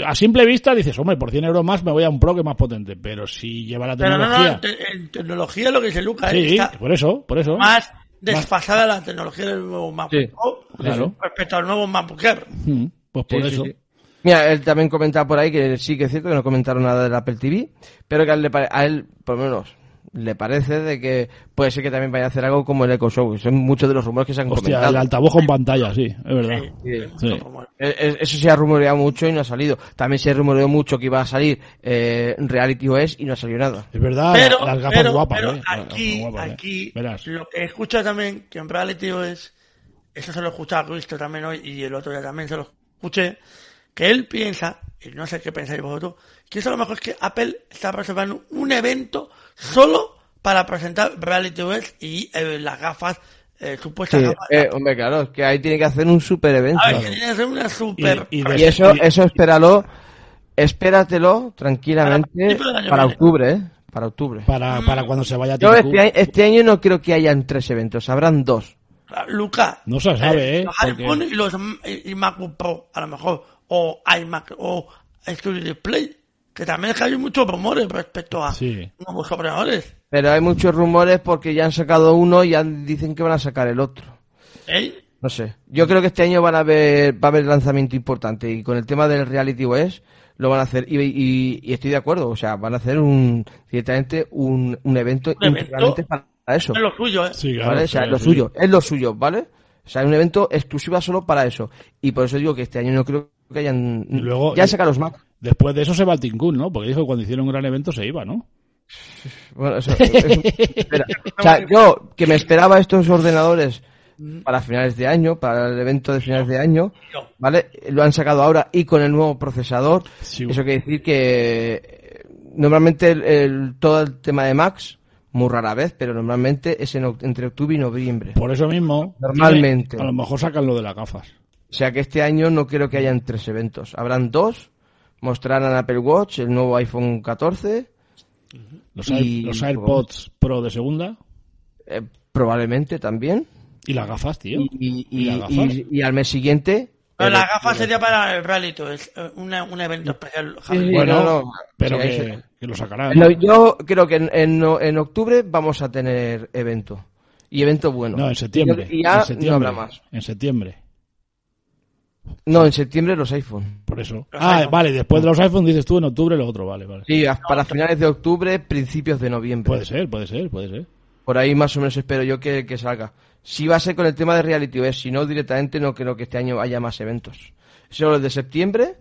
S3: A simple vista dices, hombre, por 100 euros más me voy a un Pro que es más potente. Pero si lleva la
S4: Pero no, no,
S3: tecnología...
S4: en, te- en tecnología lo que dice Lucas
S3: sí,
S4: está
S3: por eso, por eso.
S4: más desfasada la tecnología del nuevo MacBook
S2: Sí,
S4: Pro
S3: claro.
S4: respecto al nuevo MacBook Air.
S3: Mm, Pues por
S2: Sí, sí,
S3: eso.
S2: sí. Mira, él también comentaba por ahí que sí que es cierto que no comentaron nada del Apple TV, pero que a él, le pare- a él, por lo menos, le parece de que puede ser que también vaya a hacer algo como el Echo Show, que son muchos de los rumores que se han
S3: Hostia,
S2: comentado.
S3: el altavoz con pantalla, sí, es verdad.
S2: Sí.
S3: Sí.
S4: pues,
S2: Eh, eh, Eso se ha rumoreado mucho y no ha salido. También se rumoreó mucho que iba a salir eh, Reality OS y no ha salido nada.
S3: Es verdad,
S4: Pero,
S3: Ah, las gafas
S4: pero,
S3: guapas,
S4: pero
S3: eh, las gafas
S4: aquí,
S3: guapas, eh.
S4: aquí
S3: Verás.
S4: lo que he escuchado también, que en reality es, eso se lo he escuchado, he visto también hoy y el otro día también se lo escuché, que él piensa, y no sé qué pensáis vosotros, que eso a lo mejor es que Apple está reservando un evento solo para presentar reality OS y eh, las gafas, eh, supuestas
S2: Sí,
S4: gafas.
S2: eh, hombre, claro, es que ahí tiene que hacer un super evento.
S4: a ver, que tiene que ser una super...
S3: Y- y de-
S2: Y eso, eso espéralo, espératelo tranquilamente
S4: Para- para-
S2: para octubre, ¿eh? Para octubre.
S4: Mm.
S3: Para, para cuando se vaya a
S2: Yo
S3: Timbuktu.
S2: este año, este año no creo que hayan tres eventos, habrán dos.
S4: Luca.
S3: No se sabe, ¿eh?
S4: Los
S3: Porque-
S4: iPhone y los M- y MacBook Pro, a lo mejor. O iMac, o Studio Display. Que también es que hay muchos rumores respecto a
S3: Sí.
S4: nuevos ordenadores.
S2: Pero hay muchos rumores porque ya han sacado uno y ya dicen que van a sacar el otro.
S4: ¿Eh?
S2: No sé. Yo creo que este año van a haber, va a haber lanzamiento importante y con el tema del Reality OS lo van a hacer y, y- y estoy de acuerdo. O sea, van a hacer un, directamente un, un evento
S4: Un evento
S2: íntegramente para eso.
S4: Es lo suyo, ¿eh?
S3: Sí, claro.
S2: ¿Vale? O sea,
S3: sí,
S2: es lo
S3: sí.
S2: suyo, es lo suyo, ¿vale? O sea, es un evento exclusiva solo para eso. Y por eso digo que este año no creo que hayan...
S3: Y luego-
S2: ya sacan los Mac.
S3: Después de eso se va al Tincún, ¿no? Porque dijo que cuando hicieron un gran evento se iba, ¿no?
S2: Bueno, eso- eso- espera. O sea, yo que me esperaba estos ordenadores para finales de año, para el evento de finales de año,
S4: No.
S2: ¿vale? Lo han sacado ahora y con el nuevo procesador.
S3: Sí.
S2: Eso quiere decir que eh, normalmente el- el- todo el tema de Max, muy rara vez, pero normalmente es en oct- entre octubre y noviembre.
S3: Por eso mismo.
S2: Normalmente.
S3: A lo mejor sacan lo de las gafas.
S2: O sea que este año no creo que hayan tres eventos. Habrán dos. Mostrarán Apple Watch, el nuevo iPhone 14, Y- pues
S3: Los, Air- los AirPods Pro de segunda.
S2: eh, probablemente también.
S3: Y las gafas, tío.
S2: Y, y-
S3: ¿Y las gafas?
S2: y- y al mes siguiente.
S4: Pero
S2: el-
S4: la gafa sería para el reality, es eh, una- un evento especial.
S2: pues,
S4: Javi.
S2: Sí, sí.
S3: bueno,
S2: no, no.
S3: pero
S2: Sí, ahí
S3: que,
S2: se-
S3: que lo sacarán.
S2: No, yo creo que en, en, en octubre vamos a tener evento. Y evento bueno.
S3: No, en septiembre.
S2: Y ya
S3: en septiembre,
S2: no habrá más.
S3: En septiembre.
S2: No, en septiembre los iPhone.
S3: Por eso.
S4: Los
S3: ah,
S4: iPhone.
S3: vale, después de los iPhone dices tú en octubre lo otro, vale, vale.
S2: Sí, a- para finales de octubre, principios de noviembre.
S3: Puede ser, puede ser, puede ser.
S2: Por ahí más o menos espero yo que, que salga. Si va a ser con el tema de Reality OS, si no, directamente no creo que este año haya más eventos. Solo el de septiembre,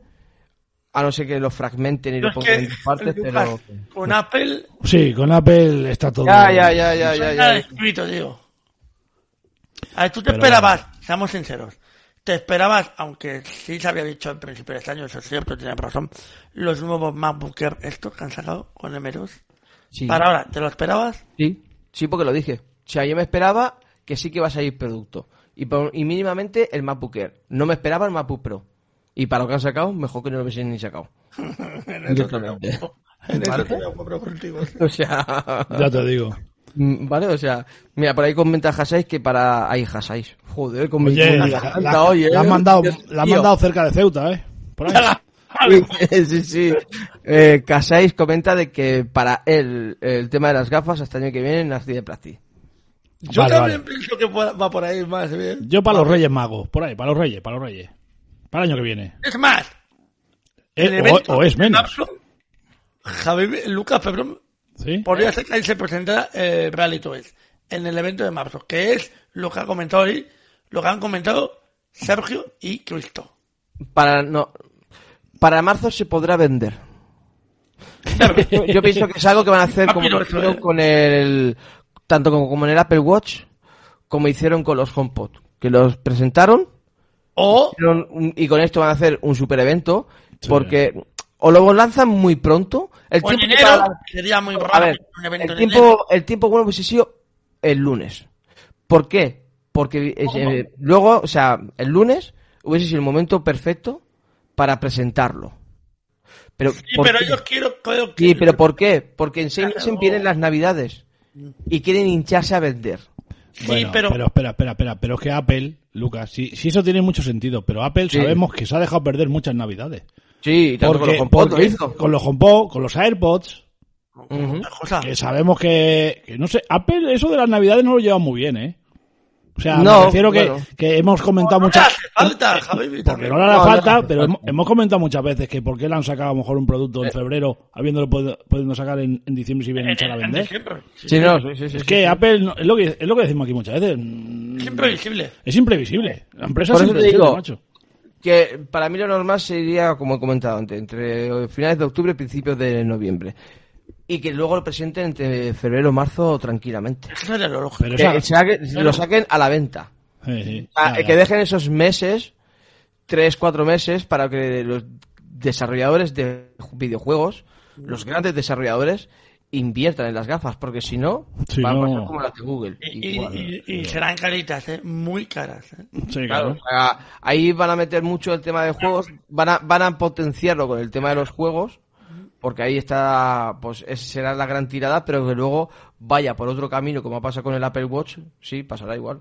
S2: a no ser que lo fragmenten y
S4: Yo
S2: lo pues
S4: es
S2: pongan en
S4: que,
S2: partes,
S4: Lucas,
S2: pero...
S4: con Apple
S3: Sí, con Apple está todo.
S2: Ya, ya, ya, ya,
S4: no
S2: ya,
S4: hay nada
S2: ya.
S4: escrito, digo. A ver, tú te
S3: Pero-
S4: esperabas, seamos sinceros, te esperabas, aunque sí se había dicho al principio de este año, eso es cierto, tienes razón, los nuevos MacBook Air estos que han sacado con M2.
S2: Sí,
S4: Para ahora, ¿te lo esperabas?
S2: sí, sí, porque lo dije. O sea, yo me esperaba que sí que iba a salir producto. Y, por- y mínimamente el MacBook Air. No me esperaba el MacBook Pro. Y para lo que han sacado, mejor que no lo hubiesen ni sacado. Directamente.
S4: En eso estoy de acuerdo contigo.
S2: O sea...
S3: Ya te digo.
S2: Mm, Vale, o sea, mira, por ahí comenta Hasais que para. Ahí Hasais. Joder, con
S3: Oye,
S2: mi.
S3: la,
S2: Hasais,
S3: la-
S4: ¿eh?
S2: oye,
S3: la han mandado,
S2: Dios
S3: la han
S2: mío.
S3: mandado cerca de Ceuta, ¿eh? Por ahí.
S2: Sí, sí, sí. Eh, Casais comenta de que para él el tema de las gafas hasta el año que viene nací de Prati.
S4: Yo
S3: Vale,
S4: también
S3: vale.
S4: pienso que pueda- va por ahí más bien.
S3: Yo para los Reyes Magos, por ahí, para los Reyes, para los Reyes. Para el año que viene.
S4: Es más,
S3: Eh,
S4: el
S3: o-
S4: evento
S3: o, es
S4: en
S3: menos.
S4: marzo, Javi, Lucas, perdón,
S3: ¿sí?
S4: podría ser que ahí se presentara eh, Reality OS en el evento de marzo, que es lo que ha comentado ahí, lo que han comentado Sergio y Cristo.
S2: Para no. Para marzo se podrá vender. Yo, yo pienso que es algo que van a hacer como lo hicieron con el. Tanto como, como en el Apple Watch, como hicieron con los HomePod. Que los presentaron
S4: O
S2: hicieron un- y con esto van a hacer un super evento
S3: Sí.
S2: porque o lo lanzan muy pronto el
S4: o en
S2: tiempo que
S4: enero
S2: para-
S4: sería muy
S2: a
S4: raro
S2: ver
S4: un evento
S2: el
S4: en enero.
S2: tiempo el tiempo bueno hubiese sido el lunes ¿por qué? porque eh, eh, luego o sea el lunes hubiese sido el momento perfecto para presentarlo pero
S4: Sí,
S2: ¿por
S4: pero
S2: qué?
S4: yo quiero, creo que
S2: Sí, pero ¿por qué? porque en seis
S4: Claro.
S2: meses vienen las navidades y quieren hincharse a vender
S4: Sí,
S3: Bueno,
S4: pero,
S3: espera, espera, espera. Pero es que Apple, Lucas, sí, sí eso tiene mucho sentido, pero Apple
S2: Sí.
S3: sabemos que se ha dejado perder muchas navidades.
S2: sí y tanto con los
S3: Porque-
S2: HomePod lo
S3: porque
S2: hizo
S3: Con los HomePod, con los AirPods,
S2: Ujú.
S4: otra cosa,
S3: que sabemos que, que no sé, Apple eso de las navidades no lo lleva muy bien, ¿eh? O sea,
S2: No,
S3: me refiero que,
S2: bueno.
S3: que hemos comentado
S4: no le
S3: muchas...
S4: hace falta, Javi,
S3: Porque
S4: también.
S3: no le hará
S2: No, no
S3: falta,
S2: hace
S3: pero
S2: falta.
S3: hemos, hemos comentado muchas veces que por qué le han sacado a lo mejor un producto
S4: Eh.
S3: en febrero, habiéndolo pod- podiendo sacar en, en diciembre si viene a echar a
S4: En
S3: vender.
S4: diciembre.
S2: sí no sí, sí, sí,
S3: Es
S2: sí.
S3: que Apple, no- es, lo que, es lo que decimos aquí muchas veces, mm,
S4: Es imprevisible.
S3: es imprevisible. La empresa
S2: Por
S3: es
S2: eso te
S3: imprevisible,
S2: digo,
S3: macho.
S2: Que para mí lo normal sería, como he comentado antes, entre finales de octubre y principios de noviembre. Y que luego lo presenten entre febrero o marzo tranquilamente.
S4: Eso sería lo lógico.
S3: Pero
S2: Que
S3: esa-
S2: saque- lo saquen a la venta.
S3: sí, sí,
S2: O sea,
S3: ya, ya.
S2: Ah, Que dejen esos meses, tres, cuatro meses, para que los desarrolladores de videojuegos, los
S3: Mm.
S2: grandes desarrolladores, inviertan en las gafas, porque si no,
S3: Si
S2: van a
S3: no-
S2: pasar como las de Google.
S4: Y, y-
S2: Igual.
S4: y- y serán caritas, ¿eh? muy caras. ¿eh?
S2: Claro,
S3: Sí, claro.
S2: o sea, ahí van a meter mucho el tema de juegos, van a, van a potenciarlo con el tema de los juegos, porque ahí está, pues esa será la gran tirada, pero que luego vaya por otro camino, como ha pasado con el Apple Watch, sí, pasará igual.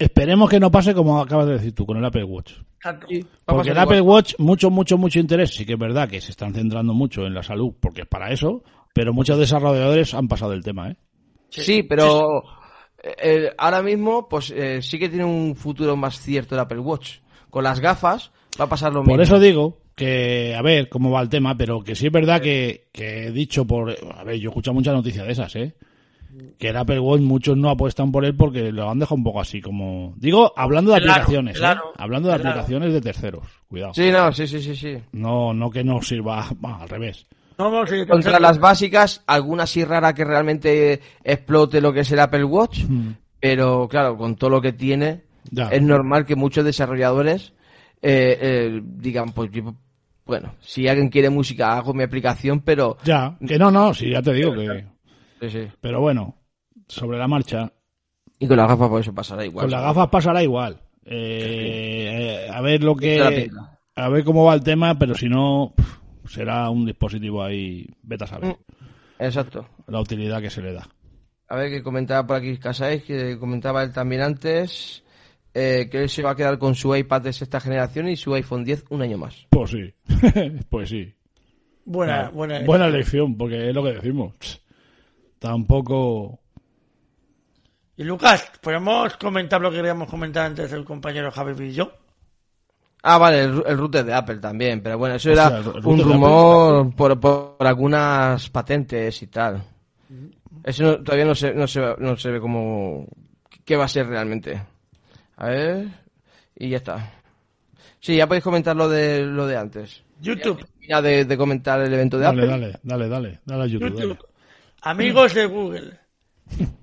S3: Esperemos que no pase como acabas de decir tú, con el Apple Watch.
S4: Exacto.
S3: Porque el Apple Watch, mucho, mucho, mucho interés. Sí que es verdad que se están centrando mucho en la salud, porque es para eso, pero muchos desarrolladores han pasado el tema, ¿eh?
S2: Sí, pero eh, eh, ahora mismo, pues eh, sí que tiene un futuro más cierto el Apple Watch. Con las gafas va a pasar lo mismo.
S3: Por eso digo que, a ver cómo va el tema, pero que sí es verdad que, que he dicho por. A ver, yo he escuchado muchas noticias de esas, ¿eh? Que el Apple Watch muchos no apuestan por él porque lo han dejado un poco así como. Digo, hablando de
S4: Claro,
S3: aplicaciones, ¿eh?
S4: claro,
S3: Hablando de
S4: claro.
S3: aplicaciones de terceros, cuidado.
S2: Sí, no, sí, sí, sí, sí.
S3: No, no que no sirva, bah, al revés.
S4: No, no, sí,
S2: Contra las básicas, alguna así rara que realmente explote lo que es el Apple Watch, pero claro, con todo lo que tiene,
S3: Hmm. Ya.
S2: es normal que muchos desarrolladores eh, eh, digan, pues yo- bueno, si alguien quiere música, hago mi aplicación, pero...
S3: Ya, que no, no, sí, ya te digo que.
S2: Sí, sí.
S3: Pero bueno, sobre la marcha,
S2: Y con las gafas, pues eso pasará igual.
S3: Con las gafas pasará igual. Eh, eh, a ver lo
S2: Esto la
S3: que.
S2: pinta.
S3: A ver cómo va el tema, pero si no, pf, será un dispositivo ahí. Vete a saber
S2: Mm. Exacto.
S3: la utilidad que se le da.
S2: A ver, que comentaba por aquí Casais, que comentaba él también antes, eh, que él se va a quedar con su iPad de sexta generación y su iPhone 10 un año más.
S3: Pues sí. pues sí.
S4: Buena,
S3: Claro.
S4: Ah, buena. eh.
S3: elección, porque es lo que decimos. Pss, Tampoco.
S4: Y Lucas, ¿podemos comentar lo que queríamos comentar antes el compañero Javier y yo?
S2: Ah, vale, el, ru- el router de Apple también, pero bueno, eso
S3: O
S2: era
S3: sea, el ru- el
S2: un
S3: router de
S2: rumor por, por- por algunas patentes y tal. Eso no- todavía no se, no, se, no se ve cómo... qué va a ser realmente. A ver, y ya está. Sí, ya podéis comentar lo de, lo de antes.
S4: YouTube.
S2: Ya de, de comentar el evento de
S3: Dale,
S2: Apple.
S3: dale, dale, dale. Dale a YouTube. dale.
S4: YouTube. Amigos de Google,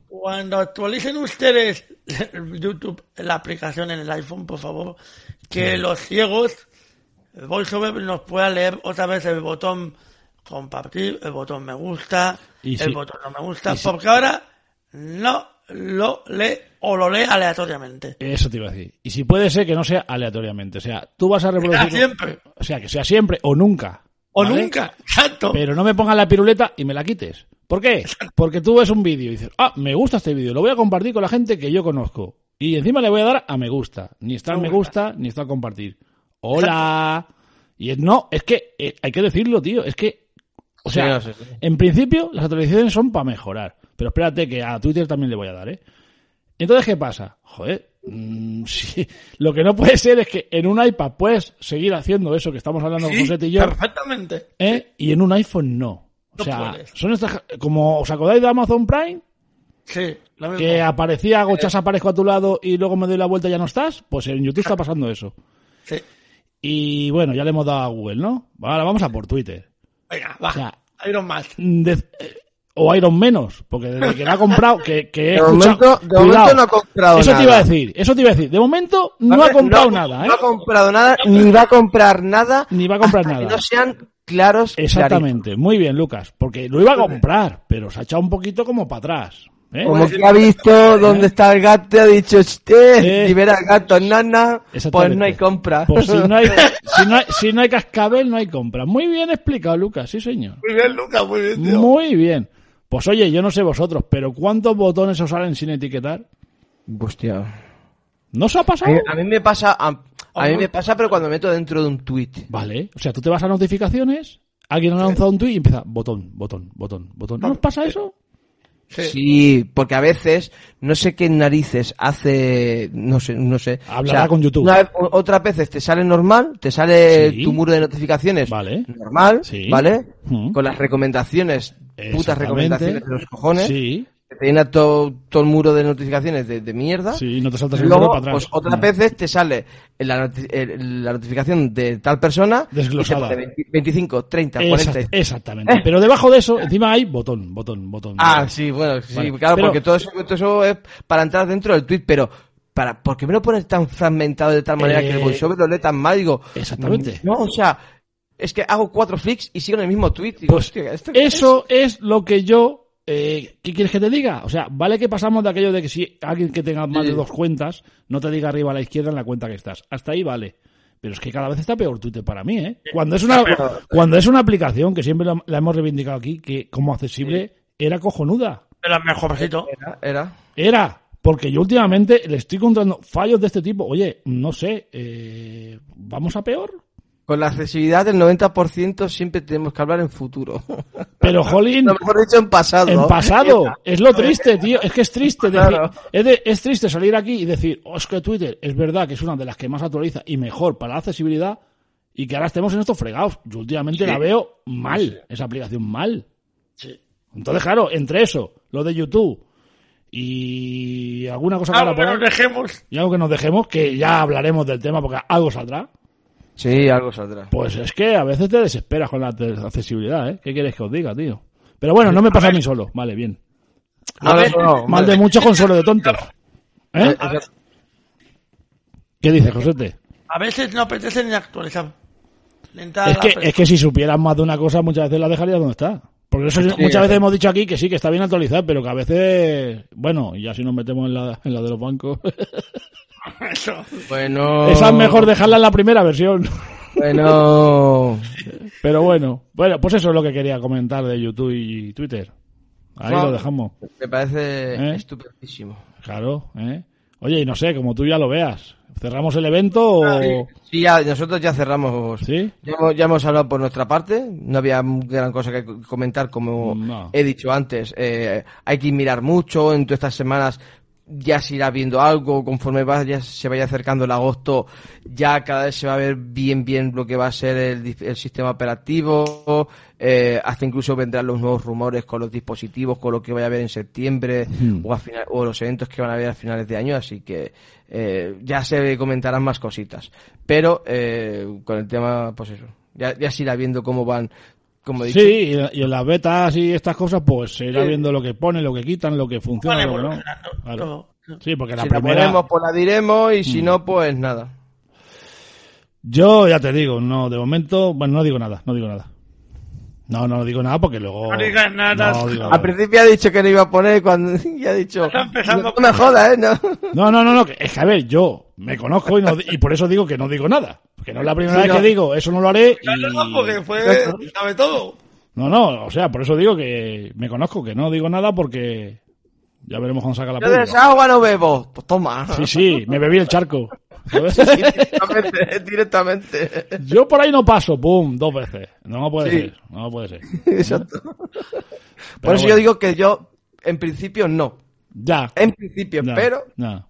S4: cuando actualicen ustedes YouTube, la aplicación en el iPhone, por favor, que los ciegos, el VoiceOver nos pueda leer otra vez el botón compartir, el botón me gusta,
S3: Y
S4: el
S3: si-
S4: botón no me gusta, porque ahora no lo lee o lo lee aleatoriamente.
S3: Eso te iba a decir. Y si puede ser que no sea aleatoriamente. O sea, tú vas a reproducir.
S4: siempre.
S3: O sea, que sea siempre o nunca.
S4: O
S3: ¿vale?
S4: nunca, exacto.
S3: Pero no me pongas la piruleta y me la quites. ¿Por qué? Porque tú ves un vídeo y dices, ah, me gusta este vídeo, lo voy a compartir con la gente que yo conozco. Y encima le voy a dar a me gusta. Ni está al me gusta, ni está a compartir. Hola. Y es, no, es que eh, hay que decirlo, tío. Es que, o
S2: Sí,
S3: sea,
S2: no, sí, sí.
S3: en principio las actualizaciones son para mejorar. Pero espérate que a Twitter también le voy a dar, ¿eh? Entonces, ¿qué pasa? Joder, mm, sí. lo que no puede ser es que en un iPad puedes seguir haciendo eso que estamos hablando con
S4: Sí,
S3: José y yo.
S4: Perfectamente.
S3: ¿Eh? Y en un iPhone no. O
S4: No
S3: sea,
S4: puedes.
S3: son estas. Como os acordáis de Amazon Prime,
S4: Sí, lo mismo.
S3: que aparecía,
S2: Eh.
S3: hago chas, aparezco a tu lado y luego me doy la vuelta y ya no estás. Pues en YouTube está pasando eso.
S4: Sí.
S3: Y bueno, ya le hemos dado a Google, ¿no? Ahora vamos a por Twitter.
S4: Venga,
S3: O sea,
S4: baja. Iron Man.
S3: de- eh, o Iron menos, porque desde que la ha comprado, que, que he
S2: De
S3: escuchado-
S2: momento- de momento
S3: Cuidado.
S2: no ha comprado
S3: Eso te iba a
S2: nada.
S3: decir, eso te iba a decir. De momento no
S2: Apple
S3: ha comprado
S2: no
S3: nada, ¿eh?
S2: No ha comprado nada, ni va a comprar nada.
S3: Ni va a comprar
S2: hasta que
S3: nada.
S2: no sean claros.
S3: Exactamente, muy bien, Lucas, porque lo iba a comprar, pero se ha echado un poquito como para atrás. ¿eh?
S2: claritos. Como que ha visto dónde está el gato, ha dicho,
S3: Eh.
S2: usted, libera al gato, nana, pues
S3: Exactamente.
S2: no hay compra.
S3: Por si, no hay, si, no hay, si no hay cascabel, no hay compra. Muy bien explicado, Lucas, sí, señor.
S4: Muy bien, Lucas, muy bien, tío.
S3: Muy bien. Pues oye, yo no sé vosotros, pero ¿cuántos botones os salen sin etiquetar?
S2: Hostia.
S3: ¿No os ha
S2: A mí,
S3: pasado?
S2: a mí me pasa, a, a mí me pasa, pero cuando meto dentro de un tweet.
S3: Vale, o sea, tú te vas a notificaciones, alguien ha lanzado un tuit y empieza botón, botón, botón, botón. ¿No os pasa
S2: Eh,
S3: eso?
S4: Sí.
S2: Sí, porque a veces no sé qué narices hace, no sé, no sé.
S3: Hablará con YouTube.
S2: una vez- o- otras veces te sale normal, te sale
S3: Sí.
S2: tu muro de notificaciones
S3: Vale.
S2: normal,
S3: Sí.
S2: ¿vale?
S3: Mm.
S2: Con las recomendaciones, putas
S3: Exactamente.
S2: recomendaciones de los cojones.
S3: Sí,
S2: que Te llena todo todo el muro de notificaciones de, de mierda.
S3: sí, no te saltas el
S2: Luego,
S3: botón para
S2: pues
S3: atrás.
S2: otras
S3: Mm.
S2: veces te sale la, noti- el- la notificación de tal persona. y se
S3: Desglosada.
S2: pone 20 25, 30,
S3: Exact-
S2: 40.
S3: exactamente. Pero debajo de eso, encima hay botón, botón, botón.
S2: Ah,
S3: botón.
S2: sí, bueno, sí,
S3: Vale,
S2: claro,
S3: pero-
S2: porque todo eso, todo eso es para entrar dentro del tweet, pero para, ¿por qué me lo pones tan fragmentado de tal manera
S3: Eh,
S2: que el voiceover lo lee tan mal? Digo, "Mm,
S3: Exactamente.
S2: No, o sea, es que hago cuatro flicks y sigo en el mismo tweet. Digo,
S3: Pues
S2: hostia, ¿esto qué
S3: eso es lo que yo. eh, ¿Qué quieres que te diga? O sea, vale que pasamos de aquello de que si alguien que tenga más de
S2: Sí.
S3: dos cuentas no te diga arriba a la izquierda en la cuenta que estás. Hasta ahí vale. Pero es que cada vez está peor Twitter para mí, ¿eh? Cuando es una, cuando es una aplicación que siempre la, la hemos reivindicado aquí, que como accesible era cojonuda.
S2: Eh,
S4: De las mejorcitos.
S2: Era, era.
S3: Era. Porque yo últimamente le estoy encontrando fallos de este tipo. Oye, no sé, eh, ¿vamos a peor?
S2: Con la accesibilidad del 90% siempre tenemos que hablar en futuro.
S3: Pero, Jolín,
S2: Lo mejor dicho, en pasado.
S3: en pasado. Es lo triste, tío. Es que es triste. decir-
S2: Claro.
S3: es, de- es triste salir aquí y decir, "Oh, es que Twitter es verdad que es una de las que más actualiza y mejor para la accesibilidad y que ahora estemos en estos fregados. Yo últimamente la veo mal, esa aplicación mal.
S4: Sí.
S3: Entonces, claro, entre eso, lo de YouTube y alguna cosa que ahora
S4: Algo que
S3: por ahí,
S4: nos Ah, dejemos.
S3: y algo que nos dejemos, que ya hablaremos del tema porque algo saldrá.
S2: Sí, algo saldrá.
S3: Pues es que a veces te desesperas con la te- accesibilidad, ¿eh? ¿Qué quieres que os diga, tío? Pero bueno, no me pasa a mí solo. Vale, bien.
S2: No, no, no, no,
S3: Mal de mucho consuelo de tontos. ¿Eh?
S2: A ver,
S3: ¿Qué dices, Josete?
S4: A veces no apetece ni actualizar. Ni entrar a
S3: Es
S4: la
S3: que,
S4: pre-
S3: es que si supieras más de una cosa, muchas veces la dejarías donde está. Porque eso, muchas veces hemos dicho aquí que sí, que está bien actualizar, pero que a veces, bueno, ya si nos metemos en la, en la de los bancos,
S4: Eso.
S2: Bueno.
S3: esa es mejor dejarla en la primera versión.
S2: Bueno.
S3: Pero bueno, bueno, pues eso es lo que quería comentar de YouTube y Twitter. Ahí
S2: Wow.
S3: lo dejamos.
S2: Me parece
S3: ¿Eh?
S2: estupendísimo.
S3: Claro, ¿eh? Oye, y no sé, como tú ya lo veas, ¿cerramos el evento o...?
S2: Ah, Sí, ya, nosotros ya cerramos.
S3: ¿Sí?
S2: Ya hemos, ya hemos hablado por nuestra parte. No había gran cosa que comentar, como
S3: No.
S2: he dicho antes. Eh, hay que mirar mucho. En todas estas semanas ya se irá viendo algo. Conforme vaya, se vaya acercando el agosto, ya cada vez se va a ver bien, bien lo que va a ser el, dif- el sistema operativo. Eh, hasta incluso vendrán los nuevos rumores con los dispositivos, con lo que vaya a haber en septiembre o, a final- o los eventos que van a haber a finales de año. Así que eh, ya se comentarán más cositas. Pero eh, con el tema, pues eso, ya, ya se irá viendo cómo van, como he dicho.
S3: Sí, y y en las betas y estas cosas, pues se irá viendo lo que pone, lo que quitan, lo que funciona,
S4: Vale,
S3: lo que no.
S4: bueno, no,
S3: Claro.
S4: todo.
S3: Sí, porque la
S2: si la
S3: primera... Mm.
S2: ponemos, pues la diremos y si no, pues nada.
S3: Yo ya te digo, no, de momento, bueno, no digo nada, no digo nada. No, no digo nada porque luego...
S4: No digas nada.
S3: No, digo
S2: Al
S3: nada.
S2: principio ha dicho que no iba a poner cuando ya ha dicho.
S4: Está empezando
S2: No me jodas, ¿eh? No.
S3: No, no, no, no, que- es que a ver, yo me conozco y, no di- y por eso digo que no digo nada. Porque no es la primera
S2: Sí,
S3: vez
S2: no.
S3: que digo, eso no lo haré. y-
S4: Claro, no, porque fue. Sabe todo.
S3: No, no, o sea, por eso digo que me conozco, que no digo nada porque ya veremos cuando saca la
S2: Yo de
S3: película.
S2: esa agua no bebo. Pues toma.
S3: Sí, sí, me bebí el charco.
S2: Directamente. eh, directamente.
S3: Yo por ahí no paso, pum, dos veces. No puede
S2: Sí.
S3: ser, no puede ser.
S2: Exacto.
S3: Pero
S2: Por eso
S3: bueno.
S2: yo digo que yo, en principio, no.
S3: Ya.
S2: En principio,
S3: ya,
S2: pero
S3: Ya,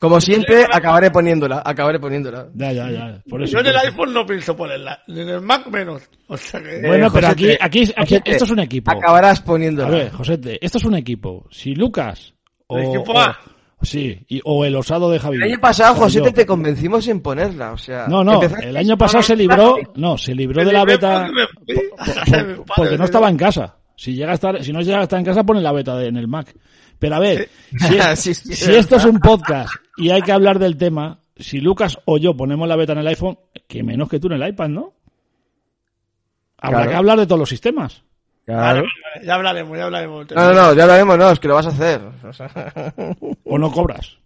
S2: como siempre, acabaré poniéndola. Acabaré poniéndola. Eh,
S3: ya, ya, ya, Por eso.
S4: Yo en el
S3: por eso.
S4: iPhone no pienso ponerla. ni En el Mac menos. O sea que.
S3: Bueno,
S2: Eh,
S3: pero aquí,
S2: Josete,
S3: aquí, aquí
S2: Josete,
S3: esto es un equipo.
S2: Acabarás
S3: A
S2: poniéndola.
S3: ver, Josete, esto es un equipo. Si Lucas o,
S4: El equipo
S3: o-
S4: A.
S3: sí, y- o el osado de Javier.
S2: El año pasado,
S3: o yo.
S2: José, te convencimos en ponerla, o sea...
S3: No, no,
S2: empezaste-
S3: el año pasado se libró, no, se libró de la
S4: Me
S3: beta
S4: libré porque me fui a casa de
S3: por-
S4: mi padre.
S3: porque no estaba en casa. Si llega a estar, si no llega a estar en casa, pone la beta de- en el Mac. Pero a ver, si,
S2: Sí, sí,
S3: si esto es un podcast y hay que hablar del tema, si Lucas o yo ponemos la beta en el iPhone, que menos que tú en el iPad, ¿no? Habrá
S2: Claro.
S3: que hablar de todos los sistemas.
S4: Vale, vale, ya hablaremos, ya hablaremos.
S2: No, no, no, ya lo haremos, no, es que lo vas a hacer. O sea,
S3: O no cobras.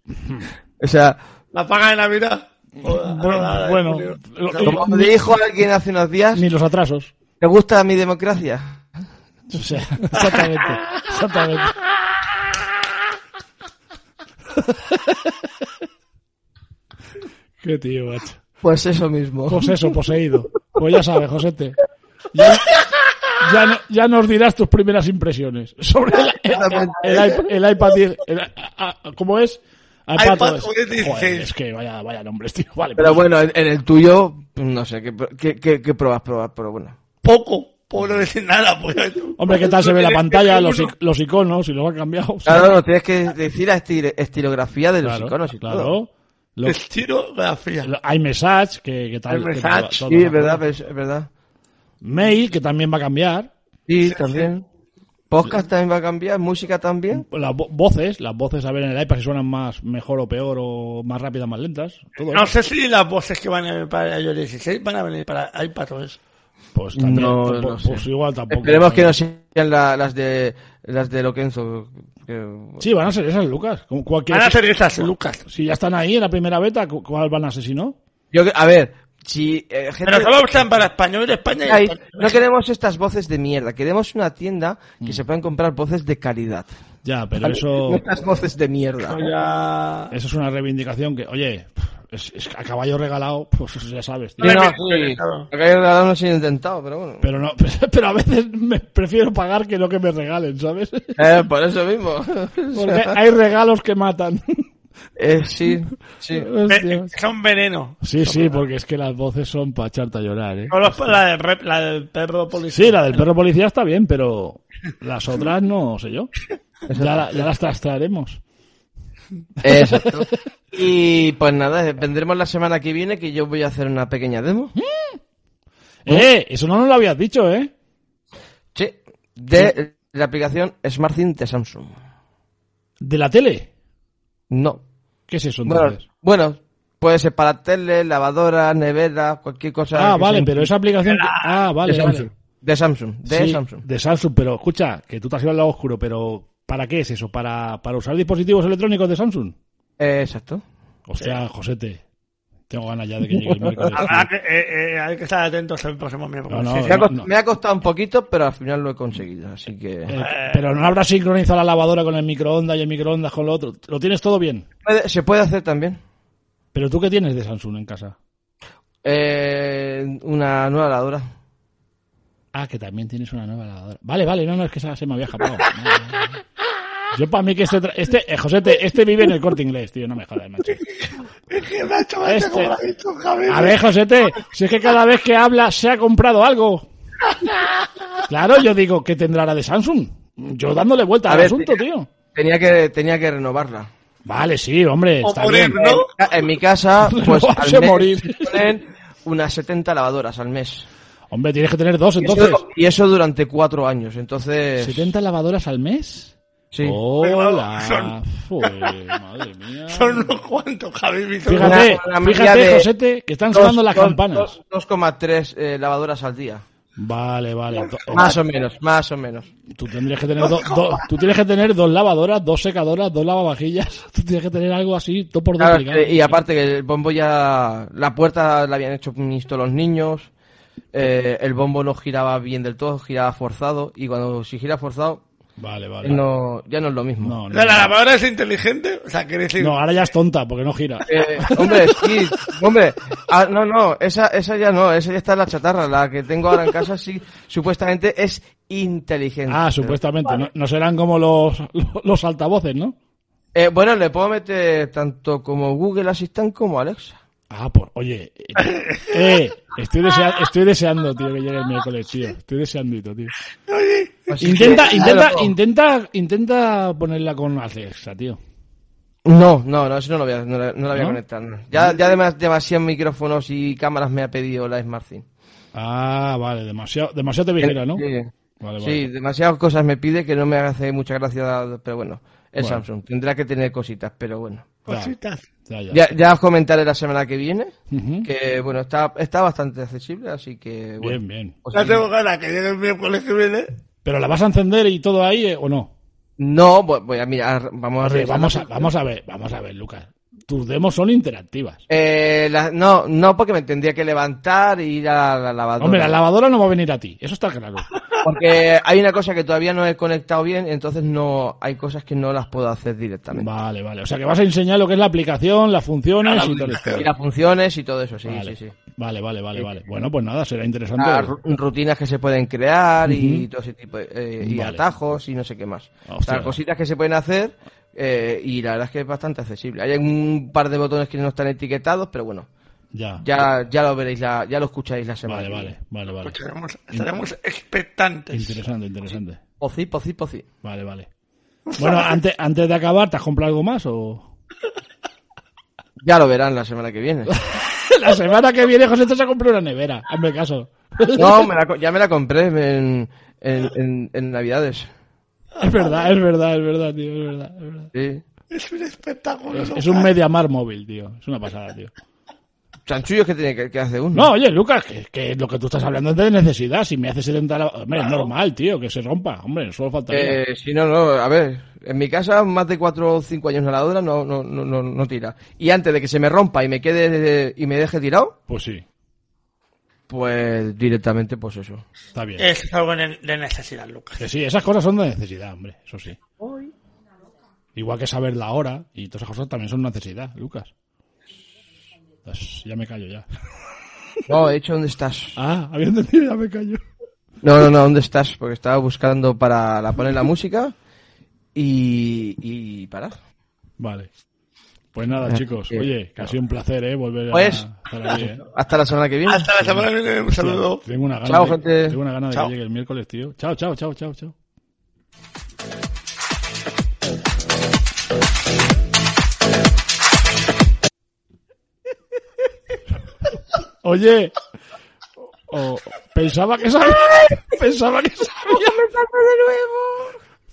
S2: o sea,
S4: La paga de Navidad. Joder, nada,
S3: bueno,
S4: Julio.
S3: lo-
S2: como me dijo alguien hace unos días,
S3: Ni los atrasos.
S2: ¿te gusta mi democracia?
S3: O sea, exactamente. Exactamente. Qué tío, macho.
S2: Pues eso mismo.
S3: Pues eso, poseído. Pues ya sabes, Josete. Ya, ya, no- ya nos dirás tus primeras impresiones sobre el, el- el iP- el iPad 10. el- a- a- ¿Cómo es?
S4: iPad
S3: OS.
S4: OS 16.
S3: Joder, es que vaya, vaya nombres, tío. Vale,
S2: Pero
S3: pues,
S2: bueno, en, en el tuyo, no sé, ¿qué, qué, qué, qué pruebas, pruebas? Pero bueno.
S4: Poco. Puedo no decir nada. Pues.
S3: Hombre, ¿qué tal se ve la
S4: Tienes
S3: pantalla,
S4: que
S3: los,
S4: uno.
S3: i- los iconos, si los han cambiado?
S2: Claro, no, tienes que decir la estil- estilografía de los
S3: claro,
S2: iconos y todo.
S3: claro. Lo-
S4: Estiro grafía.
S3: lo- Hay message, que, que tal. que
S4: iMessage,
S3: todo- todo
S2: Sí,
S3: mejor.
S2: es verdad, es es verdad.
S3: Mail, que también va a cambiar.
S2: Sí, también. Podcast también va a cambiar, música también.
S3: Las vo- voces, las voces, a ver en el iPad si suenan más, mejor o peor, o más rápidas, más lentas. Todo
S4: No
S3: eso.
S4: sé si las voces que van a venir para iOS 16 van a venir para iPad o eso.
S3: Pues también,
S2: No,
S3: tampoco-
S2: no sé.
S3: pues igual tampoco.
S2: Esperemos que no sean la- las de las de Loquenzo. que-
S3: Sí, van a ser esas, Lucas. Como cualquier...
S4: Van a hacer esas, Lucas.
S3: Si ya están ahí en la primera beta, ¿cu- ¿cuál van a ser si no?
S2: Yo, que- a ver, si eh, gente-
S4: Pero solo están para español, España y
S2: Ay,
S4: español.
S2: no queremos estas voces de mierda, queremos una tienda que se puedan comprar voces de calidad.
S3: Ya, pero eso,
S2: Estas voces de mierda.
S4: Ya...
S3: eso es una reivindicación que, oye, es, es que a caballo regalado, pues eso ya sabes, tío.
S2: Sí, no,
S4: Realmente,
S2: sí.
S4: claro.
S2: Lo que he regalado no se ha intentado, pero bueno.
S3: Pero, no, pero a veces me prefiero pagar que lo que me regalen, ¿sabes?
S2: Eh, por eso mismo.
S3: Porque hay regalos que matan.
S2: Eh, sí, sí.
S4: Ve-
S3: Hostias.
S4: Es un Eh, veneno.
S3: Sí, sí, porque es que las voces son para echarte a llorar, ¿eh?
S4: No, los- la, del rep- la del perro policía.
S3: Sí, la del perro policía está bien, pero las otras no sé yo. Ya, la- ya las trastraremos.
S2: Exacto. Y pues nada, eh, vendremos la semana que viene que yo voy a hacer una pequeña demo.
S3: ¡Eh! Eso no nos lo habías dicho, ¿eh?
S2: Sí, de la aplicación Smart Sync de Samsung.
S3: De la tele.
S2: No.
S3: ¿Qué es eso
S2: Bueno,
S3: entonces?
S2: bueno, puede ser para tele, lavadora, nevera, cualquier cosa.
S3: ah,
S2: que
S3: vale,
S2: sea
S3: pero esa aplicación. que- Ah, vale,
S2: de Samsung.
S3: vale.
S2: De Samsung, de
S3: Sí,
S2: Samsung.
S3: De Samsung, pero escucha, que tú te has ido al lado oscuro, pero ¿para qué es eso? ¿Para, para usar dispositivos electrónicos de Samsung?
S2: Eh, exacto.
S3: Hostia, Josete, tengo ganas ya de que llegue el miércoles.
S4: Habrá que, eh, eh, hay que estar atentos el próximo miércoles.
S3: No, no,
S4: Sí, sí.
S2: Me ha,
S3: Pues no.
S2: cost- me ha costado un poquito, pero al final lo he conseguido, así que...
S3: Eh, pero no habrá sincronizado la lavadora con el microondas y el microondas con lo otro. Lo tienes todo bien.
S2: Puede- Se puede hacer también.
S3: Pero tú qué tienes de Samsung en casa?
S2: Eh, una nueva lavadora.
S3: Ah, que también tienes una nueva lavadora. Vale, vale, no, no, es que esa se me había escapado. No, no, no. Yo para mí que este, tra- este eh, Josete, este vive en el corte inglés, tío, no me jodas, macho. Este- A ver, Josete, si es que cada vez que habla se ha comprado algo. Claro, yo digo, ¿qué tendrá la de Samsung? Yo dándole vuelta
S2: A
S3: al
S2: ver,
S3: asunto, tío.
S2: Tenía que, tenía que renovarla.
S3: Vale, sí, hombre,
S4: O
S3: está
S4: morir,
S3: bien.
S4: ¿no?
S2: Ah, En mi casa, pues
S3: No
S2: al
S3: vas a
S2: mes
S3: morir.
S2: se ponen unas 70 lavadoras al mes.
S3: Hombre, tienes que tener dos
S2: Y
S3: entonces.
S2: eso, y eso durante cuatro años, entonces...
S3: ¿70 lavadoras al mes?
S2: Sí.
S3: Oh. Hola.
S4: Son-
S3: Joder, madre mía.
S4: Son unos cuantos, Javi. Vitor.
S3: Fíjate,
S2: Una- una media
S3: fíjate,
S2: de-
S3: Josete, que están
S2: Dos-
S3: sonando las
S2: dos-
S3: campanas.
S2: dos- 2,3 eh, lavadoras al día.
S3: Vale, Oh, vale. Do-
S2: Más o menos, más o menos.
S3: Tú tendrías que tener dos, dos- tú tienes que tener dos lavadoras, dos secadoras, dos lavavajillas. Tú tienes que tener algo así, todo por
S2: Claro,
S3: duplicado.
S2: es que- y aparte que el bombo ya... La puerta la habían hecho ministro los niños. eh, el bombo no giraba bien del todo, giraba forzado. Y cuando si gira forzado,
S3: Vale, vale.
S2: no, ya no es lo mismo.
S3: no, no,
S4: La, la lavadora es inteligente. O sea, quiere decir.
S3: No, ahora ya es tonta porque no gira.
S2: Eh, hombre, sí, hombre, ah, no, no, esa, esa ya no, esa ya está en la chatarra, la que tengo ahora en casa sí, supuestamente es inteligente.
S3: Ah, supuestamente. No, no serán como los, los altavoces, ¿no?
S2: Eh, bueno, le puedo meter tanto como Google Assistant como Alexa.
S3: Ah, por, oye. eh, eh, estoy, desea- estoy deseando, tío, que llegue el miércoles, tío. Estoy deseandito, tío.
S2: Así
S3: Intenta,
S2: que-
S3: intenta, intenta, intenta ponerla con Alexa, tío.
S2: No, no, no, eso no lo voy a, no la, no la voy a
S3: ¿No?
S2: conectar. no. Ya, ya además demasiados micrófonos y cámaras me ha pedido la Smart Thing.
S3: Ah, vale, demasiado, demasiado te vigila, ¿no?
S2: Eh, Sí,
S3: Vale, vale.
S2: sí, demasiadas cosas me pide que no me hace mucha gracia, pero bueno, es
S3: Bueno.
S2: Samsung, tendrá que tener cositas, pero bueno.
S4: Cositas.
S3: Ya, ya.
S2: Ya, ya os comentaré la semana que viene.
S3: Ujú.
S2: que bueno, está, está bastante accesible, así que bueno.
S3: Bien, bien.
S2: pues,
S4: Ya tengo ganas que llegue el miércoles que viene.
S3: ¿Pero la vas a encender y todo ahí eh, o no?
S2: No, voy, voy a mirar, vamos a
S3: Oye,
S2: ver.
S3: vamos, a, vamos a ver, vamos a ver, Lucas. Tus demos son interactivas.
S2: Eh, la- no, no, porque me tendría que levantar y ir a la lavadora.
S3: Hombre, la lavadora no va a venir a ti, eso está claro.
S2: Porque hay una cosa que todavía no he conectado bien, entonces no hay cosas que no las puedo hacer directamente.
S3: Vale, vale. O sea que vas a enseñar lo que es la aplicación, las funciones
S4: La
S3: y todo esto.
S4: aplicación.
S2: Y las funciones y todo eso, sí,
S3: Vale.
S2: sí, sí.
S3: vale, vale, vale, vale. Bueno, pues nada, será interesante.
S2: Ah, ru- rutinas que se pueden crear y todo ese tipo de, eh, y
S3: Vale. Ah,
S2: atajos y no sé qué más.
S3: Hostia.
S2: O sea, cositas que se pueden hacer eh, y la verdad es que es bastante accesible. Hay un par de botones que no están etiquetados, pero bueno,
S3: Ya.
S2: ya, ya lo veréis, la, ya lo escucháis la semana.
S3: Vale,
S2: que
S3: vale,
S2: viene.
S3: vale, vale.
S4: Pues estaremos, estaremos expectantes.
S3: Interesante, interesante.
S2: Pocí, pocí, pocí.
S3: Vale, vale. Bueno, antes, antes de acabar, ¿te has comprado algo más o...?
S2: Ya lo verán la semana que viene.
S3: La semana que viene José te se ha comprado una nevera, hazme caso.
S2: No, me la co- ya me la compré en, en, en- en Navidades.
S3: Es verdad, es verdad, es verdad, tío, es verdad, es verdad.
S2: Sí.
S4: Es un espectáculo.
S3: Es, es un Mediamar móvil, tío. Es una pasada, tío.
S2: Chanchullos que tiene que, que hacer uno.
S3: No, oye, Lucas, que, que lo que tú estás hablando es de necesidad. Si me hace 70... la- Hombre, es normal, tío, que se rompa. Hombre, solo faltaría.
S2: Eh, si no, no, a ver, en mi casa más de 4 o 5 años a la hora no, no, no, no, no tira. Y antes de que se me rompa y me quede y me deje tirado,
S3: Pues sí,
S2: pues directamente pues eso.
S3: está bien.
S4: Es algo de de necesidad, Lucas.
S3: Que sí, esas cosas son de necesidad, hombre, eso sí. Igual que saber la hora y todas esas cosas también son una necesidad, Lucas. Pues ya me callo ya.
S2: No, de hecho, ¿dónde estás?
S3: Ah, había entendido, ya me callo.
S2: No, no, no, ¿dónde estás? Porque estaba buscando para la poner la música y, y para.
S3: Vale. Pues nada, chicos.
S2: Ah, sí,
S3: Oye, que ha sido un placer, ¿eh? Volver a
S2: Pues,
S3: estar aquí, ¿eh?
S2: Hasta la semana que viene.
S4: Hasta la semana que viene, un saludo.
S3: Tengo una gana,
S2: Chao,
S3: de,
S2: gente.
S3: Tengo una gana de
S4: Chao.
S3: que llegue el miércoles, tío. Chao, chao, chao, chao, chao. Oye, o- pensaba que sabía, pensaba que sabía,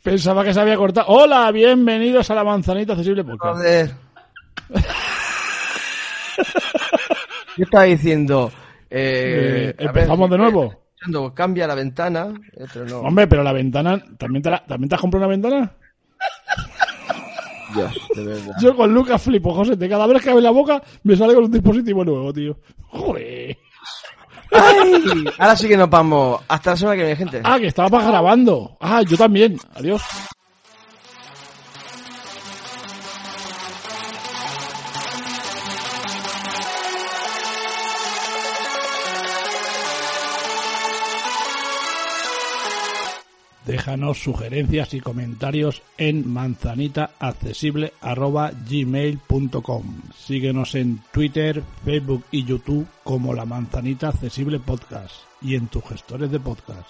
S3: pensaba que se había cortado. Hola, bienvenidos a la manzanita accesible podcast.
S2: Joder. Yo estaba diciendo. Eh,
S3: Eh, empezamos
S2: a ver,
S3: de nuevo.
S2: diciendo, Cambia la ventana. eh, pero no.
S3: Hombre, pero la ventana, ¿también te, la- ¿también te has comprado una ventana?
S2: Dios, de verdad.
S3: Yo con Lucas flipo, José. de Cada vez que abre la boca me sale con un dispositivo nuevo, tío. Joder.
S2: ¡Ay! Ahora sí que nos vamos. Hasta la semana que viene, gente.
S3: Ah, que estabas grabando. Ah, yo también. Adiós. Déjanos sugerencias y comentarios en manzanitaaccesible.gmail.com Síguenos en Twitter, Facebook y YouTube como La Manzanita Accesible Podcast y en tus gestores de podcast.